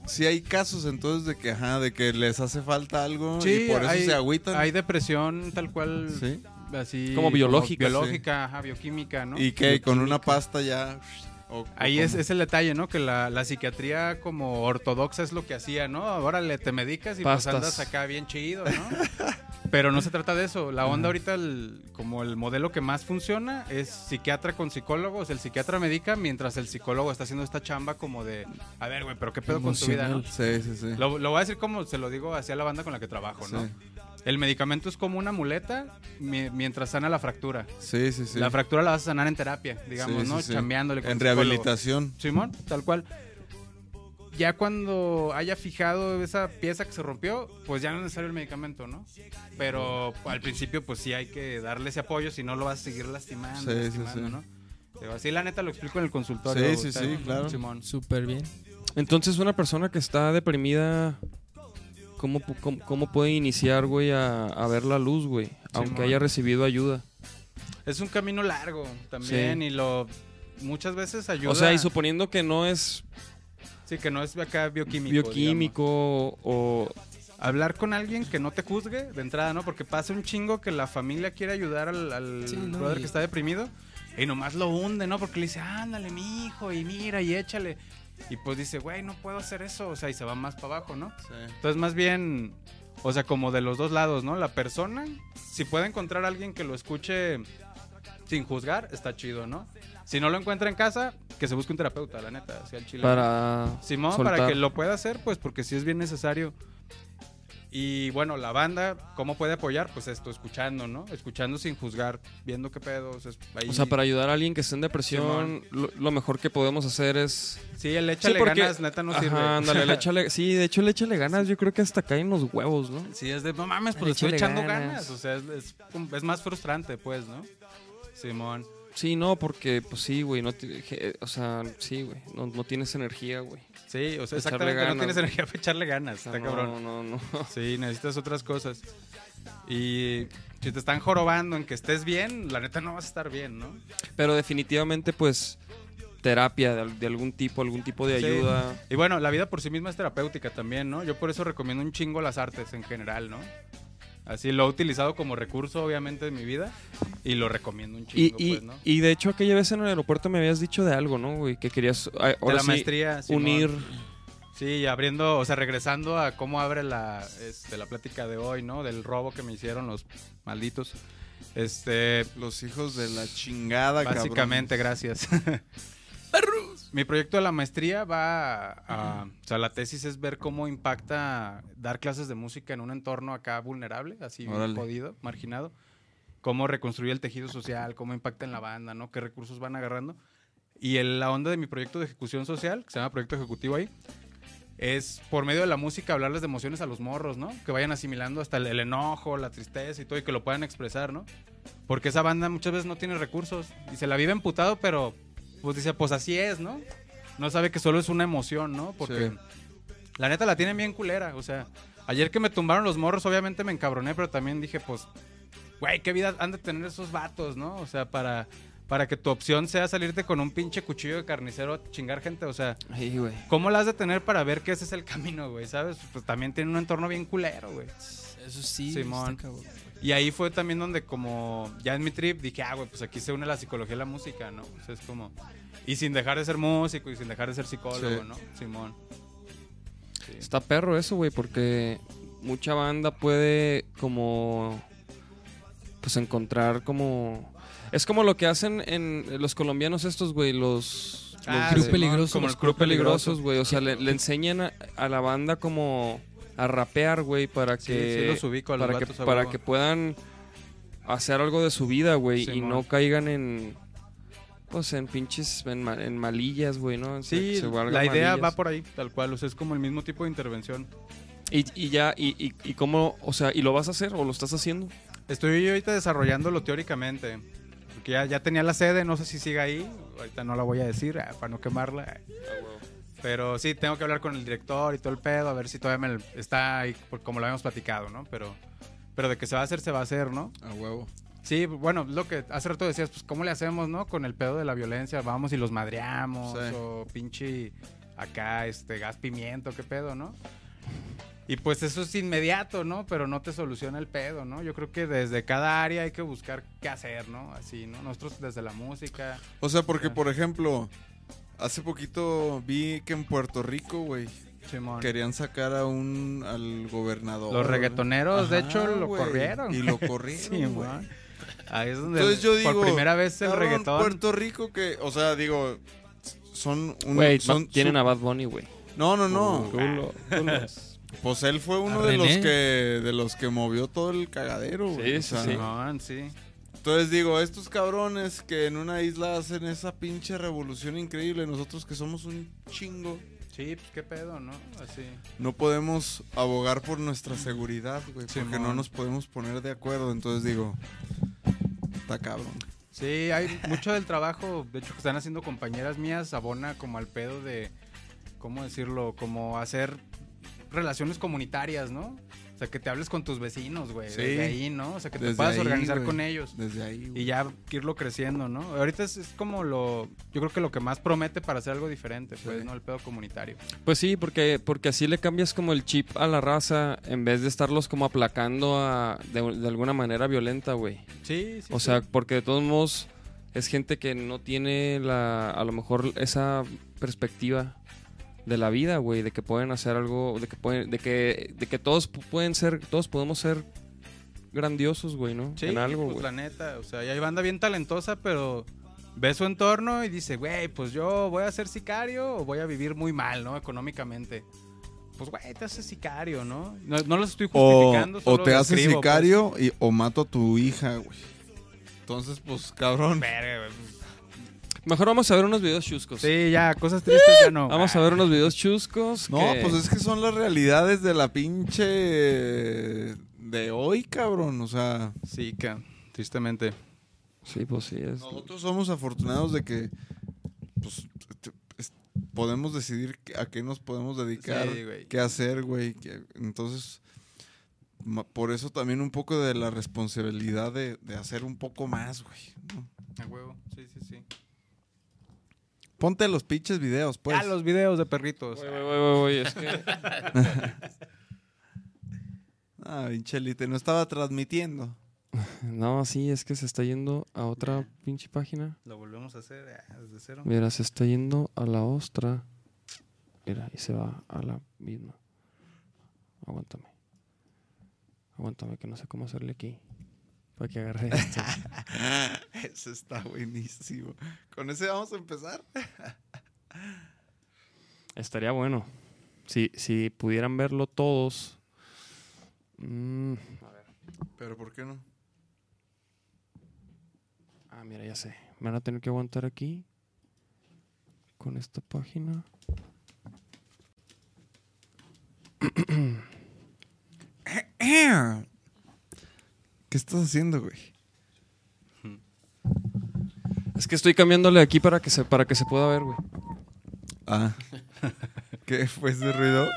Speaker 5: si hay casos entonces de que, ajá, de que les hace falta algo
Speaker 4: Sí,
Speaker 5: y por eso
Speaker 4: hay-
Speaker 5: se agüitan.
Speaker 4: Hay depresión tal cual,
Speaker 5: Sí.
Speaker 4: así...
Speaker 2: Como biológica,
Speaker 4: biológica, ajá, bioquímica, ¿no?
Speaker 5: Y que con una pasta ya. o- o
Speaker 4: Ahí es,
Speaker 5: con-
Speaker 4: es el detalle, ¿no? Que la, la psiquiatría como ortodoxa es lo que hacía, ¿no? Ahora le te medicas y
Speaker 2: Pastas.
Speaker 4: pues andas acá bien chido, ¿no? Pero no se trata de eso. La onda ahorita, el- como el modelo que más funciona, es psiquiatra con psicólogo. O sea, el psiquiatra medica mientras el psicólogo está haciendo esta chamba como de, a ver, güey, pero qué pedo con tu vida, ¿no?
Speaker 5: Sí, sí, sí.
Speaker 4: Lo, lo voy a decir como se lo digo hacia la banda con la que trabajo, ¿no?
Speaker 5: Sí,
Speaker 4: El medicamento es como una muleta mi- mientras sana la fractura.
Speaker 5: sí, sí. sí.
Speaker 4: La fractura la vas a sanar en terapia, digamos,
Speaker 5: Sí,
Speaker 4: ¿no?
Speaker 5: sí, sí.
Speaker 4: Chambeándole con
Speaker 5: En
Speaker 4: el psicólogo.
Speaker 5: rehabilitación.
Speaker 4: Simón, tal cual. Ya cuando haya fijado esa pieza que se rompió, pues ya no es necesario el medicamento, ¿no? Pero al principio, pues sí hay que darle ese apoyo, si no lo vas a seguir lastimando,
Speaker 5: Sí, sí,
Speaker 4: lastimando,
Speaker 5: sí.
Speaker 4: ¿no? Digo, así la neta lo explico en el consultorio.
Speaker 5: Sí, sí,
Speaker 4: está
Speaker 5: sí,
Speaker 4: bien,
Speaker 5: claro.
Speaker 4: Simón.
Speaker 3: Súper bien.
Speaker 2: Entonces, una persona que está deprimida, ¿cómo, pu- cómo, cómo puede iniciar, güey, a, a ver la luz, güey? Aunque
Speaker 4: mon.
Speaker 2: haya recibido ayuda.
Speaker 4: Es un camino largo también
Speaker 2: Sí.
Speaker 4: y lo muchas veces ayuda.
Speaker 2: O sea, y suponiendo que no es
Speaker 4: Sí, que no es acá bioquímico. digamos.
Speaker 2: bioquímico o...
Speaker 4: Hablar con alguien que no te juzgue de entrada, ¿no? Porque pasa un chingo que la familia quiere ayudar al, al
Speaker 3: Sí, ¿no?
Speaker 4: brother
Speaker 3: Y-
Speaker 4: que está deprimido y nomás lo hunde, ¿no? Porque le dice, ándale, mi hijo, y mira, y échale. Y pues dice, güey, no puedo hacer eso. O sea, y se va más para abajo, ¿no? Entonces, más bien, o sea, como de los dos lados, ¿no? La persona, si puede encontrar a alguien que lo escuche sin juzgar, está chido, ¿no? Si no lo encuentra en casa, que se busque un terapeuta, la neta, hacia el chile.
Speaker 2: para...
Speaker 4: Simón, para
Speaker 2: soltar.
Speaker 4: que lo pueda hacer, pues porque sí es bien necesario. Y bueno, la banda, ¿cómo puede apoyar? Pues esto, escuchando, ¿no? Escuchando sin juzgar, viendo qué pedos. O sea, ahí-
Speaker 2: O sea, para ayudar a alguien que esté en depresión, lo, lo mejor que podemos hacer es...
Speaker 4: Sí, el échale
Speaker 2: Sí, porque-
Speaker 4: ganas, neta, no
Speaker 2: Ajá,
Speaker 4: sirve.
Speaker 2: ándale,
Speaker 4: *laughs*
Speaker 2: le échale- Sí, de hecho, le échale ganas. Yo creo que hasta caen los huevos, ¿no?
Speaker 4: Sí, es de, no mames, pues le estoy
Speaker 2: Échale
Speaker 4: echando
Speaker 2: ganas.
Speaker 4: ganas. O sea, es, es- es más frustrante, pues, ¿no? Simón.
Speaker 2: Sí, no, porque, pues sí, güey, no... ti- je- O sea, sí, güey, no, no tienes energía, güey.
Speaker 4: Sí, o
Speaker 2: Echarle
Speaker 4: sea, exactamente,
Speaker 2: ganas,
Speaker 4: no tienes
Speaker 2: güey.
Speaker 4: energía para echarle ganas,
Speaker 2: O sea,
Speaker 4: está cabrón.
Speaker 2: No, no, no. *laughs*
Speaker 4: Sí, necesitas otras cosas. Y si te están jorobando en que estés bien, la neta no vas a estar bien, ¿no?
Speaker 2: Pero definitivamente, pues, terapia de, al- de algún tipo, algún tipo de
Speaker 4: Sí.
Speaker 2: ayuda.
Speaker 4: Y bueno, la vida por sí misma es terapéutica también, ¿no? Yo por eso recomiendo un chingo las artes en general, ¿no? Así lo he utilizado como recurso, obviamente, en mi vida y lo recomiendo un
Speaker 2: Y,
Speaker 4: chingo,
Speaker 2: y-
Speaker 4: pues, ¿no?
Speaker 2: y de hecho aquella vez en el aeropuerto me habías dicho de algo, ¿no, güey? Que querías ah,
Speaker 4: de
Speaker 2: ahora
Speaker 4: la
Speaker 2: sí,
Speaker 4: maestría, Simón.
Speaker 2: unir...
Speaker 4: Sí, abriendo, o sea, regresando a cómo abre la, este, la plática de hoy, ¿no? Del robo que me hicieron los malditos. Este,
Speaker 5: Los hijos de la chingada, cabrón.
Speaker 4: Básicamente, gracias. Mi proyecto de la maestría va a, O sea, la tesis es ver cómo impacta dar clases de música en un entorno acá vulnerable, así bien
Speaker 5: Órale.
Speaker 4: jodido, marginado. Cómo reconstruye el tejido social, cómo impacta en la banda, ¿no? Qué recursos van agarrando. Y el- la onda de mi proyecto de ejecución social, que se llama Proyecto Ejecutivo ahí, es por medio de la música hablarles de emociones a los morros, ¿no? Que vayan asimilando hasta el, el enojo, la tristeza y todo, y que lo puedan expresar, ¿no? Porque esa banda muchas veces no tiene recursos y se la vive emputado, pero pues dice, pues así es, ¿no? No sabe que solo es una emoción, ¿no? Porque la neta la tienen bien culera, o sea, ayer que me tumbaron los morros, obviamente me encabroné, pero también dije, pues, güey, qué vida han de tener esos vatos, ¿no? O sea, para, para que tu opción sea salirte con un pinche cuchillo de carnicero a chingar gente, o sea,
Speaker 2: Ay, güey.
Speaker 4: ¿Cómo la has de tener para ver que ese es el camino, güey? ¿Sabes? Pues también tiene un entorno bien culero, güey.
Speaker 3: Eso sí,
Speaker 4: Simón.
Speaker 3: está cabrón.
Speaker 4: Y ahí fue también donde como ya en mi trip dije, ah, güey, pues aquí se une la psicología a la música, ¿no? O sea, es como... Y sin dejar de ser músico y sin dejar de ser psicólogo,
Speaker 5: Sí.
Speaker 4: ¿no? Simón. Sí.
Speaker 2: Está perro eso, güey, porque mucha banda puede como pues encontrar como es como lo que hacen en los colombianos estos, güey, los los
Speaker 4: Ah,
Speaker 2: de-
Speaker 3: Club Peligroso.
Speaker 4: Como el
Speaker 2: los
Speaker 4: club
Speaker 2: peligrosos,
Speaker 4: peligroso.
Speaker 2: güey, o sea, le, le enseñan a, a la banda como a rapear, güey, para
Speaker 4: Sí, sí
Speaker 2: que
Speaker 4: los ubico a los
Speaker 2: para que
Speaker 4: vatos a
Speaker 2: para
Speaker 4: huevo.
Speaker 2: que puedan hacer algo de su vida, güey, y
Speaker 4: Simón.
Speaker 2: no caigan en pues en pinches en, ma- en malillas, güey, ¿no? En- que
Speaker 4: Sí,
Speaker 2: se valgan
Speaker 4: la idea
Speaker 2: malillas.
Speaker 4: va por ahí, tal cual. O sea, es como el mismo tipo de intervención.
Speaker 2: Y, y ya, y, y, y cómo, o sea, ¿y lo vas a hacer o lo estás haciendo?
Speaker 4: Estoy ahorita desarrollándolo teóricamente. Porque ya, ya tenía la sede, no sé si sigue ahí. Ahorita no la voy a decir ah, para no quemarla. Pero sí, tengo que hablar con el director y todo el pedo, a ver si todavía me l- está ahí, por- como lo habíamos platicado, ¿no? Pero, pero de que se va a hacer, se va a hacer, ¿no?
Speaker 5: A huevo.
Speaker 4: Sí, bueno, lo que hace rato decías, pues, ¿cómo le hacemos, no? Con el pedo de la violencia, vamos y los madreamos,
Speaker 5: Sí.
Speaker 4: o pinche acá, este, gas pimiento, qué pedo, ¿no? Y pues eso es inmediato, ¿no? Pero no te soluciona el pedo, ¿no? Yo creo que desde cada área hay que buscar qué hacer, ¿no? Así, ¿no? Nosotros desde la música.
Speaker 5: O sea, porque,
Speaker 4: Ah.
Speaker 5: por ejemplo, hace poquito vi que en Puerto Rico, güey,
Speaker 4: Simón.
Speaker 5: querían sacar a un al gobernador.
Speaker 4: Los reggaetoneros, de hecho,
Speaker 5: Ajá,
Speaker 4: lo
Speaker 5: güey,
Speaker 4: corrieron.
Speaker 5: Y lo
Speaker 4: *laughs*
Speaker 5: corrieron, güey.
Speaker 4: Simón. Ahí es donde
Speaker 5: Entonces yo digo,
Speaker 4: por primera vez el
Speaker 5: Cabrón,
Speaker 4: reggaetón.
Speaker 5: Puerto Rico que, o sea, digo, son un-
Speaker 2: Güey,
Speaker 5: son-
Speaker 2: va- tienen
Speaker 5: su-
Speaker 2: a Uh, Bad Bunny, güey.
Speaker 5: No, no, no.
Speaker 2: Culo-
Speaker 5: *laughs*
Speaker 2: culos.
Speaker 5: Pues él fue uno
Speaker 3: A
Speaker 5: de los
Speaker 3: René.
Speaker 5: que de los que movió todo el cagadero, güey.
Speaker 2: Sí,
Speaker 5: o
Speaker 2: sí,
Speaker 5: sea,
Speaker 2: sí.
Speaker 4: Simón, sí.
Speaker 5: Entonces digo, estos cabrones que en una isla hacen esa pinche revolución increíble, nosotros que somos un chingo,
Speaker 4: Sí, pues qué pedo, ¿no? Así.
Speaker 5: no podemos abogar por nuestra seguridad, güey, porque
Speaker 4: Simón.
Speaker 5: no nos podemos poner de acuerdo. Entonces digo, está cabrón.
Speaker 4: Sí, hay mucho del trabajo, de hecho, que están haciendo compañeras mías, abona como al pedo de, ¿cómo decirlo? Como hacer relaciones comunitarias, ¿no? O sea, que te hables con tus vecinos, güey,
Speaker 5: Sí.
Speaker 4: desde ahí, ¿no? O sea, que te
Speaker 5: Desde
Speaker 4: puedas
Speaker 5: ahí,
Speaker 4: organizar
Speaker 5: güey.
Speaker 4: con ellos.
Speaker 5: Desde ahí, güey.
Speaker 4: Y ya irlo creciendo, ¿no? Ahorita es, es como lo, yo creo que lo que más promete para hacer algo diferente, pues,
Speaker 5: Sí.
Speaker 4: ¿no? El pedo comunitario.
Speaker 2: Pues sí, porque, porque así le cambias como el chip a la raza en vez de estarlos como aplacando a- de, de alguna manera violenta, güey.
Speaker 4: Sí, sí.
Speaker 2: O
Speaker 4: sí.
Speaker 2: sea, porque de todos modos es gente que no tiene la, a lo mejor esa perspectiva de la vida, güey, de que pueden hacer algo, de que pueden, de que, de que todos pu- pueden ser, todos podemos ser grandiosos, güey, ¿no?
Speaker 4: Sí,
Speaker 2: en algo,
Speaker 4: pues
Speaker 2: güey.
Speaker 4: la neta, o sea, y hay banda bien talentosa, pero ve su entorno y dice, güey, pues yo voy a ser sicario o voy a vivir muy mal, ¿no? Económicamente. Pues, güey, te haces sicario, ¿no? No, no los estoy
Speaker 5: O,
Speaker 4: justificando.
Speaker 5: o
Speaker 4: solo
Speaker 5: te haces
Speaker 4: describo, pues.
Speaker 5: sicario y, o mato a tu hija, güey. Entonces, pues, cabrón.
Speaker 4: Verga, güey. pues.
Speaker 2: Mejor vamos a ver unos videos chuscos.
Speaker 4: Sí, ya, cosas tristes ya no.
Speaker 2: Vamos a ver unos videos chuscos.
Speaker 5: No,
Speaker 2: que-
Speaker 5: pues es que son las realidades de la pinche de hoy, cabrón. O sea,
Speaker 4: Ah, Sí, ca- tristemente.
Speaker 2: Sí, pues sí. es-
Speaker 5: nosotros somos afortunados de que pues, t- t- es- podemos decidir que- a qué nos podemos dedicar,
Speaker 4: Sí, güey.
Speaker 5: qué hacer, güey. que- Entonces, ma- por eso también un poco de la responsabilidad de, de hacer un poco más, güey. ¿no?
Speaker 4: A huevo, sí, sí, sí.
Speaker 5: Ponte los pinches videos, pues.
Speaker 4: Ya los videos de perritos. Ah,
Speaker 2: Voy, voy, voy, voy, voy, es que- *laughs*
Speaker 5: Ah, pinche Lite, no estaba transmitiendo.
Speaker 2: No, sí, es que se está yendo a otra pinche página.
Speaker 4: Lo volvemos a hacer eh, desde cero.
Speaker 2: Mira, se está yendo a la ostra. Mira, y se va a la misma. Aguántame. Aguántame, que no sé cómo hacerle aquí. Para que agarre
Speaker 5: *laughs*
Speaker 2: esto.
Speaker 5: Eso está buenísimo. Con ese vamos a empezar.
Speaker 2: Estaría bueno. Si, si pudieran verlo todos. Mm,
Speaker 5: Pero ¿por qué no?
Speaker 2: Ah, mira, ya sé. Me van a tener que aguantar aquí. Con esta página.
Speaker 5: ¿Qué estás haciendo, güey?
Speaker 2: Es que estoy cambiándole aquí para que se, para que se pueda ver, güey.
Speaker 5: *laughs* Ah. ¿Qué fue ese ruido?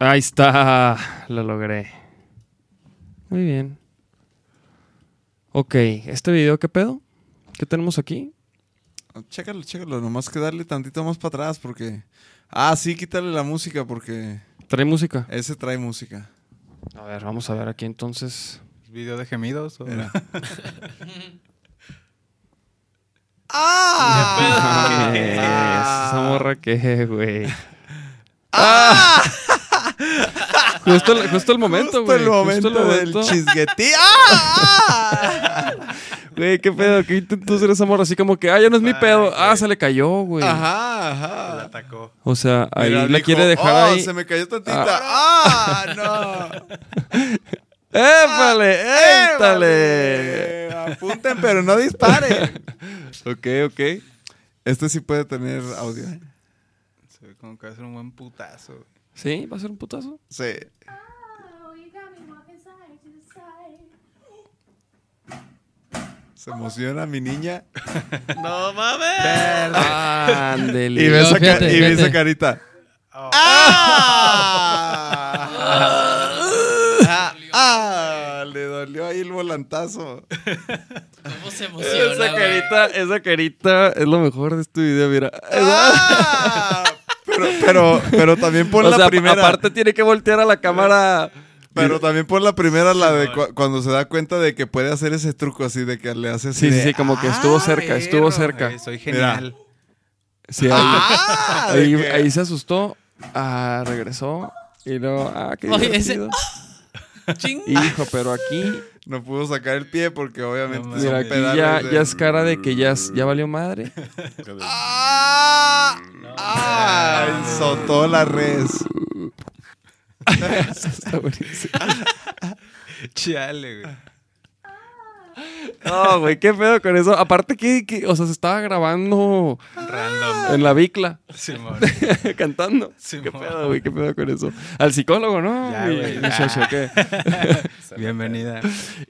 Speaker 2: Ahí está, lo logré. Muy bien. Ok, ¿este video qué pedo? ¿Qué tenemos aquí?
Speaker 5: Chécalo, chécalo. Nomás que darle tantito más para atrás porque... Ah, sí, quítale la música porque
Speaker 2: Trae música.
Speaker 5: ese trae música.
Speaker 2: A ver, vamos a ver aquí entonces.
Speaker 4: ¿Video de gemidos? o-
Speaker 5: Era. Ah.
Speaker 2: ¿Qué es? Esa morra que, güey. Justo, el- justo el momento,
Speaker 5: Ah. Justo
Speaker 2: güey.
Speaker 5: el momento del *laughs* chisguetí. ¡Ah!
Speaker 2: Güey, qué pedo, que intentó hacer esa morra así como que, ah, ya no es mi pedo. Ah, se le cayó, güey.
Speaker 5: Ajá, ajá.
Speaker 4: Atacó.
Speaker 2: O sea, ahí
Speaker 5: Mira,
Speaker 2: la
Speaker 5: dijo,
Speaker 2: quiere dejar
Speaker 5: "Oh,
Speaker 2: ahí.
Speaker 5: Se me cayó tantita. ¡Ah! *laughs* ¡No!
Speaker 2: ¡Épale! Ah, ¡Éntale!
Speaker 5: ¡Éntale! Apunten, pero no disparen. *laughs* ok, ok. Este sí puede tener audio.
Speaker 4: Se ve como que va a ser un buen putazo.
Speaker 2: ¿Sí? ¿Va a ser un putazo?
Speaker 5: Sí.
Speaker 8: Oh, you got me walking side to side.
Speaker 5: Se emociona mi niña.
Speaker 6: ¡No mames!
Speaker 2: Ándele.
Speaker 5: Y ve,
Speaker 3: No,
Speaker 5: esa, ca-
Speaker 3: fíjate,
Speaker 5: y ve
Speaker 3: fíjate.
Speaker 5: esa carita. ¡Ah! Ah, ah, le dolió ahí el volantazo.
Speaker 9: ¿Cómo se
Speaker 2: Esa
Speaker 9: emociona, güey?
Speaker 2: carita, esa carita es lo mejor de este video, mira.
Speaker 5: Ah, pero, pero, pero también por
Speaker 2: o
Speaker 5: la
Speaker 2: sea,
Speaker 5: primera.
Speaker 2: aparte tiene que voltear a la cámara.
Speaker 5: pero también por la primera, la de cu- cuando se da cuenta de que puede hacer ese truco así de que le hace así.
Speaker 2: Sí, sí,
Speaker 5: de,
Speaker 2: sí, como que estuvo cerca, estuvo cerca.
Speaker 4: Ay, Ah, soy genial.
Speaker 2: Sí, ahí,
Speaker 5: ¡Ah!
Speaker 2: ahí-
Speaker 5: de que-
Speaker 2: ahí se asustó. Ah, regresó. Y luego, ah, qué
Speaker 9: Oye, ese- *laughs* ¡Ah!
Speaker 2: divertido.
Speaker 9: Ching.
Speaker 2: Hijo, pero aquí,
Speaker 5: No pudo sacar el pie porque obviamente.
Speaker 4: No
Speaker 5: son
Speaker 2: mira, aquí
Speaker 5: pedales
Speaker 2: ya,
Speaker 5: de-
Speaker 2: ya es cara de que ya, ya valió
Speaker 4: *laughs*
Speaker 2: madre. *laughs*
Speaker 6: pues,
Speaker 5: ¡Ah! ¡Ah! Soltó la res.
Speaker 2: Está buenísimo.
Speaker 4: Chale, güey.
Speaker 2: No, güey, qué pedo con eso. Aparte que, que- o sea, se estaba grabando
Speaker 4: Random.
Speaker 2: en la bicla, *laughs*
Speaker 4: Simón.
Speaker 2: cantando.
Speaker 4: Simón.
Speaker 2: ¿Qué pedo, güey? ¿Qué pedo con eso? Al psicólogo, ¿no?
Speaker 4: Ya,
Speaker 2: Mi- *laughs*
Speaker 4: güey.
Speaker 2: muchacho, ¿qué?
Speaker 4: Bienvenida.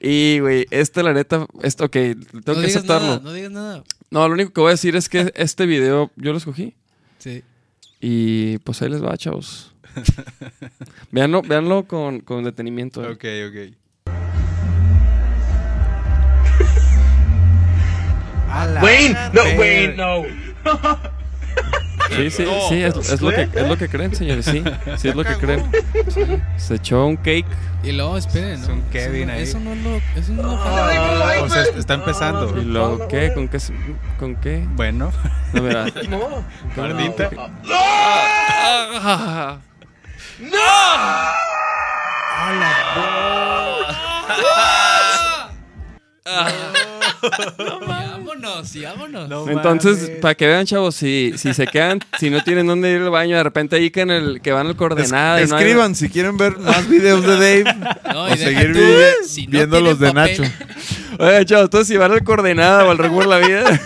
Speaker 2: Y, güey, este, la neta, esto, ok, tengo
Speaker 3: no
Speaker 2: que
Speaker 3: digas
Speaker 2: aceptarlo.
Speaker 3: nada, no digas nada.
Speaker 2: No, lo único que voy a decir es que este video yo lo escogí.
Speaker 3: Sí.
Speaker 2: Y pues ahí les va,
Speaker 4: *laughs*
Speaker 2: chavos. Veanlo, veanlo con, con detenimiento. eh.
Speaker 4: Ok, ok.
Speaker 10: Wayne, no, Wayne, no.
Speaker 2: Sí, sí, sí, es, es lo que, es lo que creen, señores. Sí, sí, es lo que creen. Se echó un cake.
Speaker 3: Y luego, esperen,
Speaker 4: Es
Speaker 3: ¿no?
Speaker 4: un Kevin
Speaker 3: eso, no- Eso no
Speaker 4: ahí.
Speaker 3: es lo. Eso no es lo-
Speaker 4: O sea, está empezando.
Speaker 2: ¿Y luego qué? ¿Con qué? se- ¿Con qué?
Speaker 4: Bueno. *laughs*
Speaker 2: No, mira.
Speaker 6: Mardita.
Speaker 2: No. Ah.
Speaker 3: Y vámonos, y vámonos.
Speaker 2: Entonces, para que vean, chavos, si, si se quedan, si no tienen dónde ir al baño, de repente ahí que, en el, que van al coordenada. y no hay-
Speaker 5: Escriban si quieren ver más videos de
Speaker 2: *laughs*
Speaker 5: Dave.
Speaker 3: No,
Speaker 5: o
Speaker 3: y deja
Speaker 5: Pues seguir
Speaker 3: tú,
Speaker 5: vi-
Speaker 3: si no
Speaker 5: viendo los de
Speaker 3: tienen papel,
Speaker 5: Nacho.
Speaker 2: Oye, chavos, entonces si van al coordenada o al recurso de la vida.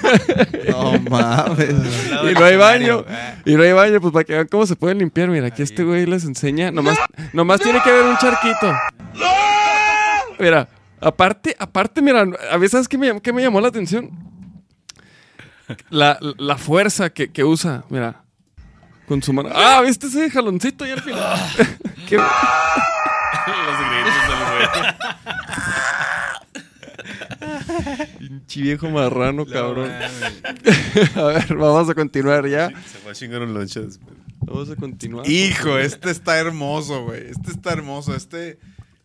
Speaker 5: No
Speaker 2: *laughs*
Speaker 5: mames.
Speaker 2: y no hay baño. Y no hay baño, pues para que vean cómo se pueden limpiar. Mira, aquí este güey les enseña. Nomás, nomás tiene que haber un charquito. Mira, aparte, aparte, mira, a veces ¿sabes qué me, llam- qué me llamó la atención? La, la fuerza que, que usa, mira. Con su mano. Ah, ¿viste ese jaloncito ahí al final?
Speaker 5: Ah.
Speaker 2: Qué-
Speaker 6: Los gritos del güey.
Speaker 2: Pinche viejo marrano,
Speaker 6: No
Speaker 2: cabrón.
Speaker 6: mames.
Speaker 2: *laughs* a ver, vamos a continuar ya.
Speaker 6: Se va a chingar un lonche después.
Speaker 2: Vamos a continuar.
Speaker 5: Hijo, este está hermoso, güey. Este está hermoso. Este,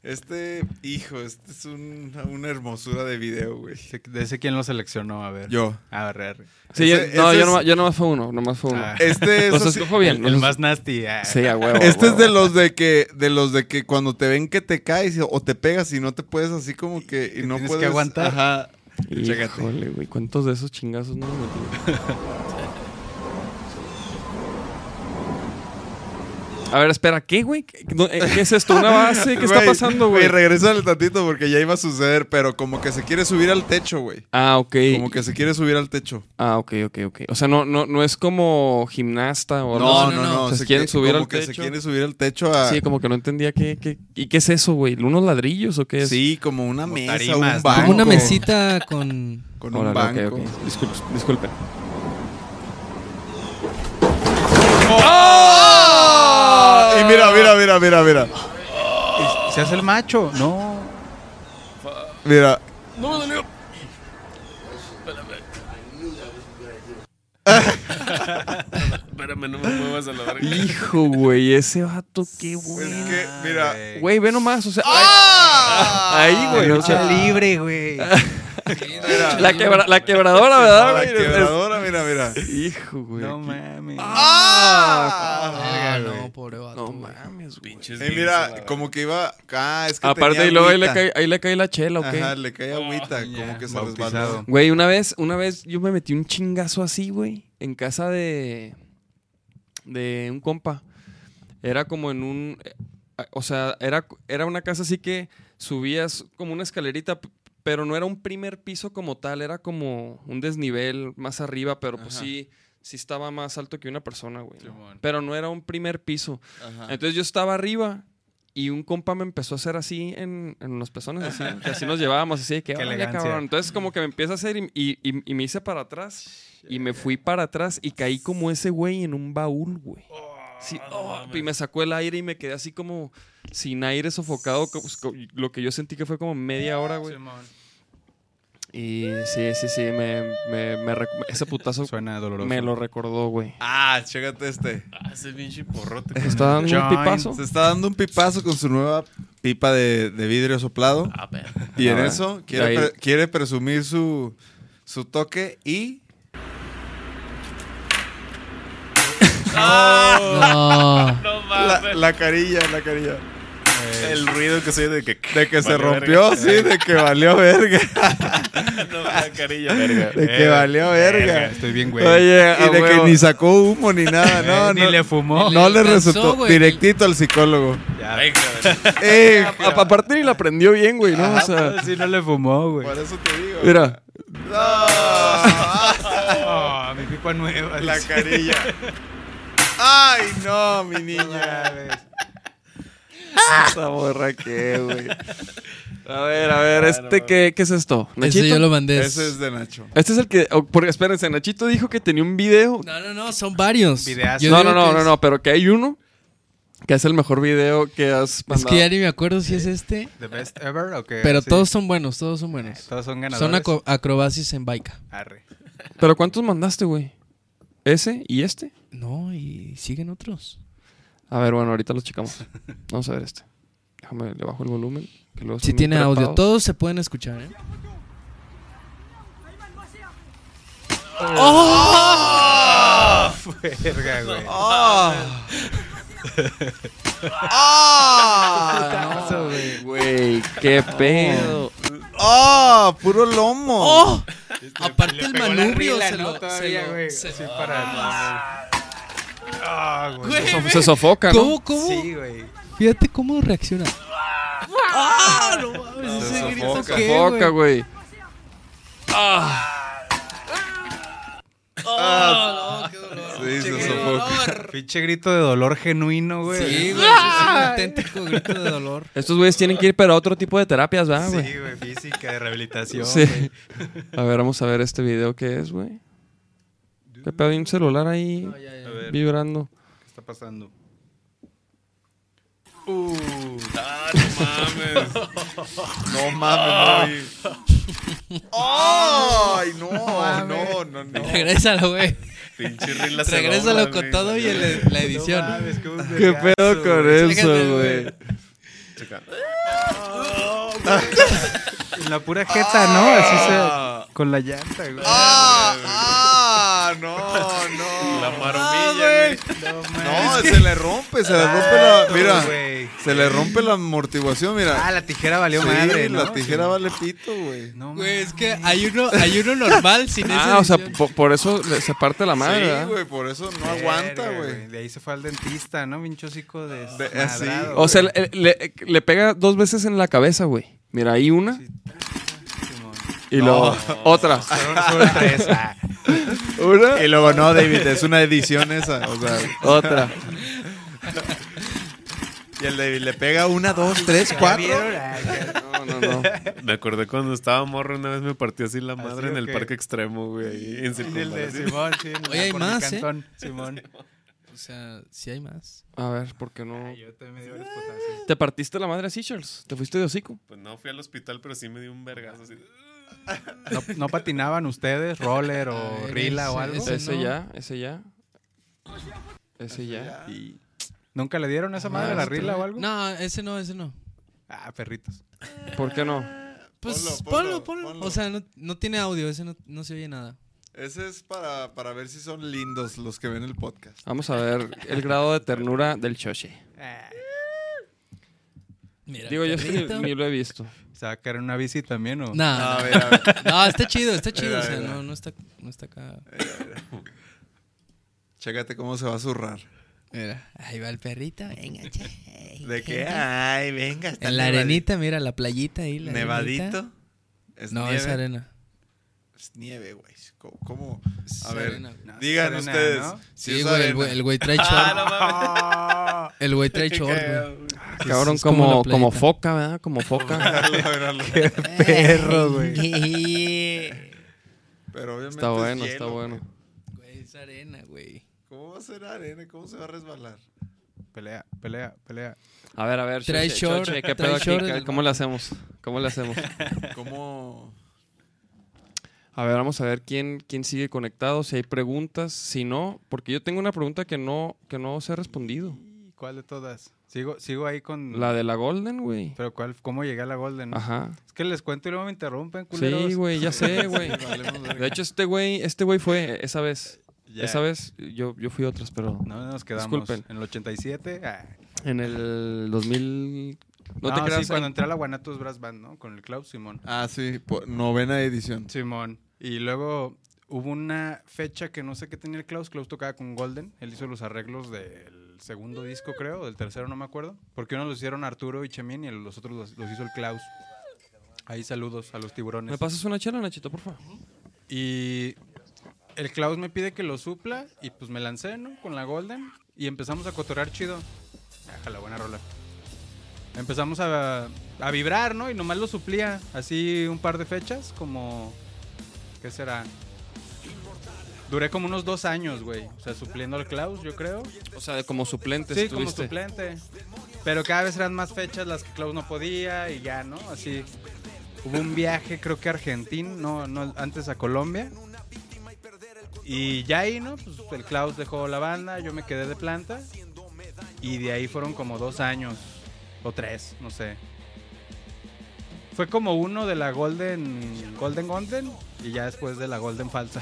Speaker 5: este, hijo, este es un- una hermosura de video, güey.
Speaker 4: Ese- De ese quién lo seleccionó, a ver.
Speaker 5: Yo.
Speaker 4: A ver, arre.
Speaker 2: Sí, yo-
Speaker 5: Ese-
Speaker 2: no,
Speaker 5: ese
Speaker 2: yo,
Speaker 5: es-
Speaker 2: nomás, yo nomás fue uno, nomás fue uno.
Speaker 4: Ah.
Speaker 2: *laughs*
Speaker 5: Este es
Speaker 2: los
Speaker 5: así-
Speaker 2: escojo bien.
Speaker 4: El,
Speaker 2: los
Speaker 4: el
Speaker 2: es-
Speaker 4: más nasty. ah.
Speaker 2: Sí, a huevo. a
Speaker 5: *laughs* Este es
Speaker 2: huevo.
Speaker 5: de los de que, de los de que cuando te ven que te caes o te pegas y no te puedes así como que y
Speaker 4: Te
Speaker 5: no
Speaker 4: tienes que
Speaker 5: puedes *laughs*
Speaker 4: aguantar.
Speaker 5: Ajá. Chécate.
Speaker 2: Híjole, güey, ¿cuántos de esos chingazos no me metí? A ver, espera, ¿qué, güey? ¿Qué, no, eh, qué es esto? ¿Una base? ¿Qué está
Speaker 5: Güey,
Speaker 2: pasando, güey?
Speaker 5: Regrésale tantito porque ya iba a suceder, pero como que se quiere subir al techo, güey.
Speaker 2: Ah, ok.
Speaker 5: Como que se quiere subir al techo.
Speaker 2: Ah, ok, ok, ok. O sea, no, no, no es como gimnasta o
Speaker 3: No,
Speaker 2: algo.
Speaker 3: no, no.
Speaker 2: Se quieren
Speaker 5: que-
Speaker 2: subir
Speaker 5: como
Speaker 2: al
Speaker 5: que se
Speaker 2: techo.
Speaker 5: quiere subir al techo a
Speaker 2: Sí,
Speaker 5: Sí,
Speaker 2: como que no entendía qué, qué- ¿Y qué es eso, güey? ¿Unos ladrillos o qué es?
Speaker 5: como una
Speaker 4: Como
Speaker 5: mesa,
Speaker 4: tarimas,
Speaker 5: un
Speaker 4: ¿no?
Speaker 5: banco.
Speaker 3: Como una mesita con.
Speaker 5: *laughs* Con un
Speaker 2: Órale,
Speaker 5: banco.
Speaker 2: ok, ok. Disculp- disculpen.
Speaker 5: Ah, Y mira, mira, mira, mira, mira.
Speaker 4: Se hace el macho. No.
Speaker 5: Mira.
Speaker 6: Espérame, no me muevas a la verga.
Speaker 2: Hijo, güey, ese vato, qué
Speaker 5: Es
Speaker 2: bueno.
Speaker 5: que, mira.
Speaker 2: Güey, ve nomás, o sea.
Speaker 6: ¡Ah!
Speaker 2: Ahí,
Speaker 5: ¡Ah!
Speaker 2: güey. o sea,
Speaker 4: libre, güey.
Speaker 2: la, quebra- la quebradora, ¿verdad,
Speaker 5: La
Speaker 2: güey? Es-
Speaker 5: quebradora, mira, mira.
Speaker 2: Hijo, güey.
Speaker 4: No
Speaker 2: aquí-
Speaker 4: mames.
Speaker 3: Ah,
Speaker 5: Verga,
Speaker 3: no,
Speaker 5: güey.
Speaker 3: pobre vato.
Speaker 2: no
Speaker 3: güey.
Speaker 2: mames, güey.
Speaker 6: Pinches
Speaker 5: Y
Speaker 6: gays a la
Speaker 5: Eh, mira,
Speaker 6: verga.
Speaker 5: como que iba. Ah, es que.
Speaker 2: Aparte,
Speaker 5: tenía
Speaker 2: y luego ahí le,
Speaker 5: agüita.
Speaker 2: cae, ahí le cae la chela, ¿ok?
Speaker 5: Ajá, le cae agüita, como que se
Speaker 4: Bautizado.
Speaker 5: resbaló.
Speaker 2: Güey, una vez, una vez yo me metí un chingazo así, güey, en casa de de un compa. Era como en un eh, ah, o sea, era era una casa así que subías como una escalerita, p- pero no era un primer piso como tal, era como un desnivel más arriba, pero pues
Speaker 5: Ajá.
Speaker 2: sí sí estaba más alto que una persona, güey. ¿no?
Speaker 4: Simón.
Speaker 2: Pero no era un primer piso.
Speaker 5: Ajá.
Speaker 2: Entonces yo estaba arriba y un compa me empezó a hacer así en, en los pezones,
Speaker 4: *laughs*
Speaker 2: así, ¿no? que así nos llevábamos, así de que,
Speaker 4: Qué
Speaker 2: "Órale,
Speaker 4: elegancia".
Speaker 2: cabrón. Entonces como que me empieza a hacer y, y- y- y me hice para atrás y me fui para atrás y caí como ese güey en un baúl, güey. Sí, oh, y me sacó el aire y me quedé así como sin aire, sofocado. co- pues, co- lo que yo sentí que fue como media hora, güey. Y sí, sí, sí, me, me- me rec- ese putazo
Speaker 4: Suena doloroso.
Speaker 2: me lo recordó, güey.
Speaker 5: Ah, chécate este.
Speaker 6: Ah, ese pinche porrote.
Speaker 2: Está dando un
Speaker 4: Joint. *laughs*
Speaker 2: tipazo.
Speaker 5: Se está dando un pipazo con su nueva pipa de, de vidrio soplado.
Speaker 6: Ah, pero.
Speaker 5: Y en
Speaker 2: Ah,
Speaker 5: eso
Speaker 2: ahí.
Speaker 5: quiere, pre- quiere presumir su, su toque y.
Speaker 2: *laughs*
Speaker 3: No.
Speaker 5: La, la carilla, la carilla.
Speaker 6: El ruido que soy de que.
Speaker 5: De que se
Speaker 6: Valió
Speaker 5: rompió,
Speaker 6: verga.
Speaker 5: sí, de que valió verga.
Speaker 6: *laughs* no, la carilla, verga.
Speaker 5: De que
Speaker 6: Eh,
Speaker 5: valió verga.
Speaker 4: Estoy bien, güey.
Speaker 5: Oye, y
Speaker 2: a
Speaker 5: de que
Speaker 2: huevo.
Speaker 5: ni sacó humo ni
Speaker 4: *laughs*
Speaker 5: nada,
Speaker 4: Eh,
Speaker 5: no,
Speaker 4: ni
Speaker 5: no.
Speaker 4: le fumó.
Speaker 5: No
Speaker 3: Le
Speaker 5: le
Speaker 3: alcanzó,
Speaker 5: resultó
Speaker 3: güey.
Speaker 5: directito al psicólogo.
Speaker 4: Ya.
Speaker 6: Ay, cabrón.
Speaker 5: Eh,
Speaker 2: A- Aparte ni la aprendió bien, güey, ¿no? O sea,
Speaker 4: *laughs* Sí, no le fumó, güey.
Speaker 5: por eso te
Speaker 6: *laughs*
Speaker 5: digo.
Speaker 2: mira,
Speaker 4: Oh, mi pipa nueva.
Speaker 5: La carilla.
Speaker 6: *laughs*
Speaker 5: Ay, no, mi niña. Esa borra qué,
Speaker 2: *laughs*
Speaker 5: güey.
Speaker 2: A ver, a ver, este, ¿qué, qué es esto?
Speaker 3: Ese yo
Speaker 2: ¿Nachito?
Speaker 3: lo mandé.
Speaker 5: *laughs* Ese es de Nacho.
Speaker 2: Este es el que, oh, porque espérense, Nachito dijo que tenía un video.
Speaker 3: No, no, no, son varios.
Speaker 4: Videazo.
Speaker 3: Yo
Speaker 2: No,
Speaker 3: digo
Speaker 2: no, no,
Speaker 3: que
Speaker 2: no,
Speaker 3: es-
Speaker 2: no, pero que hay uno que es el mejor video que has
Speaker 3: Es
Speaker 2: mandado.
Speaker 3: que ya ni me acuerdo si es este.
Speaker 4: ¿The best ever o qué?
Speaker 3: Pero
Speaker 4: Sí. Eh,
Speaker 3: todos son buenos, todos son buenos.
Speaker 4: Todos son ganadores.
Speaker 3: Son aco- acrobacias en baica.
Speaker 4: Arre. *laughs*
Speaker 2: Pero ¿cuántos mandaste, güey? ¿Ese y este?
Speaker 3: No, y siguen otros.
Speaker 2: A ver, bueno, ahorita los checamos.
Speaker 5: *laughs*
Speaker 2: Vamos a ver este. Déjame, le bajo el volumen. Que luego
Speaker 3: Si
Speaker 2: son bien
Speaker 3: tiene audio,
Speaker 2: trepados.
Speaker 3: todos se pueden escuchar, ¿eh?
Speaker 4: Verga, güey.
Speaker 2: Ah, no, güey, güey, qué pedo.
Speaker 5: ¡Ah! ¡Puro lomo!
Speaker 3: Aparte el
Speaker 4: Pegó la
Speaker 3: manubrio
Speaker 4: rila,
Speaker 3: se
Speaker 4: ¿no?
Speaker 3: lo...
Speaker 4: Todavía, güey. Así para. Ah, güey.
Speaker 3: Güey,
Speaker 2: Pues Se sofoca, ¿no?
Speaker 3: ¿Cómo, cómo?
Speaker 4: Sí, güey.
Speaker 3: Fíjate cómo reacciona. ¡Ah! No mames,
Speaker 5: Se
Speaker 3: ese grito
Speaker 5: sofoca.
Speaker 3: qué,
Speaker 2: Sofoca,
Speaker 3: güey.
Speaker 2: güey.
Speaker 3: Ah, no, qué dolor.
Speaker 5: Sí, se
Speaker 3: Qué
Speaker 5: sofoca.
Speaker 3: dolor.
Speaker 4: Pinche grito de dolor genuino, güey.
Speaker 3: Sí, güey, es un auténtico grito de dolor.
Speaker 2: Estos güeyes tienen que ir para otro tipo de terapias, ¿verdad, ah, güey?
Speaker 4: Sí, güey, física, de rehabilitación.
Speaker 2: Sí.
Speaker 4: güey.
Speaker 2: A ver, vamos a ver este video que es, güey. Que pedo, hay un celular ahí
Speaker 4: A ver, ¿qué
Speaker 2: vibrando.
Speaker 4: está pasando?
Speaker 6: Ah,
Speaker 5: No
Speaker 6: no mames.
Speaker 5: mames, güey. ¡Ay, no! No, no, no.
Speaker 3: Regrésalo, güey.
Speaker 6: Pinche rila se
Speaker 3: Regrésalo
Speaker 6: dobla,
Speaker 3: con
Speaker 6: güey.
Speaker 3: todo y el- la edición.
Speaker 2: ¿Qué pedo con eso, güey?
Speaker 6: Checa.
Speaker 4: En la pura jeta, ¿no? Así se. Con la llanta, güey.
Speaker 5: ¡Ah! ¡Ah! No, no.
Speaker 6: La maromilla, güey.
Speaker 5: No, se le rompe, pues se le rompe la. Mira,
Speaker 4: Ah, güey.
Speaker 5: se le rompe la amortiguación, mira.
Speaker 4: Ah, la tijera valió
Speaker 5: Sí,
Speaker 4: madre. ¿no?
Speaker 5: La tijera vale pito, güey.
Speaker 4: No,
Speaker 3: Güey, es que hay uno, hay uno normal sin esa
Speaker 2: Ah, o sea,
Speaker 3: edición.
Speaker 2: po- por eso le- se parte la madre,
Speaker 5: Sí,
Speaker 2: ¿verdad?
Speaker 5: güey, por eso no
Speaker 4: mames.
Speaker 5: aguanta,
Speaker 4: Verga,
Speaker 5: güey.
Speaker 4: De ahí se fue al dentista, ¿no? Pincho hocico de.
Speaker 5: De- ah, así,
Speaker 4: desmadrado,
Speaker 2: O sea,
Speaker 4: güey.
Speaker 2: le, le- le pega dos veces en la cabeza, güey. Mira, ahí una
Speaker 4: Simón.
Speaker 2: y luego otra.
Speaker 4: Fueron- fueron tres, ah.
Speaker 2: Una,
Speaker 5: Y luego, no, David, es una edición esa. O sea,
Speaker 2: *laughs* otra.
Speaker 5: y el David le pega una, dos, tres,
Speaker 4: ¿Vieron?
Speaker 5: cuatro.
Speaker 4: Ah, qué-
Speaker 2: No, no, no.
Speaker 6: Me acordé cuando estaba morro, una vez me partió así la madre en el
Speaker 4: ok.
Speaker 6: parque extremo, güey. ahí En
Speaker 4: Y el de
Speaker 6: circunvalación.
Speaker 4: Simón, sí, en
Speaker 3: Oye, hay
Speaker 4: la
Speaker 3: más, ¿eh?
Speaker 4: Cantón, Simón.
Speaker 3: O sea, sí hay más.
Speaker 2: A ver, ¿por qué no?
Speaker 4: Yo también me dio varios potazos.
Speaker 2: ¿Te partiste la madre a Charles? ¿Te fuiste de hocico?
Speaker 6: Pues no fui al hospital, pero sí me dio un vergazo así.
Speaker 4: ¿No, no patinaban ustedes, roller o
Speaker 3: Ay,
Speaker 4: rila o
Speaker 3: ese-
Speaker 4: algo?
Speaker 3: ese-
Speaker 2: Ese
Speaker 3: no.
Speaker 2: ya, ese ya. Ese ya. Y...
Speaker 4: ¿Nunca le dieron a esa madre,
Speaker 2: Ah,
Speaker 4: la
Speaker 2: este-
Speaker 4: rila o algo?
Speaker 3: No, ese no, ese no.
Speaker 4: Ah, perritos.
Speaker 2: ¿Por qué no?
Speaker 3: Pues
Speaker 5: Ponlo,
Speaker 3: ponlo,
Speaker 5: ponlo,
Speaker 3: ponlo.
Speaker 5: ponlo.
Speaker 3: O sea, no, no tiene audio, ese no, no se oye nada.
Speaker 5: Ese es para, para ver si son lindos los que ven el podcast.
Speaker 2: Vamos a ver el grado de ternura del Choche.
Speaker 4: Ah,
Speaker 3: Mira,
Speaker 2: Digo, yo sí ni-
Speaker 3: perrito.
Speaker 2: ni lo he visto.
Speaker 4: ¿Se va a caer en una bici también o...?
Speaker 3: No,
Speaker 5: A
Speaker 3: Ah, no.
Speaker 5: ver,
Speaker 3: *laughs*
Speaker 5: a ver.
Speaker 3: No, está chido, está chido.
Speaker 5: Mira,
Speaker 3: O sea,
Speaker 5: mira.
Speaker 3: no, no está, no está acá.
Speaker 5: Chécate cómo se va a zurrar.
Speaker 3: Mira, ahí va el perrito. Venga, che.
Speaker 5: ¿De qué? Ay, venga. está
Speaker 3: En la
Speaker 5: nevadi-
Speaker 3: arenita, mira, la playita ahí. La arenita.
Speaker 5: Nevadito. Es
Speaker 3: No,
Speaker 5: nieve.
Speaker 3: es arena.
Speaker 5: Es nieve, güey. ¿Cómo? cómo?
Speaker 3: Es
Speaker 5: A ver,
Speaker 3: arena, güey.
Speaker 4: No,
Speaker 5: digan
Speaker 4: es arena,
Speaker 5: ustedes.
Speaker 4: ¿no?
Speaker 5: si
Speaker 3: Sí,
Speaker 5: es
Speaker 3: güey, el
Speaker 5: arena.
Speaker 3: güey-
Speaker 5: *laughs*
Speaker 3: el güey trae short.
Speaker 4: Ah,
Speaker 3: El güey trae short, güey.
Speaker 2: Cabrón,
Speaker 3: es como
Speaker 2: como,
Speaker 3: la playita.
Speaker 2: como foca, ¿verdad? Como foca.
Speaker 3: *laughs*
Speaker 4: perro, güey.
Speaker 5: Pero obviamente
Speaker 2: está
Speaker 5: es
Speaker 2: bueno,
Speaker 5: hielo,
Speaker 2: está
Speaker 5: güey.
Speaker 2: bueno.
Speaker 3: Güey, es arena, güey.
Speaker 5: ¿Cómo va a ser arena? ¿Cómo se va a resbalar?
Speaker 4: Pelea, pelea, pelea.
Speaker 2: A ver, a ver.
Speaker 3: Trae
Speaker 2: Choche,
Speaker 3: short,
Speaker 2: Choche, ¿qué
Speaker 3: trae
Speaker 2: pedo aquí?
Speaker 3: short en el
Speaker 2: ¿Cómo le hacemos? ¿Cómo le
Speaker 3: *laughs*
Speaker 2: hacemos?
Speaker 5: ¿Cómo?
Speaker 2: A ver, vamos a ver quién, quién sigue conectado, si hay preguntas, si no, porque yo tengo una pregunta que no, que no se ha respondido.
Speaker 4: ¿Y ¿Cuál de todas? Sigo, sigo ahí
Speaker 3: Mm.
Speaker 4: con...
Speaker 2: La de la Golden, güey.
Speaker 4: Pero cuál, ¿cómo llegué a la Golden? no?
Speaker 2: Ajá.
Speaker 4: Es que les cuento y luego me interrumpen, culeros.
Speaker 2: Sí, güey, ya
Speaker 4: *laughs*
Speaker 2: sé, güey.
Speaker 5: valemos verga.
Speaker 2: De hecho, este güey, este güey fue esa vez.
Speaker 4: Ya.
Speaker 2: Esa vez yo, yo fui a otras, pero
Speaker 4: No nos quedamos.
Speaker 2: Disculpen.
Speaker 4: En el 87. ah.
Speaker 2: en el 2000... No, te
Speaker 4: sí,
Speaker 2: creas. ¿eh?
Speaker 4: cuando
Speaker 2: en-
Speaker 4: entré a la Guanatos Brass Band, ¿no? Con el Klaus Simón.
Speaker 5: Ah, sí, por- novena edición.
Speaker 4: Simón. Y luego hubo una fecha que no sé qué tenía el Klaus. Klaus tocaba con Golden. Él hizo los arreglos del segundo disco, creo, o del tercero, no me acuerdo. Porque unos los hicieron Arturo y Chemín y los otros los, los hizo el Klaus. Ahí saludos a los
Speaker 2: ¿Me
Speaker 4: tiburones.
Speaker 2: pasas una chela, Nachito, por favor?
Speaker 4: Y el Klaus me pide que lo supla y pues me lancé, ¿no? Con la Golden y empezamos a cotorrear chido. la buena rola. Empezamos a, a vibrar, ¿no? Y nomás lo suplía así un par de fechas, como... ¿Qué será? Duré como unos dos años, güey. O sea, supliendo al Klaus, yo creo.
Speaker 2: O sea, de como suplente
Speaker 4: Sí, como
Speaker 2: estuviste.
Speaker 4: suplente. Pero cada vez eran más fechas las que Klaus no podía y ya, ¿no? Así. Hubo un viaje, creo que a Argentina, no, no, antes a Colombia. Y ya ahí, ¿no? Pues el Klaus dejó la banda, yo me quedé de planta. Y de ahí fueron como dos años o tres, no sé. Fue como uno de la Golden Golden Golden y ya después de la Golden falsa.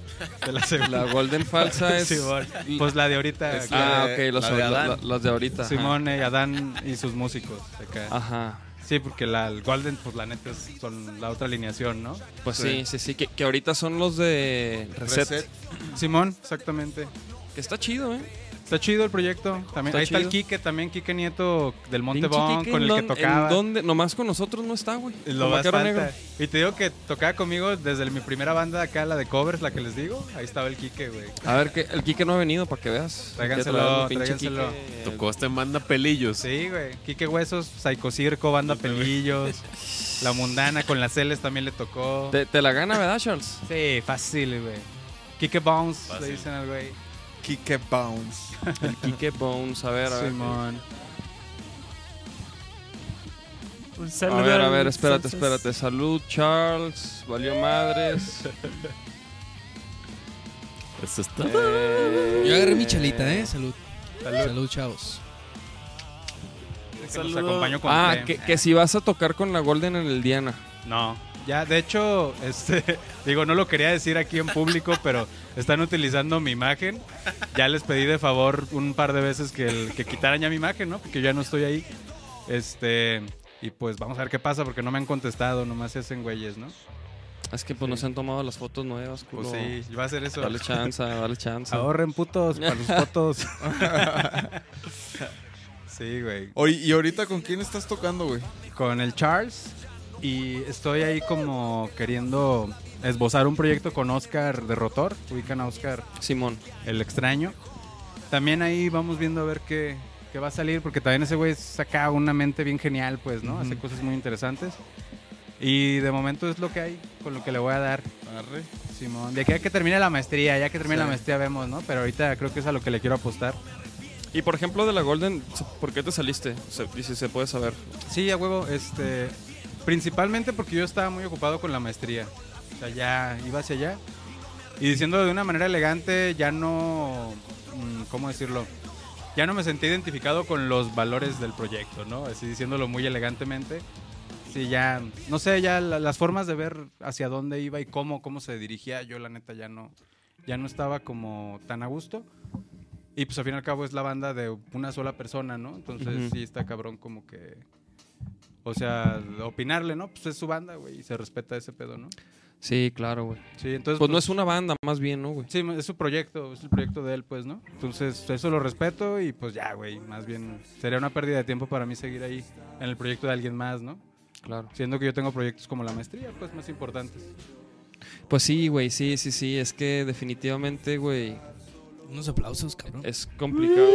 Speaker 4: *laughs* de la segunda.
Speaker 2: La Golden
Speaker 4: *laughs*
Speaker 2: falsa es...
Speaker 4: Sí, bueno. Pues la de ahorita.
Speaker 5: Es
Speaker 4: claro.
Speaker 2: Ah,
Speaker 5: La de-
Speaker 2: ok, los,
Speaker 5: la de
Speaker 2: la-
Speaker 5: Adán.
Speaker 2: la- los de ahorita. ajá. Ah.
Speaker 4: Simón y Adán y sus músicos acá.
Speaker 2: Ajá.
Speaker 4: Sí, porque la el Golden, pues la neta, es- son la otra alineación, ¿no?
Speaker 2: Pues sí, sí, sí. Que, que ahorita son los de Reset.
Speaker 5: Reset.
Speaker 4: Simón, exactamente.
Speaker 2: Que está chido, ¿eh?
Speaker 4: Está chido el proyecto. También,
Speaker 2: Está
Speaker 4: ahí está
Speaker 2: chido.
Speaker 4: el Quique, también Quique Nieto del Monte
Speaker 2: Pinche
Speaker 4: Bon,
Speaker 2: Kike,
Speaker 4: con
Speaker 2: ¿en
Speaker 4: el que
Speaker 2: dónde-
Speaker 4: tocaba.
Speaker 2: ¿En dónde? Nomás con nosotros no está, güey.
Speaker 4: Lo
Speaker 2: Como
Speaker 4: más
Speaker 2: Vaquero
Speaker 4: falta.
Speaker 2: Negro.
Speaker 4: Y te digo que tocaba conmigo desde mi primera banda acá, la de covers, la que les digo. Ahí estaba el Quique, güey.
Speaker 2: A ver, que el Quique no ha venido para que veas.
Speaker 4: Tráiganselo,
Speaker 2: Hay que traerlo, pinche
Speaker 4: tráiganselo.
Speaker 2: Quique.
Speaker 6: Tocó hasta en banda pelillos.
Speaker 4: Sí, güey. Quique Huesos, Psycho Circo, Banda Pelillos, La Mundana con las L's también le tocó.
Speaker 2: Te, te la gana, ¿verdad,
Speaker 4: *laughs*
Speaker 2: Charles?
Speaker 4: Sí, fácil, güey. Quique Bounce,
Speaker 6: Fácil.
Speaker 4: le dicen al güey.
Speaker 5: Kike Bounce.
Speaker 2: El Quique Bones, a ver, a ver.
Speaker 4: Simón.
Speaker 2: A ver, a ver, espérate, espérate. Salud, Charles. Valió madres.
Speaker 6: Eso Pues está.
Speaker 3: Yo agarré mi chelita, ¿eh? Salud. Salud, chavos.
Speaker 4: que nos acompañó con
Speaker 2: ah,
Speaker 4: Clem.
Speaker 2: que, que si vas a tocar con la Golden en el Diana.
Speaker 4: No. Ya, de hecho, este, *laughs* digo, no lo quería decir aquí en público, *laughs* pero están utilizando mi imagen. Ya les pedí de favor un par de veces que, el- que quitaran ya mi imagen, ¿no? Porque yo ya no estoy ahí. Este, y pues vamos a ver qué pasa, porque no me han contestado, nomás se hacen güeyes, ¿no?
Speaker 2: Es que pues no se han tomado las fotos nuevas, culo.
Speaker 4: Pues sí, va a ser eso.
Speaker 2: Dale chance, dale chance.
Speaker 4: Ahorren putos para
Speaker 2: *laughs*
Speaker 4: los fotos. sí, güey.
Speaker 5: Oye, ¿y ahorita con quién estás tocando, güey?
Speaker 4: Con el Charles y estoy ahí como queriendo esbozar un proyecto con Oscar de Rotor. Ubican a Oscar
Speaker 2: Simón.
Speaker 4: el extraño. También ahí vamos viendo a ver qué, qué va a salir, porque también ese güey saca una mente bien genial, pues, ¿no? Hace
Speaker 5: Ujú.
Speaker 4: cosas muy interesantes. Y de momento es lo que hay, con lo que le voy a dar.
Speaker 5: Arre.
Speaker 4: Simón, de aquí a que termine la maestría, ya que termine
Speaker 5: Sí.
Speaker 4: la maestría vemos, ¿no? Pero ahorita creo que es a lo que le quiero apostar.
Speaker 2: Y por ejemplo de la Golden, ¿por qué te saliste? Se, dice, se puede saber.
Speaker 4: Sí, a huevo, este, principalmente porque yo estaba muy ocupado con la maestría. O sea, ya iba hacia allá. Y diciéndolo de una manera elegante, ya no, mm, ¿cómo decirlo? Ya no me sentí identificado con los valores del proyecto, ¿no? Así diciéndolo muy elegantemente. Sí, ya, no sé, ya la- las formas de ver hacia dónde iba y cómo, cómo se dirigía, yo la neta ya no, ya no estaba como tan a gusto. Y pues al fin y al cabo es la banda de una sola persona, ¿no? Entonces
Speaker 2: Ujú.
Speaker 4: sí está cabrón como que... O sea, opinarle, ¿no? Pues es su banda, güey, y se respeta ese pedo, ¿no?
Speaker 2: Sí, claro, güey.
Speaker 4: Sí, entonces...
Speaker 2: Pues, no es una banda, más bien, ¿no, güey?
Speaker 4: Sí, es su proyecto, es el proyecto de él, pues, ¿no? Entonces, eso lo respeto y pues ya, güey, más bien sería una pérdida de tiempo para mí seguir ahí en el proyecto de alguien más, ¿no?
Speaker 2: Claro.
Speaker 4: Siendo que yo tengo proyectos como la maestría, pues, más importantes.
Speaker 2: Pues sí, güey, sí, sí, sí. Es que definitivamente, güey,
Speaker 3: Unos aplausos, cabrón.
Speaker 2: es complicado.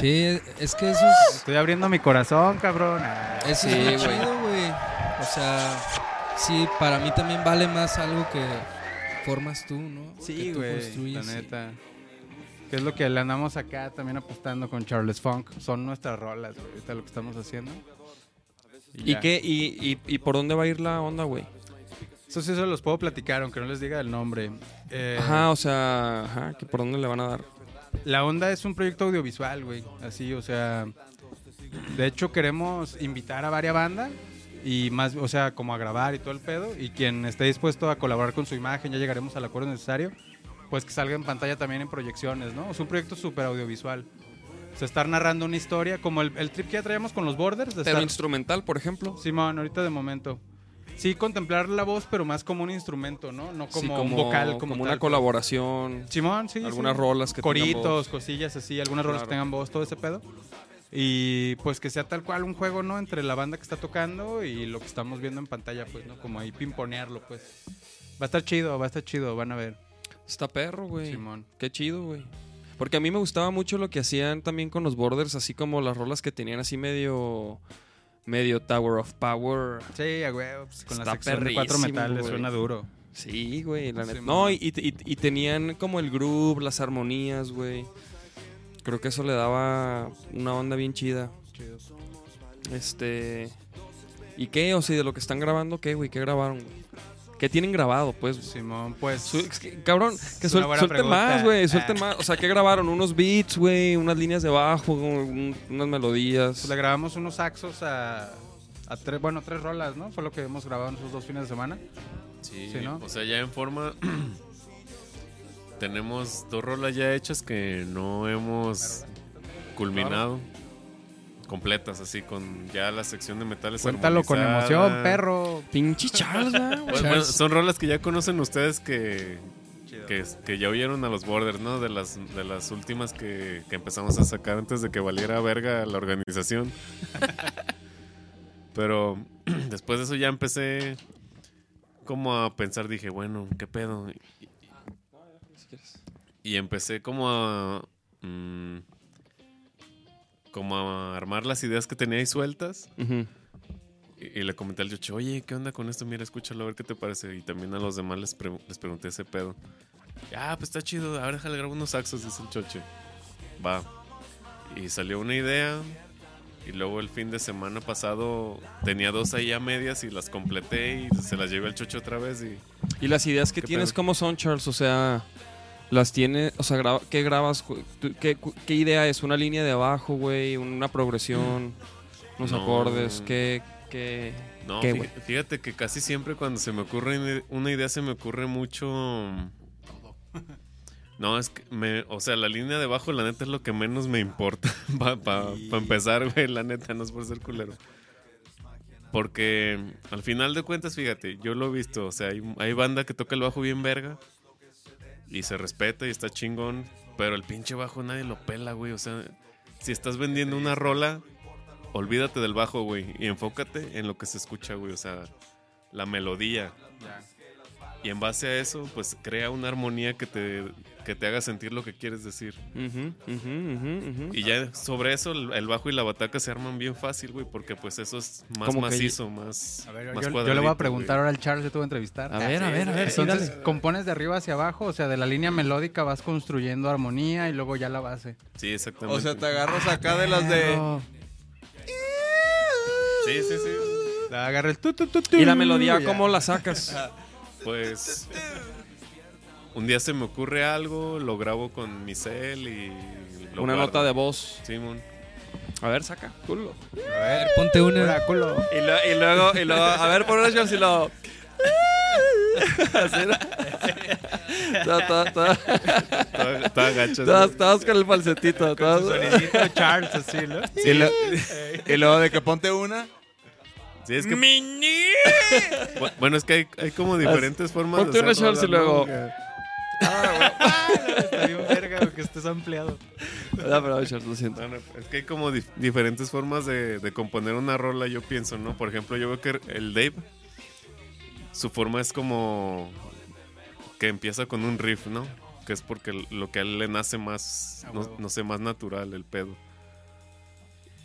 Speaker 3: Sí, es que eso es.
Speaker 4: Estoy abriendo mi corazón, cabrón. Ah,
Speaker 3: Eso
Speaker 2: Sí,
Speaker 3: es muy
Speaker 2: güey.
Speaker 3: chido, güey. O sea, sí, para mí también vale más algo que formas tú, ¿no? que
Speaker 4: Sí,
Speaker 3: tú
Speaker 4: güey, la
Speaker 3: construyes.
Speaker 4: neta. Que es lo que le andamos acá también apostando con Charles Funk. Son nuestras rolas, güey, ahorita lo que estamos haciendo.
Speaker 2: ¿Y,
Speaker 4: ya.
Speaker 2: qué? ¿Y, y, y por dónde va a ir la onda, güey?
Speaker 4: Eso sí se los puedo platicar, aunque no les diga el nombre. Eh,
Speaker 2: Ajá, o sea, ajá, que por dónde le van a dar.
Speaker 4: La onda es un proyecto audiovisual, güey. Así, o sea. De hecho, queremos invitar a varias bandas y más, o sea, como a grabar y todo el pedo. Y quien esté dispuesto a colaborar con su imagen, ya llegaremos al acuerdo necesario, pues que salga en pantalla también en proyecciones, ¿no? Es un proyecto súper audiovisual. O sea, estar narrando una historia, como el, el trip que ya traíamos con los borders. De
Speaker 2: Pero
Speaker 4: estar-
Speaker 2: instrumental, por ejemplo.
Speaker 4: Simón, ahorita de momento. Sí, contemplar la voz, pero más como un instrumento, ¿no? No como,
Speaker 2: Sí,
Speaker 4: un vocal, como,
Speaker 2: una
Speaker 4: tal.
Speaker 2: colaboración.
Speaker 4: Simón, sí.
Speaker 2: Algunas
Speaker 4: sí.
Speaker 2: rolas que tengan
Speaker 4: Coritos,
Speaker 2: voz.
Speaker 4: cosillas así, algunas rolas que
Speaker 2: Claro.
Speaker 4: tengan voz, todo ese pedo. Y pues que sea tal cual un juego, ¿no? Entre la banda que está tocando y lo que estamos viendo en pantalla, pues, ¿no? Como ahí pimponearlo, pues. Va a estar chido, va a estar chido, van a ver.
Speaker 2: Está perro, güey.
Speaker 4: Simón.
Speaker 2: Qué chido, güey. Porque a mí me gustaba mucho lo que hacían también con los Borders, así como las rolas que tenían así medio medio Tower of Power.
Speaker 4: Sí, a huevo, pues, con
Speaker 2: Está
Speaker 4: la sección de cuatro
Speaker 2: perrísimo,
Speaker 4: metales
Speaker 2: güey.
Speaker 4: suena duro.
Speaker 2: Sí, güey, la neta.
Speaker 4: Sí,
Speaker 2: No,
Speaker 4: man.
Speaker 2: y, y- y tenían como el groove, las armonías, güey. Creo que eso le daba una onda bien chida. Este. ¿Y qué? O sea, de lo que están grabando, ¿qué, güey? ¿Qué grabaron, güey? ¿Qué tienen grabado, pues?
Speaker 4: Simón, pues.
Speaker 2: Su- es que, cabrón, que
Speaker 4: Es una
Speaker 2: suel-
Speaker 4: buena
Speaker 2: suelten
Speaker 4: pregunta.
Speaker 2: más, güey. Suelten
Speaker 4: Ah.
Speaker 2: más. O sea, ¿qué grabaron? Unos beats, güey. Unas líneas de bajo, un- unas melodías.
Speaker 4: Pues le grabamos unos saxos a, a tres, bueno, tres rolas, ¿no? Fue lo que hemos grabado en esos dos fines de semana.
Speaker 6: Sí,
Speaker 4: Sí, ¿no?
Speaker 6: o sea, ya en forma. *clears throat* tenemos dos rolas ya hechas que no hemos culminado. Completas, así, con ya la sección de metales.
Speaker 4: Cuéntalo con emoción,
Speaker 6: armonizada.
Speaker 4: perro.
Speaker 2: Pinche Charles, ¿verdad, güey.
Speaker 6: Bueno, bueno, son rolas que ya conocen ustedes que, que, que ya oyeron a los Borders, ¿no? De las, de las últimas que, que empezamos a sacar antes de que valiera verga la organización. Pero *clears throat* después de eso ya empecé como a pensar, dije, bueno, ¿qué pedo? Y- Y empecé como a... mm, como a armar las ideas que tenía ahí sueltas.
Speaker 2: *laughs* Ujú.
Speaker 6: Y, y le comenté al Yoshi, oye, ¿qué onda con esto? Mira, escúchalo, a ver qué te parece. Y también a los demás les, pre- les pregunté ese pedo. Ah, pues está chido, a ver, déjale grabar unos saxos, dice el Choche. Va. Y salió una idea. Y Y luego el fin de semana pasado tenía dos ahí a medias y las completé y se las llevé al chocho otra vez. Y,
Speaker 2: ¿Y las ideas que
Speaker 6: ¿Qué
Speaker 2: tienes
Speaker 6: pedo?
Speaker 2: cómo son, Charles? O sea, las tienes, o sea, graba- ¿qué grabas? ju- tú- ¿Qué, cu- qué idea es? ¿Una línea de abajo, güey? ¿Una progresión? ¿Unos
Speaker 6: No.
Speaker 2: acordes? ¿Qué, qué,
Speaker 6: No,
Speaker 2: qué,
Speaker 6: fí-
Speaker 2: güey?
Speaker 6: fíjate, que casi siempre cuando se me ocurre una- una idea se me ocurre mucho... mm, *laughs* No, es que, me, o sea, la línea de abajo, la neta, es lo que menos me importa. *laughs* Para empezar, güey, la neta, no es por ser culero. Porque al final de cuentas, fíjate, yo lo he visto. O sea, hay, hay banda que toca el bajo bien verga y se respeta y está chingón. Pero el pinche bajo nadie lo pela, güey. O sea, si estás vendiendo una rola, olvídate del bajo, güey. Y enfócate en lo que se escucha, güey. O sea, la melodía. Y en base a eso, pues crea una armonía que te, que te haga sentir lo que quieres decir.
Speaker 2: Ujú, ujú, ujú, ujú.
Speaker 6: Y ya sobre eso, el el bajo y la bataca se arman bien fácil, güey, porque pues eso es más
Speaker 2: Como que
Speaker 6: macizo, más,
Speaker 4: A ver, yo-
Speaker 6: más
Speaker 4: yo, le
Speaker 6: cuadradito,
Speaker 4: voy
Speaker 6: güey.
Speaker 4: a preguntar ahora al Charles, yo te voy a entrevistar.
Speaker 2: A ver, a ver, a ver, sí,
Speaker 4: Entonces,
Speaker 2: dale.
Speaker 4: compones de arriba hacia abajo, o sea, de la línea melódica vas construyendo armonía y luego ya la base.
Speaker 6: Sí, exactamente.
Speaker 5: O sea, te agarras acá de las de.
Speaker 4: Pero
Speaker 6: Sí, sí, sí.
Speaker 4: La agarra el tu, tu, tu, tu,
Speaker 2: ¿Y la melodía
Speaker 4: Mm. ya.
Speaker 2: cómo la *laughs* sacas?
Speaker 6: Pues un día se me ocurre algo, lo grabo con mi cel y... lo
Speaker 2: Una
Speaker 6: guardo.
Speaker 2: nota de voz.
Speaker 6: Simón.
Speaker 2: A ver, saca. Culo.
Speaker 4: A ver,
Speaker 3: Ponte una.
Speaker 4: oráculo.
Speaker 2: Y, lo- y luego, y luego, a ver, por una Charles y *laughs* lo. Así, ¿no? *laughs* Toda- toda- toda-
Speaker 6: Todo,
Speaker 2: *laughs*
Speaker 6: todo agacho,
Speaker 2: todas-
Speaker 6: güey.
Speaker 2: todas con el falsetito. todas-
Speaker 4: Charles, así, ¿no?
Speaker 5: Y, lo- *laughs* y luego de que ponte una.
Speaker 6: Sí, es que- Bu- Bueno, es que hay, hay como diferentes formas
Speaker 2: Ponte
Speaker 6: de
Speaker 2: una
Speaker 6: hacerlo,
Speaker 2: shorts y
Speaker 6: ¿no?
Speaker 2: luego. Ah,
Speaker 5: ah,
Speaker 4: Está bien verga, que estés ampliado.
Speaker 2: No, pero Charles, lo siento.
Speaker 6: No, no, es que hay como dif- diferentes formas de, de componer una rola, yo pienso, ¿no? Por ejemplo, yo veo que el Dave, su forma es como que empieza con un riff, ¿no? Que es porque lo que a él le nace más,
Speaker 4: Ah,
Speaker 6: no,
Speaker 4: huevo.
Speaker 6: no sé, más natural el pedo.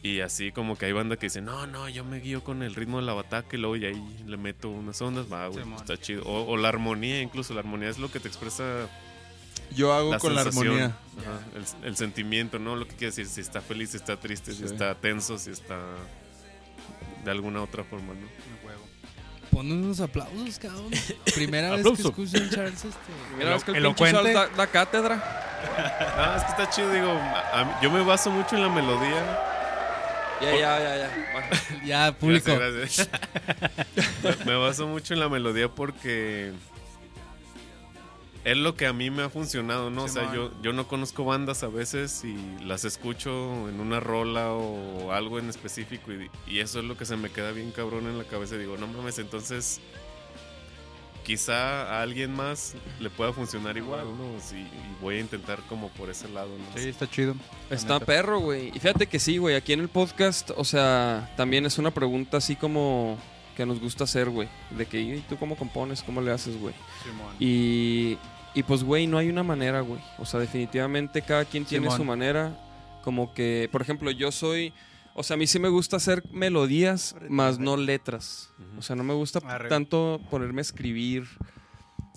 Speaker 6: Y así como que hay banda que dice, no, no, yo me guío con el ritmo de la bataca y luego y ahí le meto unas ondas, va, güey,
Speaker 4: Simón.
Speaker 6: está chido. O, o la armonía, incluso, la armonía es lo que te expresa
Speaker 5: Yo hago con
Speaker 6: sensación,
Speaker 5: la armonía.
Speaker 6: ajá, el, el sentimiento, ¿no? Lo que quiere decir, si está feliz, si está triste, si
Speaker 5: Sí.
Speaker 6: está tenso, si está de alguna otra forma, ¿no?
Speaker 3: Pon unos aplausos, cabrón. Primera vez que
Speaker 4: Aplauso.
Speaker 3: escucho un Charles este.
Speaker 2: Mira, es que el pinche
Speaker 4: Elocuente.
Speaker 2: Charles da, da cátedra.
Speaker 6: Ah, es que está chido, digo, a- a- yo me baso mucho en la melodía.
Speaker 2: Ya, ya, ya, ya. Baja.
Speaker 3: Ya, público.
Speaker 6: Gracias, gracias. *laughs* me, me baso mucho en la melodía porque es lo que a mí me ha funcionado, ¿no? O sea,
Speaker 4: Simón.
Speaker 6: yo, yo no conozco bandas a veces y las escucho en una rola o algo en específico y, y eso es lo que se me queda bien cabrón en la cabeza. Digo, no mames, entonces quizá a alguien más le pueda funcionar igual, ¿no? Sí, y voy a intentar como por ese lado, ¿no?
Speaker 4: Sí, está chido.
Speaker 2: Está perro, güey. Y fíjate que sí, güey. Aquí en el podcast, o sea, también es una pregunta así como que nos gusta hacer, güey. De que, ¿y tú cómo compones? ¿Cómo le haces, güey? Y, y pues, güey, no hay una manera, güey. O sea, definitivamente cada quien tiene
Speaker 4: Simón.
Speaker 2: su manera. Como que, por ejemplo, yo soy. O sea, a mí sí me gusta hacer melodías, más no letras.
Speaker 6: Ujú.
Speaker 2: O sea, no me gusta
Speaker 4: Arre.
Speaker 2: tanto ponerme a escribir.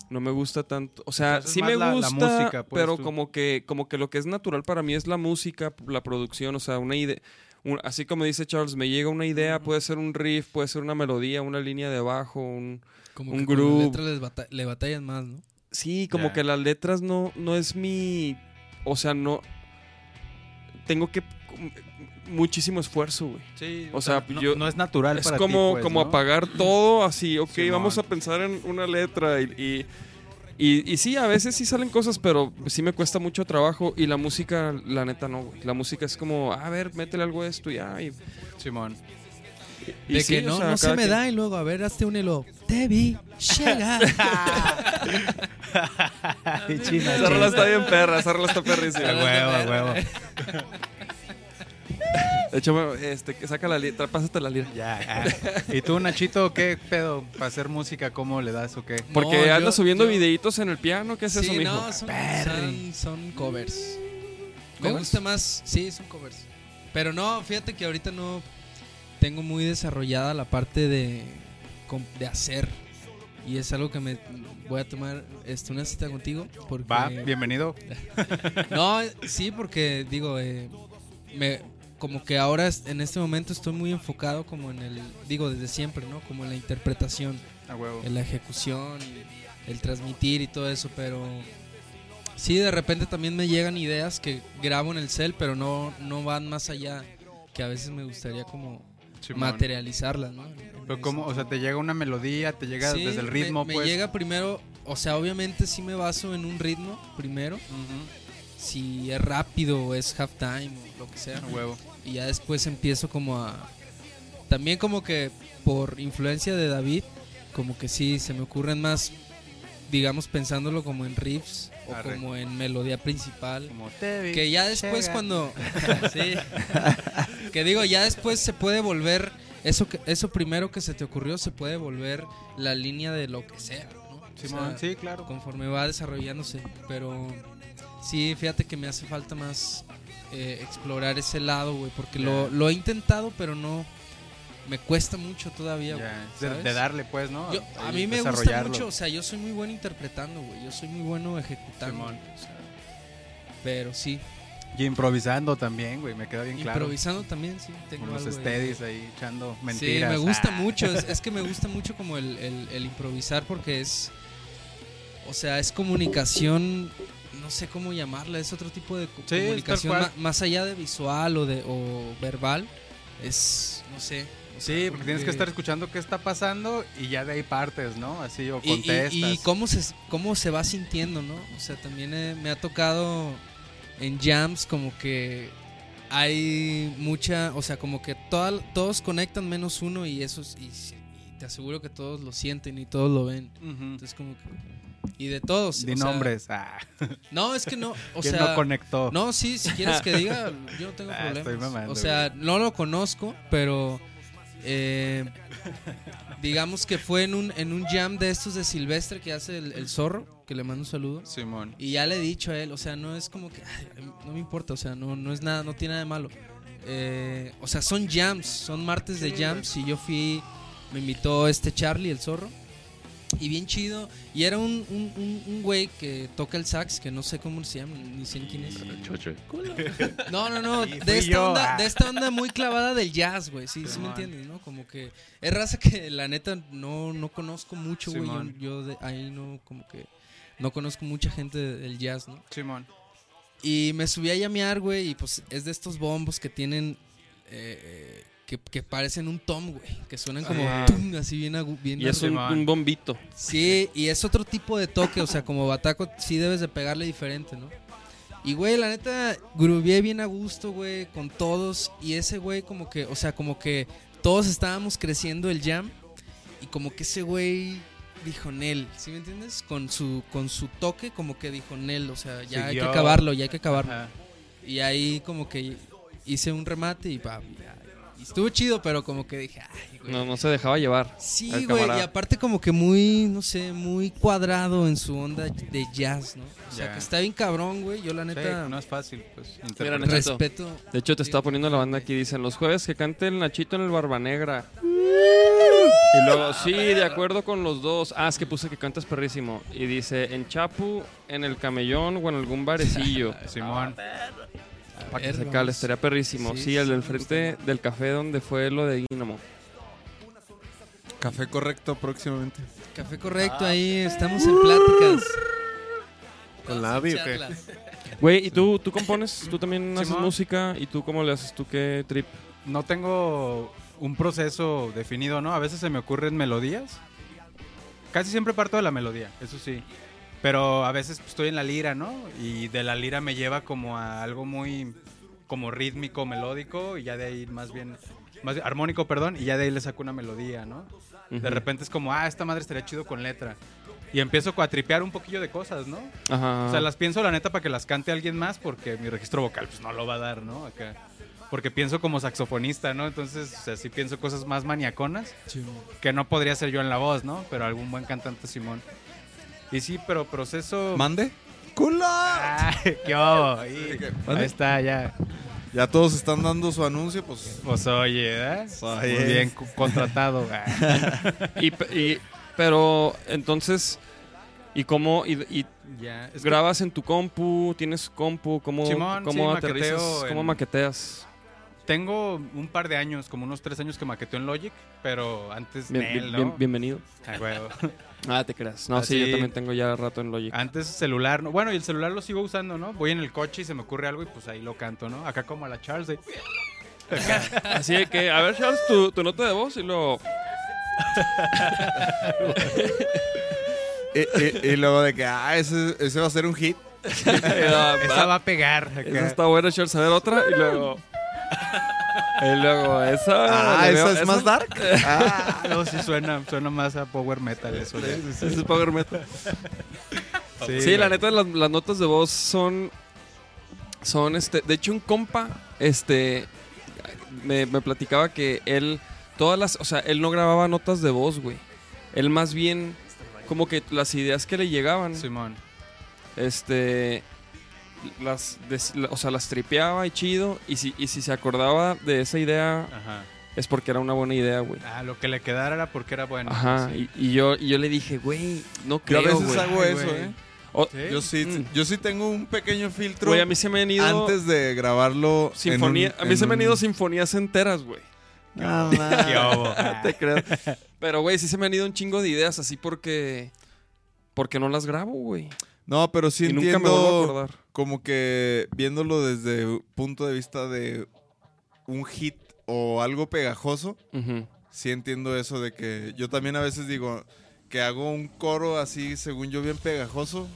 Speaker 2: No me gusta tanto. O sea,
Speaker 4: Entonces,
Speaker 2: sí
Speaker 4: más
Speaker 2: me
Speaker 4: la- la
Speaker 2: gusta,
Speaker 4: música, pues,
Speaker 2: pero
Speaker 4: tú.
Speaker 2: como que, como que lo que es natural para mí es la música, la producción. O sea, una idea. un- así como dice Charles, me llega una idea, puede ser un riff, puede ser una melodía, una línea de bajo, un,
Speaker 3: Como
Speaker 2: Un
Speaker 3: que con las
Speaker 2: groove.
Speaker 3: letras les bata- le batallan más, ¿no?
Speaker 2: Sí, como
Speaker 4: Ya.
Speaker 2: que las letras no, no es mi. O sea, no. Tengo que. Muchísimo esfuerzo, güey.
Speaker 4: Sí,
Speaker 2: O sea,
Speaker 4: no,
Speaker 2: yo-
Speaker 4: no es natural
Speaker 2: Es
Speaker 4: para ti,
Speaker 2: como,
Speaker 4: pues,
Speaker 2: como
Speaker 4: ¿no?
Speaker 2: apagar todo así, ok,
Speaker 4: Simón.
Speaker 2: vamos a pensar en una letra y. y, y- y sí, a veces sí salen cosas, pero sí me cuesta mucho trabajo. Y la música, la neta, no, güey. La música es como, a ver, métele algo a esto ya. Y, *laughs*
Speaker 4: Simón.
Speaker 2: y
Speaker 3: de
Speaker 2: sí,
Speaker 3: que
Speaker 2: o
Speaker 3: no,
Speaker 2: sea,
Speaker 3: no se
Speaker 2: cada
Speaker 3: me
Speaker 2: quien-
Speaker 3: da y luego, a ver, hazte un hilo. Te vi llegar.
Speaker 2: *laughs* Ah,
Speaker 4: Sí,
Speaker 2: *laughs*
Speaker 4: china,
Speaker 2: Esa rola está bien perra, esa rola está perrísima.
Speaker 4: A *laughs* huevo, a huevo.
Speaker 2: De hecho, este, que saca la letra, pásate la lira.
Speaker 4: Ya.
Speaker 2: *laughs*
Speaker 4: ¿Y tú, Nachito, qué pedo? ¿Para hacer música cómo le das o qué?
Speaker 2: Porque
Speaker 3: No, yo-
Speaker 2: andas subiendo
Speaker 3: yo-
Speaker 2: videitos en el piano, ¿qué es eso,
Speaker 3: sí,
Speaker 2: mijo?
Speaker 3: no, son, son, son covers. Me
Speaker 2: ¿Covers?
Speaker 3: gusta más, sí, son covers. Pero no, fíjate que ahorita no tengo muy desarrollada la parte de, com- de hacer. Y es algo que me voy a tomar este, una cita contigo. Porque, *laughs*
Speaker 4: Va, bienvenido.
Speaker 3: No, sí, porque digo, eh, me, como que ahora es- en este momento estoy muy enfocado como en el, digo desde siempre, ¿no? Como en la interpretación,
Speaker 4: A huevo.
Speaker 3: en la ejecución, el transmitir y todo eso, pero sí, de repente también me llegan ideas que grabo en el cel, pero no, no van más allá, que a veces me gustaría como
Speaker 4: Simón.
Speaker 3: materializarlas, ¿no?
Speaker 4: Pero cómo, o sea, te llega una melodía, te llega
Speaker 3: Sí,
Speaker 4: desde el
Speaker 3: me-
Speaker 4: ritmo,
Speaker 3: me
Speaker 4: pues.
Speaker 3: llega primero, o sea, obviamente sí me baso en un ritmo primero. Si es rápido o es half time o lo que sea.
Speaker 4: A huevo.
Speaker 3: Y ya después empiezo como a también como que por influencia de David, como que sí se me ocurren más digamos pensándolo como en riffs o
Speaker 4: Arre.
Speaker 3: como en melodía principal.
Speaker 4: te vi
Speaker 3: que ya después
Speaker 4: llegar. *laughs*
Speaker 3: cuando sí. que digo, ya después se puede volver eso que eso primero que se te ocurrió se puede volver la línea de lo que sea, ¿no? O
Speaker 4: Simón,
Speaker 3: sea,
Speaker 4: sí, claro.
Speaker 3: conforme va desarrollándose. Pero sí, fíjate que me hace falta más eh, explorar ese lado, güey, porque lo, lo he intentado, pero no. Me cuesta mucho todavía, güey.
Speaker 4: Ya, de-
Speaker 3: ¿sabes?
Speaker 4: de darle, pues, ¿no?
Speaker 3: Yo- a
Speaker 4: Ahí,
Speaker 3: mí me gusta
Speaker 4: desarrollarlo.
Speaker 3: mucho, o sea, yo soy muy bueno interpretando, güey. Yo soy muy bueno ejecutando.
Speaker 4: Simón.
Speaker 3: güey, o sea, pero sí,
Speaker 4: Y improvisando también, güey, me queda bien claro.
Speaker 3: improvisando también, sí. Tengo
Speaker 4: Con los
Speaker 3: algo ahí.
Speaker 4: steadies ahí echando
Speaker 3: Sí,
Speaker 4: mentiras.
Speaker 3: me gusta
Speaker 4: Ah.
Speaker 3: mucho. Es, es que me gusta mucho como el, el- el improvisar porque es. O sea, es comunicación. No sé cómo llamarla. Es otro tipo de co-
Speaker 4: Sí, es
Speaker 3: comunicación
Speaker 4: tal
Speaker 3: ma-
Speaker 4: cual.
Speaker 3: más allá de visual o, de, o verbal. Es. No sé. o sea,
Speaker 4: Sí, porque
Speaker 3: como
Speaker 4: tienes que estar escuchando qué está pasando y ya de ahí partes, ¿no? Así o
Speaker 3: y- y-
Speaker 4: contestas.
Speaker 3: Y, cómo, se, cómo se va sintiendo, ¿no? O sea, también eh, me ha tocado en jams como que hay mucha, o sea, como que toda- todos conectan menos uno y eso es- y, y te aseguro que todos lo sienten y todos lo ven.
Speaker 4: Ujú.
Speaker 3: Entonces como que y de todos.
Speaker 4: Di
Speaker 3: o sea,
Speaker 4: nombres. ah.
Speaker 3: no, es que no,
Speaker 4: *laughs*
Speaker 3: o
Speaker 4: ¿Quién
Speaker 3: sea,
Speaker 4: no conectó?
Speaker 3: *laughs* no, sí, si quieres que diga, yo no tengo
Speaker 4: *laughs* Ah,
Speaker 3: problema.
Speaker 4: estoy mamando,
Speaker 3: o sea, no lo conozco, pero eh, digamos que fue en un, en un jam de estos de Silvestre que hace el, el zorro, que le mando un saludo.
Speaker 4: Simón.
Speaker 3: Y ya le he dicho a él, o sea, no es como que, ay, no me importa, o sea, no, no es nada, no tiene nada de malo. Eh, o sea, son jams, son martes de jams y yo fui, me invitó este Charlie, el zorro. Y bien chido. Y era un, un, un- un güey que toca el sax, que no sé cómo se llama, ni sé quién es. No, no, no.
Speaker 4: Sí,
Speaker 3: De
Speaker 4: fui
Speaker 3: esta,
Speaker 4: yo,
Speaker 3: onda,
Speaker 4: ah.
Speaker 3: de esta onda muy clavada del jazz, güey. Sí, sí me
Speaker 4: Simón.
Speaker 3: entiendes, ¿no? Como que es raza que la neta no, no conozco mucho, güey. Yo,
Speaker 4: Simón.
Speaker 3: yo de ahí no, como que no conozco mucha gente de- del jazz, ¿no?
Speaker 4: Simón.
Speaker 3: Y me subí a llamear, güey, y pues es de estos bombos que tienen. eh, eh, que, que parecen un tom, güey. Que suenan como
Speaker 4: Ah.
Speaker 3: tum, así bien, agu- bien
Speaker 2: Y es un,
Speaker 4: Simón.
Speaker 2: un bombito.
Speaker 3: Sí, y es otro tipo de toque, o sea, como bataco sí debes de pegarle diferente, ¿no? Y güey, la neta, grubié bien a gusto, güey, con todos. Y ese güey como que, o sea, como que todos estábamos creciendo el jam. Y como que ese güey dijo Nel, ¿sí me entiendes? Con su, con su toque como que dijo Nel, o sea, ya hay que
Speaker 4: Siguió.
Speaker 3: acabarlo, ya hay que acabarlo.
Speaker 4: Ajá.
Speaker 3: Y ahí como que hice un remate y pa, y estuvo chido, pero como que dije, ay, güey.
Speaker 2: No, no se dejaba llevar.
Speaker 3: Sí,
Speaker 2: Al
Speaker 3: güey, y
Speaker 2: camarada.
Speaker 3: aparte como que muy, no sé, muy cuadrado en su onda de jazz, ¿no? O sea,
Speaker 4: Ya.
Speaker 3: que está bien cabrón, güey. Yo la
Speaker 4: Sí,
Speaker 3: neta
Speaker 4: no es fácil, pues.
Speaker 2: Mira,
Speaker 4: interpretar.
Speaker 2: Nachito.
Speaker 3: respeto.
Speaker 2: De hecho, te estaba poniendo la banda aquí. Dicen, los jueves que cante el Nachito en el Barba Negra. Y luego, sí, de acuerdo con los dos. Ah, es que puse que cantas perrísimo. Y dice, en Chapu, en el Camellón o en algún
Speaker 3: *laughs*
Speaker 2: barecillo.
Speaker 4: Simón.
Speaker 2: Para que
Speaker 3: ver,
Speaker 2: se
Speaker 3: vamos.
Speaker 2: cale, estaría perrísimo.
Speaker 3: Sí,
Speaker 2: Sí, el del
Speaker 3: sí, me gusta
Speaker 2: frente del café donde fue lo de Guínamo.
Speaker 5: Café correcto próximamente.
Speaker 3: Café correcto,
Speaker 6: Ah.
Speaker 3: ahí estamos en pláticas.
Speaker 6: ¿Con la Abby o qué?
Speaker 3: Charlas.
Speaker 2: Güey, ¿y tú, tú compones? ¿Tú también haces
Speaker 4: Simón.
Speaker 2: música? ¿Y tú cómo le haces? ¿Tú qué trip?
Speaker 4: No tengo un proceso definido, ¿no? A veces se me ocurren melodías. Casi siempre parto de la melodía, eso sí. Pero a veces pues, estoy en la lira, ¿no? Y de la lira me lleva como a algo muy como rítmico, melódico y ya de ahí más bien más bien- armónico, perdón, y ya de ahí le saco una melodía, ¿no? De
Speaker 2: Ujú.
Speaker 4: repente es como, ah, esta madre estaría chido con letra. Y empiezo a tripear un poquillo de cosas, ¿no?
Speaker 2: Ajá.
Speaker 4: O sea, las pienso la neta para que las cante alguien más porque mi registro vocal pues no lo va a dar, ¿no? Acá. Porque pienso como saxofonista, ¿no? Entonces, o sea, sí pienso cosas más maniaconas que no podría ser yo en la voz, ¿no? Pero algún buen cantante Simón. Y sí, pero proceso...
Speaker 5: ¿Mande? ¡Culo!
Speaker 4: Oh. Ah, ¡Qué bobo! Y-
Speaker 5: ¿Mande?
Speaker 4: Ahí está, ya.
Speaker 5: Ya todos están dando su anuncio, pues.
Speaker 4: Pues oye, ¿eh?
Speaker 5: Oye.
Speaker 4: Muy bien cu- contratado. ah.
Speaker 2: *laughs* Y, pe- y- pero entonces, ¿y cómo? ¿Y, y
Speaker 4: Ya. Es que-
Speaker 2: grabas en tu compu? ¿Tienes compu? ¿Cómo,
Speaker 4: Simón,
Speaker 2: cómo
Speaker 4: sí,
Speaker 2: aterrizas?
Speaker 4: maqueteo
Speaker 2: ¿Cómo
Speaker 4: en-
Speaker 2: maqueteas?
Speaker 4: Tengo un par de años, como unos tres años que maqueteo en Logic, pero antes
Speaker 2: Bien-
Speaker 4: Nel,
Speaker 2: bien-
Speaker 4: ¿no?
Speaker 2: bien- bienvenido.
Speaker 4: A huevo.
Speaker 2: Ah, te creas. No, sí,
Speaker 4: Así-
Speaker 2: yo también tengo ya rato en Logic.
Speaker 4: Antes celular, ¿no? Bueno, y el celular lo sigo usando, ¿no? Voy en el coche y se me ocurre algo y pues ahí lo canto, ¿no? Acá como a la Charles. ahí.
Speaker 2: *laughs* Así de que, a ver, Charles, tu, tu nota de voz y luego.
Speaker 5: Y, eh, y- y luego de que, ah, ese, ese va a ser un hit.
Speaker 4: *laughs* Esa Ah, va a pegar. acá.
Speaker 2: eh, ah, Esa está buena, Charles. A ver, otra. Y
Speaker 4: *laughs*
Speaker 2: luego. Y luego, esa.
Speaker 5: Ah,
Speaker 2: le
Speaker 5: esa
Speaker 2: veo-
Speaker 5: es más dark.
Speaker 4: Ah, no, sí suena, suena más a power metal eso. ¿no?
Speaker 2: Esa es power metal.
Speaker 4: Sí,
Speaker 2: Sí, la neta, las, las notas de voz son. Son este. De hecho, un compa, este. Me, me platicaba que él. Todas las. O sea, él no grababa notas de voz, güey. Él más bien. Como que las ideas que le llegaban.
Speaker 4: Simón.
Speaker 2: Este. Las. des- la- o sea, las tripeaba y chido. Y si, y si se acordaba de esa idea.
Speaker 4: Ajá.
Speaker 2: Es porque era una buena idea, güey.
Speaker 4: Ah, lo que le quedara era porque era bueno.
Speaker 2: Ajá. Y, y yo, y yo le dije, güey, no
Speaker 5: Yo
Speaker 2: *laughs* creo.
Speaker 5: a veces
Speaker 2: güey".
Speaker 5: hago
Speaker 4: Ay,
Speaker 5: eso,
Speaker 4: güey.
Speaker 5: ¿eh?
Speaker 2: O-
Speaker 4: Sí.
Speaker 5: Yo sí,
Speaker 2: Mm.
Speaker 5: yo sí tengo un pequeño filtro
Speaker 2: Güey, a mí se me han ido.
Speaker 5: antes de grabarlo. en
Speaker 2: Sinfonía,
Speaker 5: un-
Speaker 2: a mí se
Speaker 5: en
Speaker 2: me han ido
Speaker 5: un-
Speaker 2: sinfonías enteras, güey.
Speaker 5: Ah,
Speaker 2: *laughs*
Speaker 4: Qué Ah,
Speaker 5: man.
Speaker 4: *laughs* obo.
Speaker 2: Te creo. Pero, güey, sí se me han ido un chingo de ideas así porque. Porque no las grabo, güey.
Speaker 5: No, pero sí
Speaker 2: y nunca me vuelvo a
Speaker 5: entiendo
Speaker 2: acordar.
Speaker 5: como que viéndolo desde un punto de vista de un hit o algo pegajoso,
Speaker 2: Ujú.
Speaker 5: sí entiendo eso de que yo también a veces digo que hago un coro así, según yo, bien pegajoso.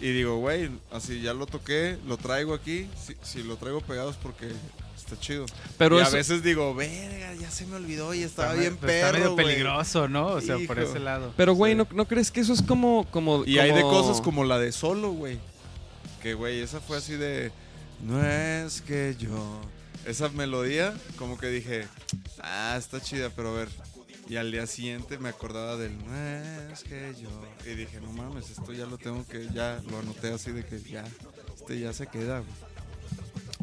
Speaker 5: Y digo, güey, así ya lo toqué, lo traigo aquí. Si, si lo traigo pegado es porque está chido.
Speaker 2: Pero
Speaker 5: y a
Speaker 2: eso-
Speaker 5: veces digo, verga, ya se me olvidó y estaba
Speaker 4: Está
Speaker 5: bien
Speaker 4: me- Está
Speaker 5: perro,
Speaker 4: medio
Speaker 5: güey".
Speaker 4: peligroso, ¿no? O sea, por
Speaker 5: Hijo.
Speaker 4: ese lado.
Speaker 2: Pero, güey, ¿no, no crees que eso es como. como
Speaker 5: Y hay de
Speaker 2: como-
Speaker 5: cosas como la de solo, güey. Que, güey, esa fue así de. No es que yo. Esa melodía, como que dije, ah, está chida, pero a ver. Y al día siguiente me acordaba del no es que yo. Y dije, no mames, esto ya lo tengo que. Ya lo anoté así de que ya. Este ya se queda, güey.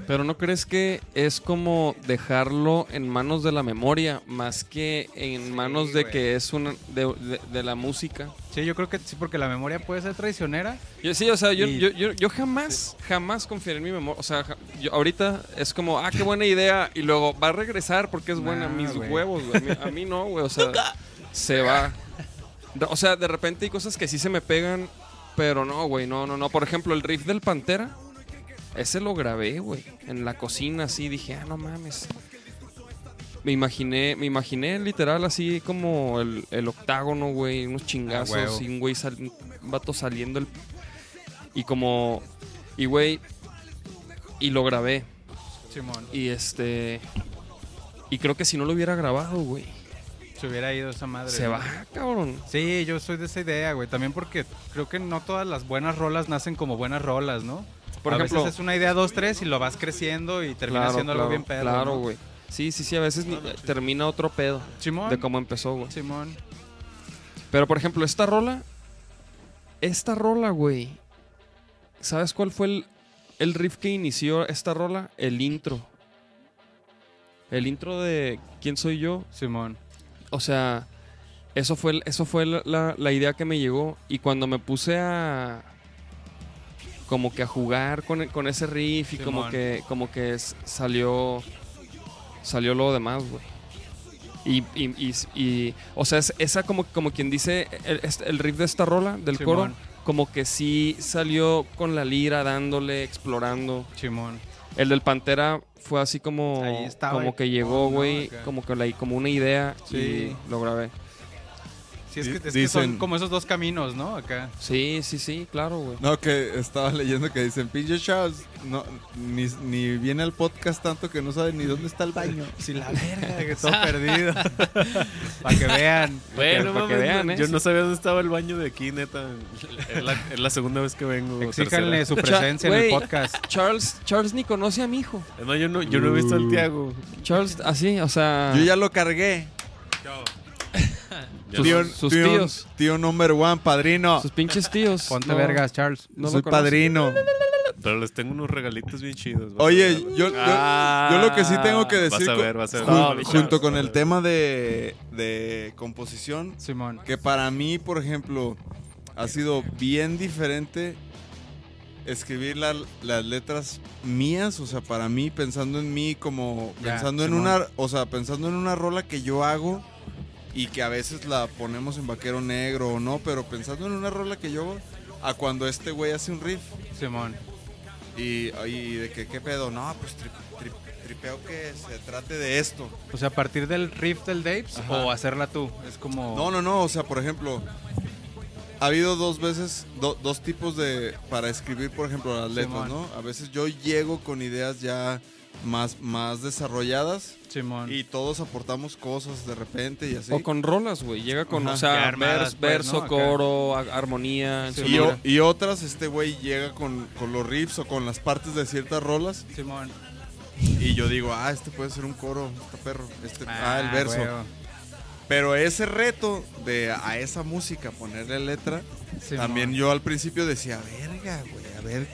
Speaker 2: Pero no crees que es como dejarlo en manos de la memoria más que en manos de
Speaker 4: güey.
Speaker 2: que es una. de, de- de la música.
Speaker 4: Sí, yo creo que sí, porque la memoria puede ser traicionera.
Speaker 2: Yo sí, o sea, yo,
Speaker 4: Y-
Speaker 2: yo, yo, yo jamás, jamás confiaré en mi memoria. O sea, ja- yo ahorita es como, ah, qué buena idea. Y luego va a regresar porque es buena.
Speaker 4: Nah,
Speaker 2: Mis
Speaker 4: güey.
Speaker 2: huevos, güey. A mí, a mí no, güey. O sea, se va. Da- O sea, de repente hay cosas que sí se me pegan, pero no, güey. No, no, no. Por ejemplo, el riff del Pantera, ese lo grabé, güey. En la cocina, así. Dije, ah, no mames. Me imaginé, me imaginé literal así como el, el octágono, güey, unos chingazos
Speaker 4: Ah, huevo.
Speaker 2: y un güey sal- un vato saliendo el- y como y güey y lo grabé
Speaker 4: Simón,
Speaker 2: y este y creo que si no lo hubiera grabado, güey,
Speaker 4: se hubiera ido esa madre.
Speaker 2: se
Speaker 4: ¿no?
Speaker 2: va, cabrón.
Speaker 4: Sí, yo soy de esa idea, güey. También porque creo que no todas las buenas rolas nacen como buenas rolas, ¿no?
Speaker 2: Por
Speaker 4: a
Speaker 2: ejemplo,
Speaker 4: veces es una idea dos, tres y lo vas creciendo y termina
Speaker 2: claro,
Speaker 4: siendo
Speaker 2: claro,
Speaker 4: algo bien pedo.
Speaker 2: Claro,
Speaker 4: ¿no?
Speaker 2: güey. Sí, sí, sí, a veces ni- termina otro pedo
Speaker 4: Simón.
Speaker 2: de cómo empezó, güey.
Speaker 4: Simón.
Speaker 2: Pero por ejemplo, esta rola. Esta rola, güey. ¿Sabes cuál fue el, el riff que inició esta rola? El intro. El intro de ¿Quién soy yo?
Speaker 4: Simón.
Speaker 2: O sea, eso fue, el- eso fue la, la- la idea que me llegó. Y cuando me puse a. Como que a jugar con, con ese riff y como
Speaker 4: Simón.
Speaker 2: que, como que s- salió. Salió lo demás, güey. Y, y- y- y- O sea, es- esa como, como quien dice el, este- el riff de esta rola, del coro,
Speaker 4: Simón.
Speaker 2: como que sí salió con la lira dándole, explorando.
Speaker 4: Simón.
Speaker 2: El del Pantera fue así como,
Speaker 4: Ahí estaba
Speaker 2: como
Speaker 4: el-
Speaker 2: que llegó,
Speaker 4: oh, no,
Speaker 2: güey,
Speaker 4: acá.
Speaker 2: como que la- como una idea
Speaker 4: Sí.
Speaker 2: y lo grabé.
Speaker 4: Sí, es que,
Speaker 5: Di-
Speaker 4: es que son
Speaker 5: dicen-
Speaker 4: como esos dos caminos, ¿no? Acá.
Speaker 2: Sí, sí, sí, claro, güey.
Speaker 5: No, que estaba leyendo que dicen, pinche Charles, no, ni, ni viene al podcast tanto que no sabe ni dónde está el baño.
Speaker 4: Sí, la *laughs* verga, que todo perdido. Para que vean.
Speaker 6: Bueno,
Speaker 2: para que
Speaker 6: mames,
Speaker 2: vean,
Speaker 6: no-
Speaker 2: ¿eh?
Speaker 6: yo no sabía dónde estaba el baño de aquí, neta. Es la, es la segunda vez que vengo. o
Speaker 4: Exíjanle su
Speaker 2: Cha-
Speaker 4: presencia en el
Speaker 2: güey. *laughs*
Speaker 4: podcast.
Speaker 2: Charles, Charles ni conoce a mi hijo.
Speaker 6: tercera. No, yo no, yo no he visto al Tiago.
Speaker 2: Charles, así, o sea,
Speaker 5: Yo ya lo cargué.
Speaker 6: Ya
Speaker 2: sus,
Speaker 6: no-
Speaker 2: sus
Speaker 5: tío,
Speaker 2: tíos,
Speaker 5: Tío number one, padrino.
Speaker 2: sus pinches tíos.
Speaker 4: Ponte
Speaker 2: no-
Speaker 4: vergas, Charles.
Speaker 2: no lo
Speaker 5: Soy
Speaker 2: conoce.
Speaker 5: padrino.
Speaker 6: Pero les tengo unos regalitos bien chidos. vas a
Speaker 5: Oye,
Speaker 6: ver.
Speaker 5: yo, yo, yo lo que sí tengo que
Speaker 6: Ah, Vas
Speaker 5: decir,
Speaker 6: a
Speaker 5: co-
Speaker 6: ver, vas a ver.
Speaker 5: jun-
Speaker 6: No, mi Charles,
Speaker 5: junto con
Speaker 6: vas a
Speaker 5: el
Speaker 6: ver.
Speaker 5: tema de, de composición,
Speaker 4: Simón.
Speaker 5: que para mí, por ejemplo, ha sido bien diferente escribir la- las letras mías, o sea, para mí, pensando en mí, como
Speaker 4: Ya,
Speaker 5: pensando en
Speaker 4: Simón.
Speaker 5: una, o sea, pensando en una rola que yo hago y que a veces la ponemos en vaquero negro o no, pero pensando en una rola que yo hago, a cuando este güey hace un riff.
Speaker 4: Simón.
Speaker 5: Y, y de que, ¿qué pedo? No, pues tri- tri- tripeo que se trate de esto.
Speaker 4: O sea, a partir del riff del Dapes
Speaker 5: Ajá.
Speaker 4: o hacerla tú. Es como.
Speaker 5: No, no, no. O sea, por ejemplo, ha habido dos veces, do- dos tipos de. para escribir, por ejemplo, las letras,
Speaker 4: Simón.
Speaker 5: ¿no? A veces yo llego con ideas ya más, más desarrolladas
Speaker 4: Simón.
Speaker 5: y todos aportamos cosas de repente y así.
Speaker 2: O con rolas, güey. Llega con,
Speaker 5: Ajá.
Speaker 2: o
Speaker 4: Ya
Speaker 2: sea,
Speaker 4: armadas,
Speaker 2: vers-
Speaker 4: pues,
Speaker 2: verso,
Speaker 4: ¿no? Acá.
Speaker 2: coro, a- armonía.
Speaker 4: Sí.
Speaker 5: Y,
Speaker 2: sonora.
Speaker 5: o- y otras, este güey llega con, con los riffs o con las partes de ciertas rolas
Speaker 4: Simón.
Speaker 5: y yo digo, ah, este puede ser un coro, este perro, este, ah, el verso.
Speaker 4: huevo.
Speaker 5: Pero ese reto de a esa música ponerle letra,
Speaker 4: Simón.
Speaker 5: También yo al principio decía, verga, güey, a ver,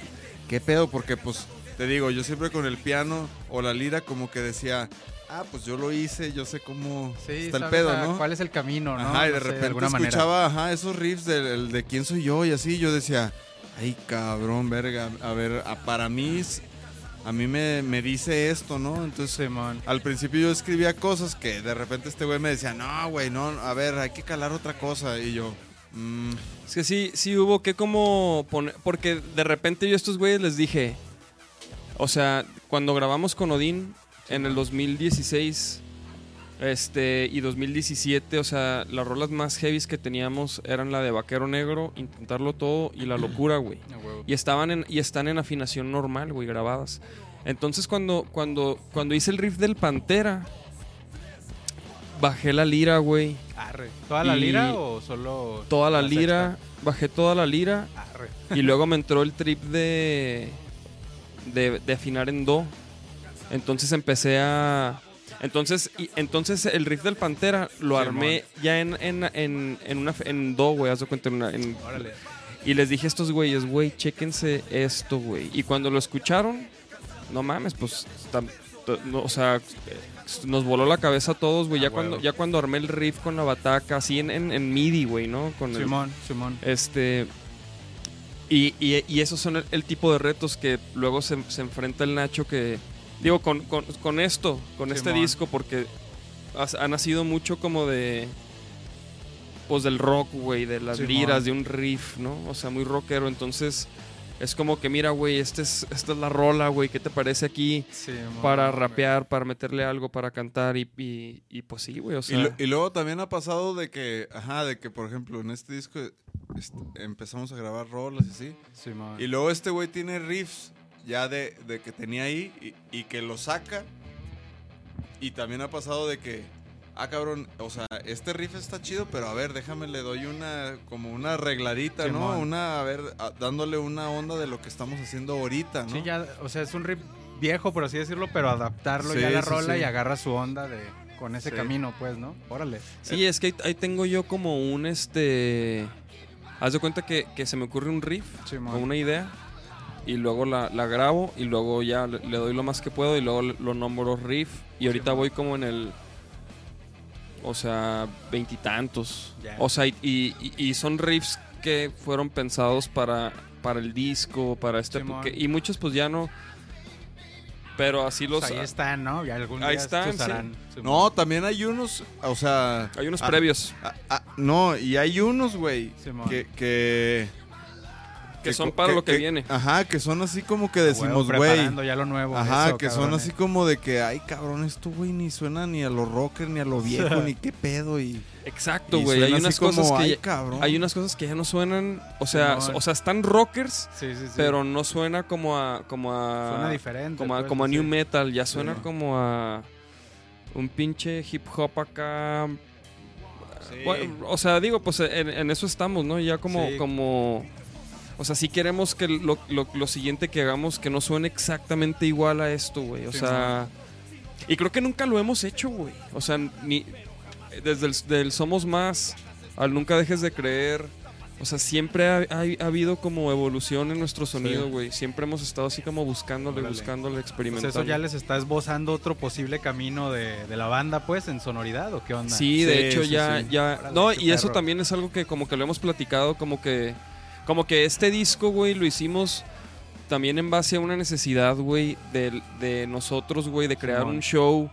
Speaker 5: ¿qué pedo? Porque pues, te digo, yo siempre con el piano o la lira como que decía, ah, pues yo lo hice, yo sé cómo
Speaker 4: Sí,
Speaker 5: está el
Speaker 4: sabes
Speaker 5: pedo,
Speaker 4: a
Speaker 5: ¿no?
Speaker 4: ¿Cuál es el camino, no?
Speaker 5: Ajá, y
Speaker 4: No
Speaker 5: de
Speaker 4: sé,
Speaker 5: repente
Speaker 4: alguna manera.
Speaker 5: escuchaba ajá, esos riffs del el de quién soy yo y así, yo decía, ay, cabrón, verga, a ver, a- para mí, es- a mí me, me dice esto, ¿no? Entonces... eh,
Speaker 4: Simón.
Speaker 5: Al principio yo escribía cosas que de repente este güey me decía, no, güey, no, a ver, hay que calar otra cosa. Y yo, "Mm,
Speaker 2: Es que sí, sí hubo que como poner. Porque de repente yo a estos güeyes les dije. O sea, cuando grabamos con Odín en el 2016 este, y 2017, o sea, las rolas más heavies que teníamos eran la de Vaquero Negro, Intentarlo Todo y La Locura, güey.
Speaker 4: *clears throat* A huevo.
Speaker 2: Y estaban en, y están en afinación normal, güey, grabadas. Entonces cuando, cuando, cuando hice el riff del Pantera, bajé la lira, güey.
Speaker 4: Arre. ¿Toda la
Speaker 2: Y-
Speaker 4: lira o solo.?
Speaker 2: Toda la
Speaker 4: la
Speaker 2: lira, bajé toda la lira
Speaker 4: sexta? Arre.
Speaker 2: y luego me entró el trip de, de, de afinar en do. Entonces empecé a... Entonces, y- entonces el riff del Pantera lo
Speaker 4: Simón.
Speaker 2: armé ya en, en, en, en una, en do, güey. Haz de cuenta, en una- en-
Speaker 4: Órale.
Speaker 2: y les dije a estos güeyes, güey, chéquense esto, güey. Y cuando lo escucharon, no mames, pues, tam- to- no, o sea, eh, nos voló la cabeza a todos, güey.
Speaker 4: A
Speaker 2: Ya cuando,
Speaker 4: huevo.
Speaker 2: ya cuando armé el riff con la bataca, así en, en, en MIDI, güey, ¿no? Con el-
Speaker 4: Simón, Simón.
Speaker 2: este. Y, y- y esos son el, el tipo de retos que luego se, se enfrenta el Nacho que. Digo, con, con- con esto, con este
Speaker 4: Simón.
Speaker 2: disco, porque has- ha nacido mucho como de. Pues del rock, güey, de las
Speaker 4: Simón.
Speaker 2: liras, de un riff, ¿no? O sea, muy rockero. Entonces, es como que, mira, güey, este es, esta es la rola, güey, ¿qué te parece aquí?
Speaker 4: Simón,
Speaker 2: Para
Speaker 4: güey.
Speaker 2: rapear, para meterle algo, para cantar y, y- y pues sí, güey, o
Speaker 5: Y,
Speaker 2: sea.
Speaker 5: lo- y luego también ha pasado de que, ajá, de que por ejemplo en este disco este, empezamos a grabar rolas y así.
Speaker 4: Simón.
Speaker 5: Y luego este güey tiene riffs ya de, de que tenía ahí y, y que lo saca. Y también ha pasado de que, ah cabrón, o sea, este riff está chido, pero a ver, déjame, le doy una, como una arregladita, ¿no?
Speaker 4: Simón.
Speaker 5: Una, a ver, a- dándole una onda de lo que estamos haciendo ahorita, ¿no?
Speaker 4: Sí, ya, o sea, es un riff viejo, por así decirlo, pero adaptarlo
Speaker 5: Sí,
Speaker 4: ya a la
Speaker 5: sí,
Speaker 4: rola
Speaker 5: sí.
Speaker 4: y agarra su onda de con ese
Speaker 5: Sí.
Speaker 4: camino, pues, ¿no? Órale.
Speaker 2: Sí, es que ahí, ahí tengo yo como un este. Haz de cuenta que, que se me ocurre un riff
Speaker 4: Simón.
Speaker 2: o una idea y luego la, la grabo y luego ya le, le doy lo más que puedo y luego le- lo nombro riff y ahorita voy como en el. O sea, veintitantos.
Speaker 4: Ya.
Speaker 2: O sea, y, y- y son riffs que fueron pensados para, para el disco, para este.
Speaker 4: Simón.
Speaker 2: porque- y muchos pues ya no. Pero así los.
Speaker 4: Pues ahí están, ¿no? Y algún
Speaker 2: Ahí
Speaker 4: día
Speaker 2: están,
Speaker 4: estos
Speaker 2: sí.
Speaker 4: harán. Simón.
Speaker 5: No, también hay unos, o sea...
Speaker 2: Hay unos
Speaker 5: ah,
Speaker 2: previos
Speaker 5: ah, ah, no, y hay unos, güey,
Speaker 4: Simón.
Speaker 5: que- que
Speaker 2: que son
Speaker 5: co-
Speaker 2: para lo que, viene.
Speaker 5: Ajá, que son así como que
Speaker 4: A
Speaker 5: decimos,
Speaker 4: huevo,
Speaker 5: güey.
Speaker 4: preparando ya lo nuevo.
Speaker 5: Ajá,
Speaker 4: eso, eh.
Speaker 5: que son
Speaker 4: cabrones.
Speaker 5: así como de que, ay, cabrón, esto, güey, ni suena ni a lo rocker, ni a lo viejo, ni qué pedo. Y,
Speaker 2: Exacto,
Speaker 5: y
Speaker 2: güey.
Speaker 5: suena
Speaker 2: Hay
Speaker 5: así
Speaker 2: unas
Speaker 5: como,
Speaker 2: cosas que.
Speaker 5: "Ay,
Speaker 2: ya-
Speaker 5: cabrón.
Speaker 2: Hay unas cosas que ya no suenan, o sea,
Speaker 4: Simón.
Speaker 2: o sea, están rockers,
Speaker 4: Sí, sí, sí.
Speaker 2: pero no suena como a como a
Speaker 5: ah,
Speaker 4: Suena diferente.
Speaker 2: como a,
Speaker 4: pues,
Speaker 2: como a
Speaker 4: sí.
Speaker 2: new metal, ya suena
Speaker 5: Sí.
Speaker 2: como a un pinche hip hop acá. Bueno, o sea, digo, pues en, en eso estamos, ¿no? Ya como
Speaker 4: Sí.
Speaker 2: como o sea, sí queremos que lo, lo- lo siguiente que hagamos que no suene exactamente igual a esto, güey. O
Speaker 4: Sí,
Speaker 2: sea, y creo que nunca lo hemos hecho, güey. O sea, ni Eh, desde el del Somos Más al Nunca Dejes de Creer. O sea, siempre ha, ha- ha habido como evolución en nuestro sonido, güey. Siempre hemos estado así como buscándole,
Speaker 4: Órale.
Speaker 2: buscándole,
Speaker 4: Pues
Speaker 2: experimentando.
Speaker 4: eso ya les está esbozando otro posible camino de, de la banda, pues, en sonoridad, ¿o qué onda?
Speaker 2: Sí, de
Speaker 5: Sí,
Speaker 2: hecho
Speaker 5: sí,
Speaker 2: ya,
Speaker 5: sí.
Speaker 2: ya.
Speaker 4: Órale,
Speaker 2: no,
Speaker 4: qué
Speaker 2: y eso
Speaker 4: perro.
Speaker 2: también es algo que como que lo hemos platicado, como que, como que este disco, güey, lo hicimos también en base a una necesidad, güey, de, de nosotros, güey, de crear
Speaker 4: Simón.
Speaker 2: un show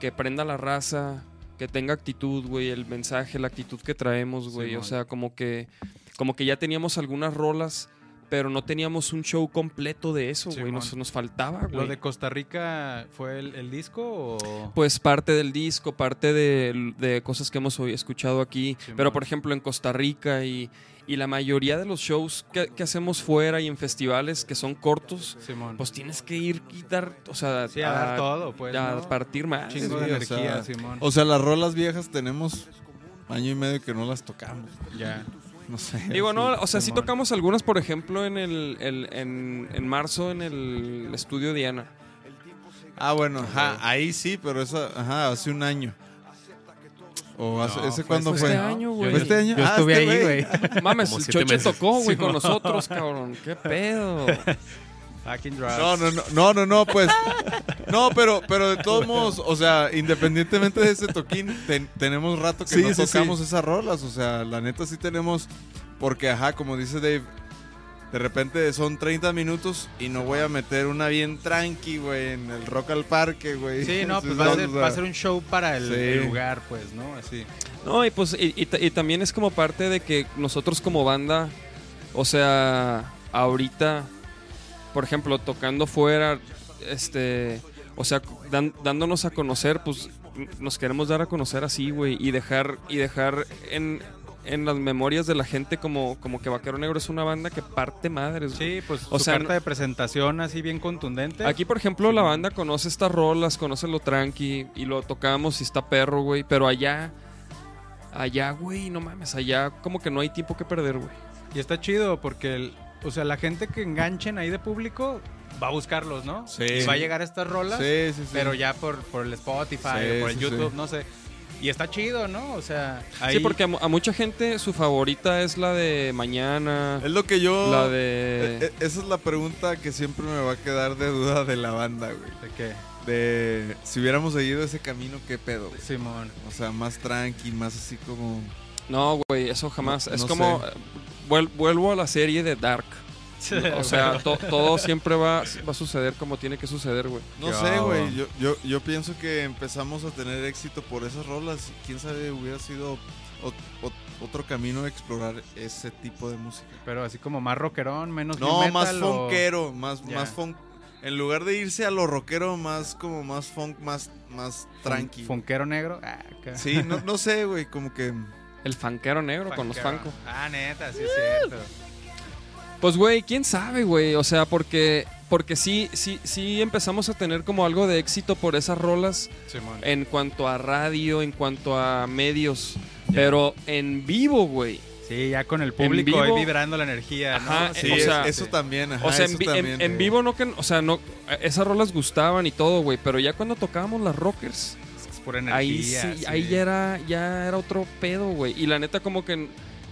Speaker 2: que prenda la raza, que tenga actitud, güey, el mensaje, la actitud que traemos, güey. O
Speaker 4: Simón.
Speaker 2: sea, como que, como que ya teníamos algunas rolas, pero no teníamos un show completo de eso, güey.
Speaker 4: Simón.
Speaker 2: Nos, nos faltaba,
Speaker 4: ¿Lo
Speaker 2: güey.
Speaker 4: de Costa Rica fue el, el disco o...?
Speaker 2: Pues parte del disco, parte de, de cosas que hemos hoy escuchado aquí.
Speaker 4: Simón.
Speaker 2: Pues, Pero por ejemplo en Costa Rica y, y la mayoría de los shows que, que hacemos fuera y en festivales que son cortos,
Speaker 4: Simón.
Speaker 2: pues ah, tienes que ir quitar, o sea,
Speaker 4: Sí, a dar todo, pues,
Speaker 2: a
Speaker 4: ¿no?
Speaker 2: partir más.
Speaker 4: Chingo de
Speaker 5: Sí, o
Speaker 4: energía,
Speaker 5: sea,
Speaker 4: Simón.
Speaker 2: pues,
Speaker 5: O sea, las rolas viejas tenemos año y medio que no las tocamos.
Speaker 4: Ya.
Speaker 5: No sé.
Speaker 2: Digo, no, o sea, sí
Speaker 4: Simón.
Speaker 2: tocamos algunas, por ejemplo, en el, el- en, en marzo en el estudio Diana.
Speaker 5: Ah, bueno, ajá, ahí sí, pero esa, ajá, hace un año. O hace,
Speaker 4: No,
Speaker 5: ese
Speaker 4: fue
Speaker 5: cuándo
Speaker 2: este
Speaker 5: fue?
Speaker 2: año, güey.
Speaker 5: ¿Fue este año?
Speaker 4: Yo
Speaker 5: Ah,
Speaker 4: estuve
Speaker 5: este
Speaker 4: ahí, güey.
Speaker 2: Mames,
Speaker 6: Como
Speaker 2: el
Speaker 6: siete
Speaker 2: Choche
Speaker 6: meses.
Speaker 2: tocó, güey, con
Speaker 6: Simón.
Speaker 2: nosotros, cabrón. ¿Qué pedo?
Speaker 4: Fucking drugs.
Speaker 5: *laughs* No, no, no, no, no, no, pues. No, pero, pero de todos modos, o sea, independientemente de ese toquín, ten- tenemos rato que
Speaker 4: Sí,
Speaker 5: no
Speaker 4: sí,
Speaker 5: tocamos esas rolas. O sea, la neta sí tenemos. Porque, ajá, como dice Dave, de repente son 30 minutos y no voy a meter una bien tranqui, güey, en el rock al parque, güey.
Speaker 4: Sí,
Speaker 5: *laughs*
Speaker 4: no, pues va a,
Speaker 5: Entonces,
Speaker 4: ser,
Speaker 5: o sea,
Speaker 4: va a ser un show para el,
Speaker 5: Sí.
Speaker 4: el lugar, pues, ¿no? Así.
Speaker 2: No, y pues y, y ta- y también es como parte de que nosotros como banda, o sea, ahorita, por ejemplo, tocando fuera, este, o sea, dan- dándonos a conocer, pues n- nos queremos dar a conocer así, güey, y dejar y dejar en, en las memorias de la gente como como que Vaquero Negro es una banda que parte madres. güey.
Speaker 4: Sí, pues
Speaker 2: O
Speaker 4: su
Speaker 2: sea,
Speaker 4: carta
Speaker 2: no-
Speaker 4: de presentación así bien contundente.
Speaker 2: Aquí, por ejemplo, la banda conoce estas rolas, conoce lo tranqui y lo tocamos y está perro, güey. Pero allá, allá, güey, no mames, allá como que no hay tiempo que perder, güey.
Speaker 4: Y está chido porque, el- o sea, la gente que enganchen ahí de público va a buscarlos, ¿no?
Speaker 5: Sí.
Speaker 4: Y va a llegar a estas rolas,
Speaker 5: Sí, sí, sí.
Speaker 4: pero ya por, por el Spotify
Speaker 5: Sí,
Speaker 4: o por el
Speaker 5: sí,
Speaker 4: YouTube,
Speaker 5: sí.
Speaker 4: no sé. Y está chido, ¿no? O sea, ahí...
Speaker 2: Sí, porque a, mu- a mucha gente su favorita es la de mañana,
Speaker 5: Es lo que yo.
Speaker 2: la
Speaker 5: e-
Speaker 2: de.
Speaker 5: e- Esa es la pregunta que siempre me va a quedar de duda de la banda, güey.
Speaker 4: ¿De qué?
Speaker 5: De si hubiéramos seguido ese camino, ¿qué pedo, güey?
Speaker 4: Simón.
Speaker 5: O sea, más tranqui, más así como.
Speaker 2: No, güey, eso jamás.
Speaker 5: No-
Speaker 2: es
Speaker 5: no
Speaker 2: como.
Speaker 5: sé.
Speaker 2: eh, vuel- vuelvo a la serie de Dark. O sea, to- todo siempre va, va a suceder como tiene que suceder, güey.
Speaker 5: No
Speaker 4: Qué
Speaker 5: sé,
Speaker 4: babo.
Speaker 5: güey. Yo, yo, yo pienso que empezamos a tener éxito por esas rolas. Quién sabe, hubiera sido ot- ot- otro camino de explorar ese tipo de música.
Speaker 4: Pero así como más rockerón, menos
Speaker 5: No,
Speaker 4: metal,
Speaker 5: más
Speaker 4: o-
Speaker 5: funkero, más,
Speaker 4: Ya.
Speaker 5: más funk. En lugar de irse a lo rockero, más como más funk, más, más tranqui.
Speaker 4: Funkero negro. Ah, acá.
Speaker 5: Sí, no, no sé, güey, como
Speaker 2: *laughs*
Speaker 5: que.
Speaker 2: El fanquero negro con los
Speaker 4: Funkero.
Speaker 2: fancos.
Speaker 4: Ah, neta, sí es cierto.
Speaker 2: Pues, güey, quién sabe, güey. O sea, porque, porque sí, sí, sí empezamos a tener como algo de éxito por esas rolas
Speaker 4: Simón.
Speaker 2: en cuanto a radio, en cuanto a medios. Pero en vivo, güey.
Speaker 4: Sí, ya con el público
Speaker 2: vivo.
Speaker 4: ahí vibrando la energía, ¿no?
Speaker 2: Ajá,
Speaker 5: Sí,
Speaker 2: o
Speaker 5: es-
Speaker 2: sea,
Speaker 5: eso también, ajá.
Speaker 2: o sea, en,
Speaker 5: eso
Speaker 2: vi- en-
Speaker 5: también.
Speaker 2: en vivo no que, o sea, no, esas rolas gustaban y todo, güey. Pero ya cuando tocábamos las rockers,
Speaker 4: es pura energía.
Speaker 2: ahí sí, ahí ya era, ya era otro pedo, güey. Y la neta como que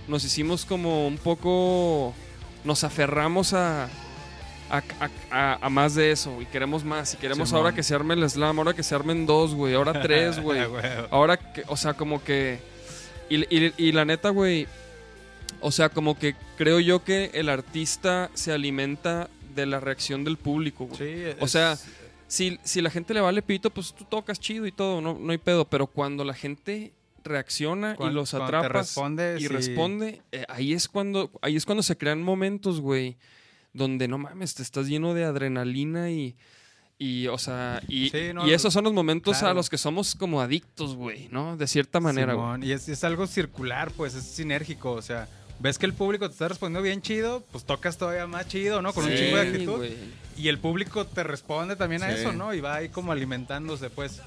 Speaker 2: nos hicimos como un poco, nos aferramos a, a, a- a- a más de eso y queremos más y queremos
Speaker 4: Simón.
Speaker 2: ahora que se arme el slam, ahora que se armen dos, güey, ahora tres, güey.
Speaker 4: *laughs* Ah, huevo.
Speaker 2: Ahora que, o sea, como que. Y, y- y la neta, güey. O sea, como que creo yo que el artista se alimenta de la reacción del público, güey.
Speaker 4: Sí,
Speaker 2: O
Speaker 4: es-
Speaker 2: sea, si, si la gente le vale pito, pues tú tocas chido y todo, no, no hay pedo. Pero cuando la gente reacciona
Speaker 4: cuan-
Speaker 2: y los
Speaker 4: cuando te
Speaker 2: atrapas
Speaker 4: respondes
Speaker 2: y responde, eh, ahí es cuando, ahí es cuando se crean momentos, güey. Donde no mames, te estás lleno de adrenalina y. Y, o sea, y,
Speaker 4: Sí, no,
Speaker 2: y esos son los momentos a
Speaker 4: claro.
Speaker 2: los que somos como adictos, güey, ¿no? De cierta manera, güey.
Speaker 4: Simón, Y es, es algo circular, pues, es sinérgico, o sea, ves que el público te está respondiendo bien chido, pues tocas todavía más chido, ¿no? Con un
Speaker 2: Sí,
Speaker 4: chingo de actitud.
Speaker 2: güey.
Speaker 4: Y el público te responde también a
Speaker 5: Sí.
Speaker 4: eso, ¿no? Y va ahí como alimentándose, pues.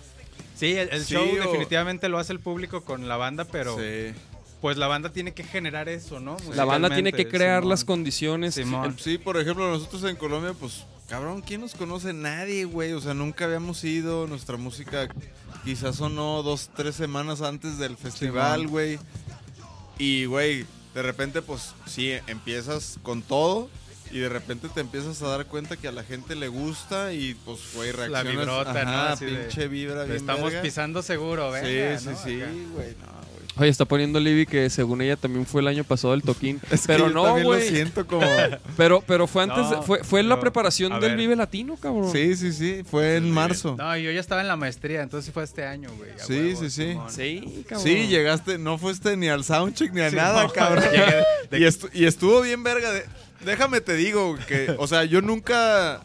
Speaker 4: Sí, el, el
Speaker 5: Sí,
Speaker 4: show
Speaker 5: o-
Speaker 4: definitivamente lo hace el público con la banda, pero
Speaker 5: Sí.
Speaker 4: pues la banda tiene que generar eso, ¿no?
Speaker 2: La banda tiene que
Speaker 4: Musicalmente,
Speaker 2: crear
Speaker 4: Simón.
Speaker 2: las condiciones.
Speaker 4: Simón.
Speaker 5: *laughs* Sí, por ejemplo, nosotros en Colombia, pues, cabrón, ¿quién nos conoce? Nadie, güey. O sea, nunca habíamos ido. Nuestra música quizás sonó dos, tres semanas antes del festival,
Speaker 4: man.
Speaker 5: güey. Y, güey, de repente, pues, sí, empiezas con todo. Y de repente te empiezas a dar cuenta que a la gente le gusta y, pues, güey, reaccionas.
Speaker 4: vibrota, ¿no?
Speaker 5: ajá,
Speaker 4: Así de-
Speaker 5: pinche vibra
Speaker 4: Lo
Speaker 5: bien
Speaker 4: estamos
Speaker 5: verga.
Speaker 4: pisando seguro,
Speaker 5: Sí,
Speaker 4: venga,
Speaker 5: sí,
Speaker 4: ¿no?
Speaker 5: sí,
Speaker 4: Acá.
Speaker 5: güey, no, güey.
Speaker 2: Oye, está poniendo Libby que según ella también fue el año pasado el toquín.
Speaker 5: Es que
Speaker 2: pero
Speaker 5: yo
Speaker 2: no,
Speaker 5: también lo
Speaker 2: güey.
Speaker 5: siento como-
Speaker 2: *laughs* Pero, pero fue antes,
Speaker 5: No,
Speaker 2: fue, fue en la
Speaker 5: no.
Speaker 2: preparación
Speaker 5: A
Speaker 2: del
Speaker 5: ver.
Speaker 2: Vive Latino, cabrón.
Speaker 5: Sí, sí, sí. Fue en marzo.
Speaker 4: No, yo ya estaba en la maestría, entonces sí fue este año, güey. a
Speaker 5: Sí,
Speaker 4: huevo,
Speaker 5: sí, sí.
Speaker 4: Simón.
Speaker 2: Sí,
Speaker 5: Sí, llegaste, no fuiste ni al soundcheck ni a
Speaker 4: Sí,
Speaker 5: nada,
Speaker 4: no,
Speaker 5: cabrón.
Speaker 4: *laughs* llegué
Speaker 5: *laughs* Y, estu- y estuvo bien verga. de- déjame te digo que, o sea, yo nunca,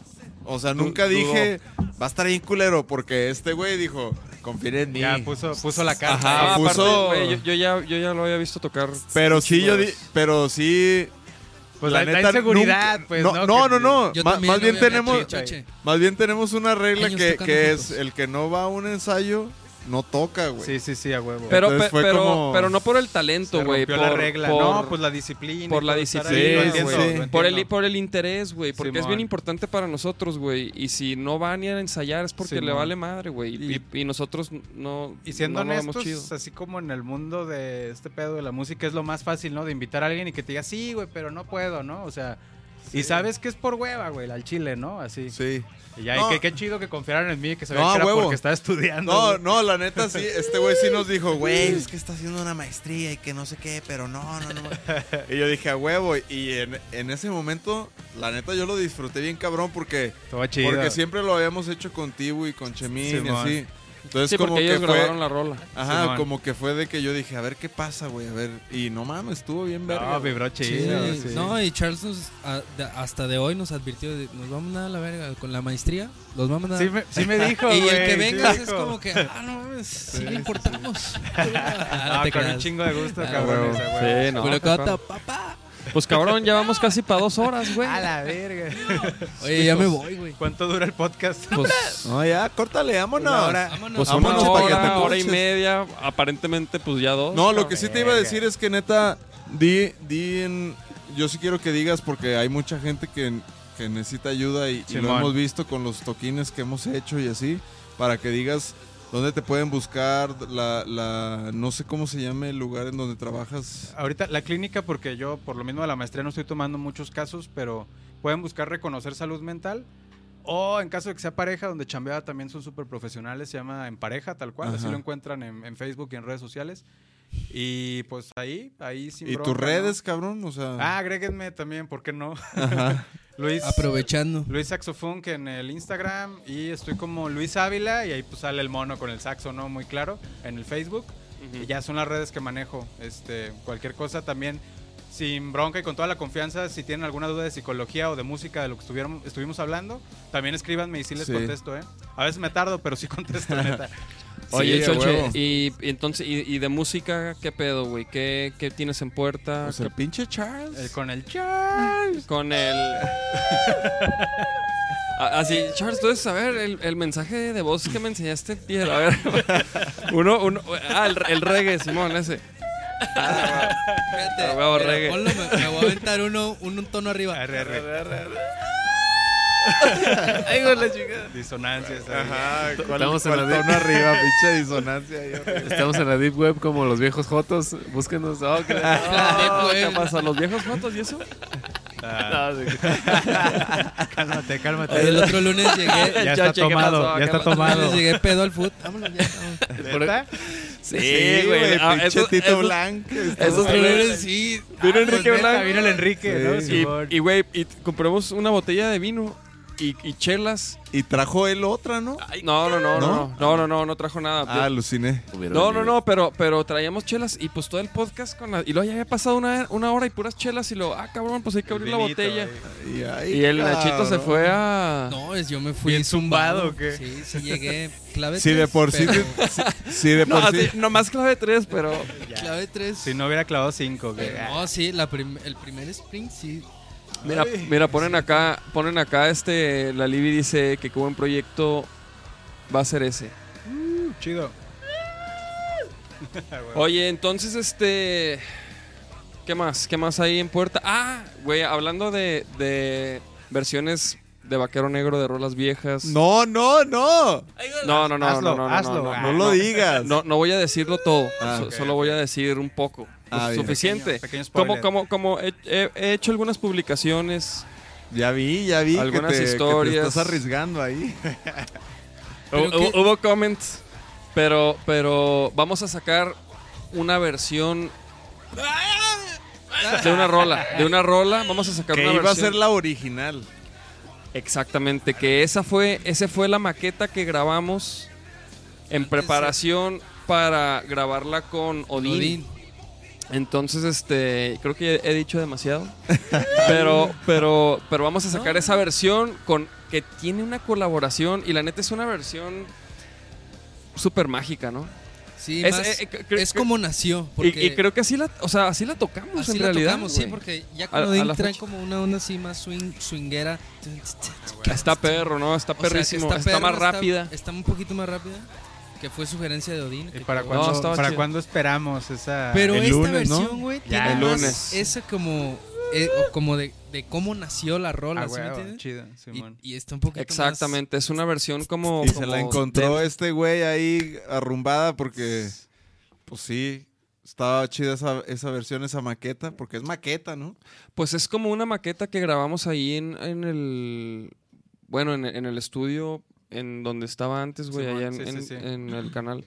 Speaker 5: o sea, nunca dije, va a estar bien culero, porque este güey dijo, confía en mí.
Speaker 4: Ya puso, puso la cara.
Speaker 5: Ajá,
Speaker 2: Ah, aparte,
Speaker 5: puso-
Speaker 2: güey, yo, yo ya, yo ya lo había visto tocar.
Speaker 5: Pero sí, yo di- pero sí.
Speaker 4: Pues la- la inseguridad,
Speaker 5: nunca-
Speaker 4: pues,
Speaker 5: no,
Speaker 4: ¿no?
Speaker 5: no,
Speaker 4: Que-
Speaker 5: no, no.
Speaker 3: Yo
Speaker 5: Ma-
Speaker 3: también
Speaker 5: más
Speaker 3: lo
Speaker 5: bien
Speaker 3: había
Speaker 5: tenemos,
Speaker 3: hecho, che.
Speaker 5: más bien tenemos una regla
Speaker 3: Años
Speaker 5: que,
Speaker 3: tocando
Speaker 5: que es
Speaker 3: juntos.
Speaker 5: el que no va a un ensayo no toca, güey.
Speaker 4: Sí, sí, sí, a huevo.
Speaker 2: Pero, pe-
Speaker 5: Entonces fue
Speaker 2: pero,
Speaker 5: como-
Speaker 2: pero no por el talento,
Speaker 4: Se
Speaker 2: güey.
Speaker 4: rompió
Speaker 2: Por,
Speaker 4: la regla.
Speaker 2: por-
Speaker 4: no, pues la disciplina. y
Speaker 2: por la
Speaker 4: todo estar ahí,
Speaker 5: disciplina,
Speaker 4: lo
Speaker 2: disciplina,
Speaker 4: entiendo,
Speaker 5: güey.
Speaker 2: güey.
Speaker 4: lo
Speaker 2: por, el,
Speaker 4: entiendo.
Speaker 2: por el interés, güey. Porque es bien
Speaker 4: Simón.
Speaker 2: importante para nosotros, güey. Y si no van a ensayar es porque le
Speaker 4: Simón.
Speaker 2: vale madre, güey. Y, y nosotros no.
Speaker 4: Y siendo
Speaker 2: no lo damos
Speaker 4: honestos,
Speaker 2: chido.
Speaker 4: así como en el mundo de este pedo de la música, es lo más fácil, ¿no? De invitar a alguien y que te diga, sí, güey, pero no puedo, ¿no? O sea, y sabes que es por hueva, güey, al chile, ¿no? Así.
Speaker 5: Sí.
Speaker 4: Y ya,
Speaker 5: No.
Speaker 4: y que- qué chido que confiaran en mí, que sabían
Speaker 5: No,
Speaker 4: que era
Speaker 5: huevo.
Speaker 4: porque estaba estudiando.
Speaker 5: No,
Speaker 4: güey.
Speaker 5: no, la neta sí, este güey sí nos dijo,
Speaker 7: Güey,
Speaker 5: güey.
Speaker 7: es que está haciendo una maestría y que no sé qué, pero no, no, no.
Speaker 5: Y yo dije, a huevo. Y en, en ese momento, la neta yo lo disfruté bien cabrón porque,
Speaker 4: Estaba chido.
Speaker 5: porque siempre lo habíamos hecho con Tibu y con Chemín y
Speaker 4: Simón.
Speaker 5: así. Entonces
Speaker 2: Sí,
Speaker 5: como
Speaker 2: porque
Speaker 5: que
Speaker 2: ellos
Speaker 5: fue,
Speaker 2: grabaron la rola.
Speaker 5: Ajá,
Speaker 4: Simón.
Speaker 5: como que fue de que yo dije, a ver qué pasa, güey, a ver. Y no mames, estuvo bien verga.
Speaker 4: No, vibró
Speaker 3: Sí,
Speaker 4: chido. sí.
Speaker 3: No, y Charles nos- a- de- hasta de hoy nos advirtió, de, nos va a mandar a la verga con la maestría, los va a mandar.
Speaker 4: Sí me, sí me dijo,
Speaker 3: *laughs* y
Speaker 4: güey,
Speaker 3: el
Speaker 4: sí
Speaker 3: que vengas
Speaker 4: me
Speaker 3: es
Speaker 4: dijo.
Speaker 3: como que, ah, no mames, sí, le importamos. Ah,
Speaker 4: Ah,
Speaker 3: te
Speaker 4: con un
Speaker 3: creas.
Speaker 4: chingo de gusto,
Speaker 3: Ah,
Speaker 4: cabrón.
Speaker 3: huevo.
Speaker 2: Sí, no,
Speaker 3: Culocota,
Speaker 2: claro.
Speaker 3: papá.
Speaker 2: Pues cabrón, ya vamos casi para dos horas, güey.
Speaker 4: A la *laughs* verga.
Speaker 3: Oye, ya me voy, güey.
Speaker 4: Pues, ¿Cuánto dura el podcast?
Speaker 2: Pues,
Speaker 5: No, ya, córtale, vámonos.
Speaker 3: Vámonos.
Speaker 2: pues una
Speaker 5: Vámonos
Speaker 2: hora,
Speaker 5: pa' que te
Speaker 2: hora y
Speaker 5: ponches.
Speaker 2: media. Aparentemente, pues ya dos.
Speaker 5: No, lo que sí te iba a
Speaker 4: Verga.
Speaker 5: decir es que neta, di, di en... Yo sí quiero que digas porque hay mucha gente que, que necesita ayuda y, y lo
Speaker 4: Simón.
Speaker 5: hemos visto con los toquines que hemos hecho y así, para que digas dónde te pueden buscar, la, la no sé cómo se llame el lugar en donde trabajas.
Speaker 4: Ahorita la clínica, porque yo por lo mismo de la maestría no estoy tomando muchos casos, pero pueden buscar reconocer salud mental. O en caso de que sea pareja, donde chambeada también son súper profesionales, se llama En Pareja, tal cual. Así
Speaker 5: Ajá.
Speaker 4: lo encuentran en, en Facebook y en redes sociales. Y pues ahí, ahí sin
Speaker 5: ¿Y
Speaker 4: bronca,
Speaker 5: tus
Speaker 4: ¿no?
Speaker 5: redes, cabrón? O sea,
Speaker 4: Ah, agréguenme también, ¿por qué no?
Speaker 5: ajá.
Speaker 4: *laughs* Luis,
Speaker 3: Ah, Aprovechando.
Speaker 4: Luis Saxofunk en el Instagram. Y estoy como Luis Ávila, y ahí pues sale el mono con el saxo, ¿no? Muy claro, en el Facebook.
Speaker 2: Ujú.
Speaker 4: Ya son las redes que manejo. Este, cualquier cosa también, sin bronca y con toda la confianza, si tienen alguna duda de psicología o de música de lo que estuvieron- estuvimos hablando, también escríbanme y sí les
Speaker 5: Sí.
Speaker 4: contesto, ¿eh? A veces me tardo, pero sí contesto, neta.
Speaker 2: Oye,
Speaker 5: Sí, a
Speaker 2: Choche,
Speaker 5: huevo.
Speaker 2: y, y entonces, y, y de música, ¿qué pedo, güey? ¿Qué, ¿Qué tienes en puerta?
Speaker 5: Pues el pinche Charles.
Speaker 4: Ah, El- Eh, con el Charles.
Speaker 2: Con
Speaker 5: *laughs*
Speaker 2: el... A- Así, Charles, entonces, a ver, el, el mensaje de voz que me enseñaste, tío, a ver. *laughs* Uno, uno, ah, el, el reggae, Simón, ese.
Speaker 3: Fíjate,
Speaker 2: A huevo,
Speaker 3: mira,
Speaker 2: reggae.
Speaker 3: ponlo, me, me voy a aventar uno, un, un tono arriba.
Speaker 4: Arre, arre.
Speaker 9: Ay, güey, la chica.
Speaker 4: Disonancias. ahí.
Speaker 5: Ajá, ¿cuál-
Speaker 6: Estamos en
Speaker 5: cuál
Speaker 6: la de-
Speaker 5: tono arriba, pinche disonancia.
Speaker 6: *laughs*
Speaker 5: ahí, güey.
Speaker 6: Estamos en la Deep Web como los viejos Jotos. Búsquenos. Oh, que la-
Speaker 2: Ah, ¿Qué pasa? ¿Los viejos fotos y eso?
Speaker 4: Ah. cálmate,
Speaker 3: Oye, el
Speaker 4: *laughs* cálmate.
Speaker 3: otro lunes
Speaker 5: *laughs*
Speaker 3: llegué.
Speaker 4: Ya está
Speaker 2: Chache, ¿qué
Speaker 4: tomado,
Speaker 2: pasó?
Speaker 4: ya
Speaker 2: ¿Qué
Speaker 4: está
Speaker 2: pasó? *laughs*
Speaker 3: el
Speaker 4: tomado.
Speaker 3: lunes llegué pedo al foot. Vámonos ya. vámonos.
Speaker 4: ¿Neta?
Speaker 5: Sí, güey,
Speaker 2: Ah,
Speaker 5: pinche
Speaker 2: esos-
Speaker 5: Tito
Speaker 2: esos-
Speaker 5: Blanc.
Speaker 2: esos
Speaker 3: El otro
Speaker 2: reggae-
Speaker 3: lunes sí.
Speaker 2: Vino
Speaker 4: Ah,
Speaker 2: Enrique
Speaker 4: pues neta,
Speaker 2: Blanco.
Speaker 4: Vino el Enrique, ¿no? Simón.
Speaker 2: Y, y, güey, y t- compramos una botella de vino y, y chelas.
Speaker 5: Y trajo él otra, ¿no?
Speaker 2: no, no, no, no,
Speaker 5: ¿No?
Speaker 2: no, no, no, no, trajo nada.
Speaker 5: Ah, aluciné.
Speaker 2: no, no, no, pero, pero traíamos chelas y pues todo el podcast con la... Y luego ya había pasado una, una hora y puras chelas y lo... Ah, cabrón, pues hay que
Speaker 4: El
Speaker 2: abrir la
Speaker 4: vinito,
Speaker 2: botella.
Speaker 4: güey.
Speaker 5: Y, ahí,
Speaker 2: Y el
Speaker 5: cabrón.
Speaker 2: Nachito se fue a...
Speaker 3: No, es yo me fui
Speaker 4: ¿Bien zumbado o qué?
Speaker 3: Sí, sí llegué. Clave
Speaker 5: Sí, de
Speaker 3: tres,
Speaker 5: por sí.
Speaker 3: pero-
Speaker 5: sí, sí, de
Speaker 2: No,
Speaker 5: por
Speaker 2: así,
Speaker 5: pues sí.
Speaker 2: nomás clave tres, pero...
Speaker 3: Clave 3.
Speaker 4: Si no hubiera clavado cinco, güey.
Speaker 10: Eh, ah.
Speaker 3: No, sí, la prim- el primer sprint sí.
Speaker 2: Mira, mira, ponen acá, ponen acá este... La Libby dice que qué buen proyecto va a ser ese.
Speaker 4: Ah, Chido.
Speaker 2: Oye, entonces, este. ¿Qué más? ¿Qué más hay en puerta? Ah, güey, hablando de, de versiones de Vaquero Negro de rolas viejas.
Speaker 5: No, no, no.
Speaker 2: no, no, no,
Speaker 4: hazlo,
Speaker 2: no, no, no,
Speaker 4: hazlo.
Speaker 2: no, no,
Speaker 5: Ah, No lo digas.
Speaker 2: no, no voy a decirlo todo.
Speaker 5: Ah,
Speaker 2: so-
Speaker 5: ok,
Speaker 2: solo voy a decir un poco.
Speaker 5: Ah,
Speaker 2: Lo
Speaker 5: bien.
Speaker 2: suficiente.
Speaker 4: Pequeño- pequeño
Speaker 2: como
Speaker 4: spoiler.
Speaker 2: como, como he, he- he hecho algunas publicaciones.
Speaker 5: Ya vi, ya vi.
Speaker 2: Algunas
Speaker 5: que te, que te
Speaker 2: historias.
Speaker 5: estás arriesgando ahí.
Speaker 2: Hu-
Speaker 3: Pero
Speaker 2: hu-
Speaker 3: qué-
Speaker 2: Hubo comments. Pero, pero vamos a sacar
Speaker 10: una versión de una rola. De una rola, vamos a sacar
Speaker 5: Que
Speaker 10: una
Speaker 5: iba a
Speaker 10: versión.
Speaker 5: ser la original.
Speaker 10: Exactamente, que esa fue, esa fue la maqueta que grabamos en preparación para grabarla con Odín.
Speaker 3: Odín.
Speaker 10: Entonces, este, creo que he dicho demasiado, pero, pero, pero vamos a sacar esa versión con que tiene una colaboración y la neta es una versión súper mágica, ¿no?
Speaker 3: Sí,
Speaker 10: Es-
Speaker 3: es,
Speaker 10: eh, cre- cre-
Speaker 3: es como nació.
Speaker 10: Y,
Speaker 3: Porque
Speaker 10: y creo que así la, o sea, así la tocamos
Speaker 3: así
Speaker 10: en
Speaker 3: la
Speaker 10: realidad.
Speaker 3: tocamos, sí,
Speaker 10: güey.
Speaker 3: porque ya
Speaker 10: A-
Speaker 3: cuando
Speaker 10: a
Speaker 3: Odín
Speaker 10: la
Speaker 3: trae
Speaker 10: fecha.
Speaker 3: como una onda así más swing, swinguera.
Speaker 10: Está perro, ¿no? Está
Speaker 3: O sea, que
Speaker 10: perrísimo.
Speaker 3: esta
Speaker 10: está,
Speaker 3: perra
Speaker 10: más rápida.
Speaker 3: Está, un poquito más rápida. Que fue sugerencia de Odín.
Speaker 4: ¿Y
Speaker 3: que
Speaker 4: Eh, para
Speaker 3: creo-
Speaker 4: cuándo,
Speaker 10: estaba
Speaker 4: para
Speaker 10: chido.
Speaker 4: cuándo esperamos esa
Speaker 3: Pero
Speaker 4: el
Speaker 3: esta
Speaker 4: lunes,
Speaker 3: versión,
Speaker 4: ¿no?
Speaker 3: güey,
Speaker 4: Ya.
Speaker 3: tiene
Speaker 10: El
Speaker 3: más
Speaker 10: lunes.
Speaker 3: esa como, eh, o como de, de cómo nació la rola,
Speaker 4: Ah,
Speaker 3: ¿sí me
Speaker 4: güey,
Speaker 3: entiendes?
Speaker 4: chido,
Speaker 3: Y,
Speaker 4: Simón.
Speaker 3: y está un poquito más-
Speaker 10: Exactamente, es una versión como.
Speaker 5: Y se la
Speaker 10: como
Speaker 5: encontró
Speaker 10: de-
Speaker 5: este güey ahí arrumbada porque, pues sí, estaba chida esa, esa versión, esa maqueta, porque es maqueta, ¿no?
Speaker 10: Pues es como una maqueta que grabamos ahí en, en el. Bueno, en, en el estudio, en donde estaba antes, güey,
Speaker 4: Simón,
Speaker 10: allá en,
Speaker 4: sí, sí,
Speaker 10: en-
Speaker 4: sí.
Speaker 10: en el canal.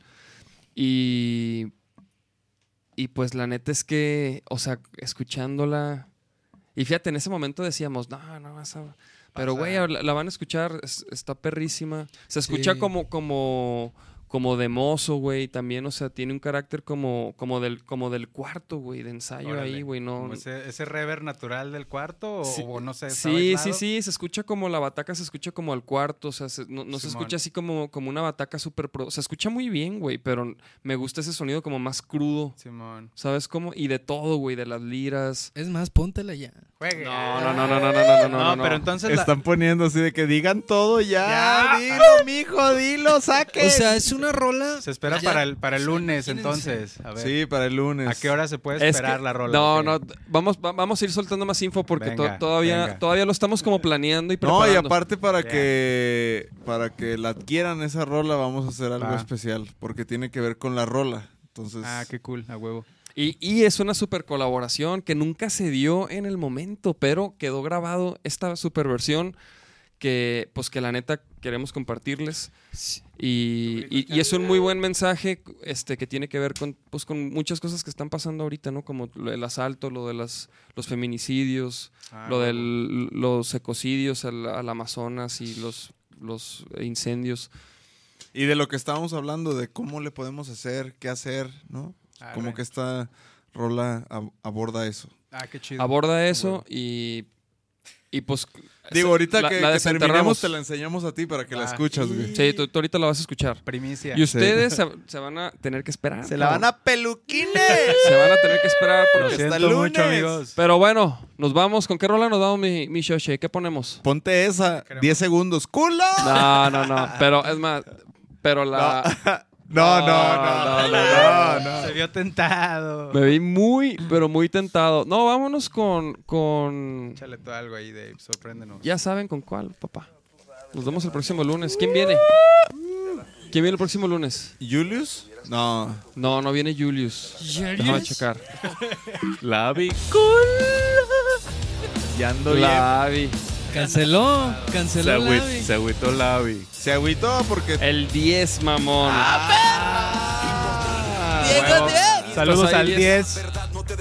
Speaker 10: Y. Y pues la neta es que, o sea, escuchándola. Y fíjate, en ese momento decíamos, no, no vas a. Pero, güey, la, la van a escuchar, es- está perrísima. Se escucha
Speaker 3: Sí.
Speaker 10: como, como, como de mozo, güey, también, o sea, tiene un carácter como, como del, como del cuarto, güey, de ensayo
Speaker 4: Órale.
Speaker 10: ah, ahí, güey, no.
Speaker 4: Como ese, ese reverb natural del cuarto o,
Speaker 10: Sí.
Speaker 4: o no sé, estaba
Speaker 10: Sí, sí,
Speaker 4: aislado.
Speaker 10: sí, se escucha como la bataca, se escucha como al cuarto, o sea, se- no, no se
Speaker 4: Simón.
Speaker 10: escucha así como, como una bataca súper pro. Se escucha muy bien, güey, pero me gusta ese sonido como más crudo,
Speaker 4: Simón.
Speaker 10: ¿sabes cómo? Y de todo, güey, de las liras.
Speaker 3: Es más, póntela ya.
Speaker 4: Juegue.
Speaker 10: No, no, no, no, no, no, no, no.
Speaker 4: No,
Speaker 10: no.
Speaker 4: pero entonces la-
Speaker 5: Están poniendo así de que digan todo ya.
Speaker 4: Ya.
Speaker 5: Dilo, mijo, dilo, saque.
Speaker 3: O sea, es una rola...
Speaker 4: se espera
Speaker 3: ya-
Speaker 4: para el para el
Speaker 3: o sea,
Speaker 4: lunes
Speaker 3: imagínense.
Speaker 4: entonces, a ver.
Speaker 5: sí, para el lunes.
Speaker 4: ¿A qué hora se puede
Speaker 10: Es que-
Speaker 4: esperar la rola?
Speaker 10: No,
Speaker 4: Ok.
Speaker 10: no, d- vamos, va- vamos a ir soltando más info porque to-
Speaker 4: Venga,
Speaker 10: todavía,
Speaker 4: venga.
Speaker 10: todavía lo estamos como
Speaker 4: *laughs*
Speaker 10: planeando y preparando.
Speaker 5: No, y aparte para
Speaker 4: Ya.
Speaker 5: que para que la adquieran esa rola vamos a hacer algo
Speaker 4: Va.
Speaker 5: especial porque tiene que ver con la rola. Entonces,
Speaker 4: Ah, qué cool, a huevo.
Speaker 10: Y, y es una super colaboración que nunca se dio en el momento, pero quedó grabado esta super versión que, pues, que la neta queremos compartirles. Y, y- y es un muy buen mensaje este, que tiene que ver con, pues, con muchas cosas que están pasando ahorita, ¿no? Como lo del asalto, lo de las, los feminicidios,
Speaker 4: Ah,
Speaker 10: lo
Speaker 4: huevo.
Speaker 10: de los ecocidios al, al Amazonas y los, los incendios.
Speaker 5: y de lo que estábamos hablando de cómo le podemos hacer, qué hacer, ¿no?
Speaker 4: Arre.
Speaker 5: Como que esta rola ab- aborda eso.
Speaker 4: Ah, qué chido.
Speaker 10: Aborda eso y, y pues...
Speaker 5: Digo, ahorita
Speaker 10: la-
Speaker 5: que,
Speaker 10: la
Speaker 5: que
Speaker 10: desenterramos.
Speaker 5: terminemos te la enseñamos a ti para que la
Speaker 4: Va.
Speaker 5: escuchas, güey.
Speaker 10: Sí, tú, tú ahorita la vas a escuchar.
Speaker 4: Primicia.
Speaker 10: Y ustedes
Speaker 5: *laughs*
Speaker 10: se, se van a tener que esperar. cabrón.
Speaker 5: *laughs* peluquines.
Speaker 10: Se van a tener que esperar.
Speaker 4: Lo
Speaker 10: porque-
Speaker 5: hasta
Speaker 4: siento mucho,
Speaker 5: lunes.
Speaker 4: amigos.
Speaker 10: Pero bueno, nos vamos. ¿Con qué rola nos damos, mi, mi Xoche? ¿Qué ponemos?
Speaker 5: Ponte esa,
Speaker 4: Creo.
Speaker 5: 10 segundos. ¡Culo!
Speaker 10: No, no, no. Pero es más, pero la.
Speaker 5: No,
Speaker 10: No,
Speaker 5: no, no, no,
Speaker 10: no,
Speaker 5: no, no.
Speaker 4: Ah, Se vio tentado.
Speaker 10: Me vi muy, pero muy tentado. No, vámonos con. con
Speaker 4: Échale tú algo ahí, Dave, sorpréndenos.
Speaker 10: ya saben con cuál, papá. Nos vemos el próximo lunes. ¿Quién viene? ¿Quién viene el próximo lunes?
Speaker 5: ¿Julius? No.
Speaker 10: No, no viene Julius. Déjame checar.
Speaker 6: La vi.
Speaker 5: Ya ando bien.
Speaker 10: La vi.
Speaker 3: Canceló,
Speaker 6: Se,
Speaker 3: canceló la
Speaker 6: agüit-
Speaker 3: ave.
Speaker 6: se agüitó la vi.
Speaker 5: Se agüitó porque
Speaker 10: El 10, mamón.
Speaker 5: Huevo.
Speaker 4: Saludos
Speaker 10: Estás ahí,
Speaker 4: al 10.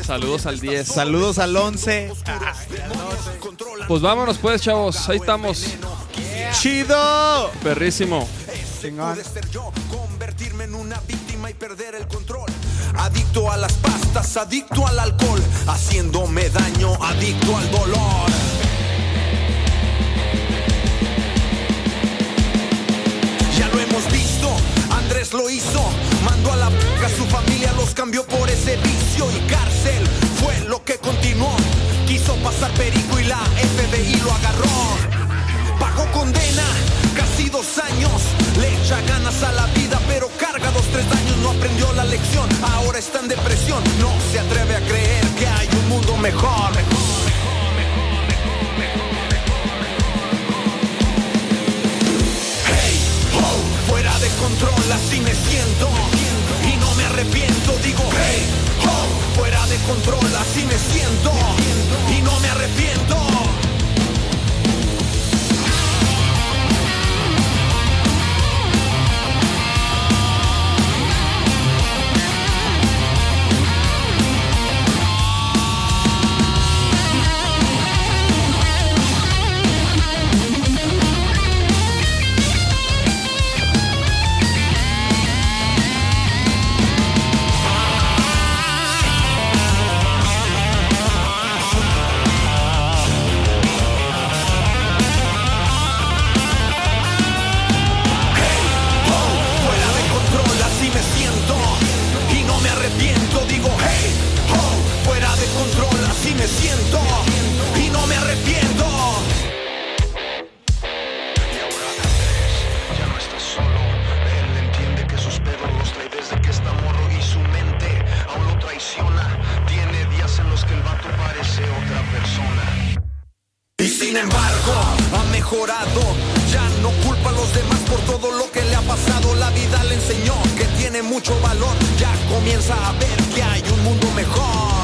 Speaker 10: Saludos al 10.
Speaker 5: Saludos al 11.
Speaker 10: Pues vámonos pues, chavos. Ahí estamos.
Speaker 5: ¡Chido!
Speaker 10: Perrísimo.
Speaker 4: Chingón.
Speaker 1: ser yo, convertirme en una víctima y perder el control. Adicto a las pastas, adicto al alcohol, haciéndome daño, adicto al dolor. Ya lo hemos visto, Andrés lo hizo, mandó a la p*** su familia, los cambió por ese vicio y cárcel fue lo que continuó. Quiso pasar perico y la FBI lo agarró. Pagó condena, casi dos años, le echa ganas a la vida, pero carga dos, tres años, no aprendió la lección, ahora está en depresión, no se atreve a creer que hay un mundo mejor. Hey, ho, fuera de control, así me siento. Y no me arrepiento, digo, hey, ho, fuera de control, así me siento. Y no me arrepiento. sin embargo, ha mejorado. Ya no culpa a los demás por todo lo que le ha pasado. La vida le enseñó que tiene mucho valor. Ya comienza a ver que hay un mundo mejor.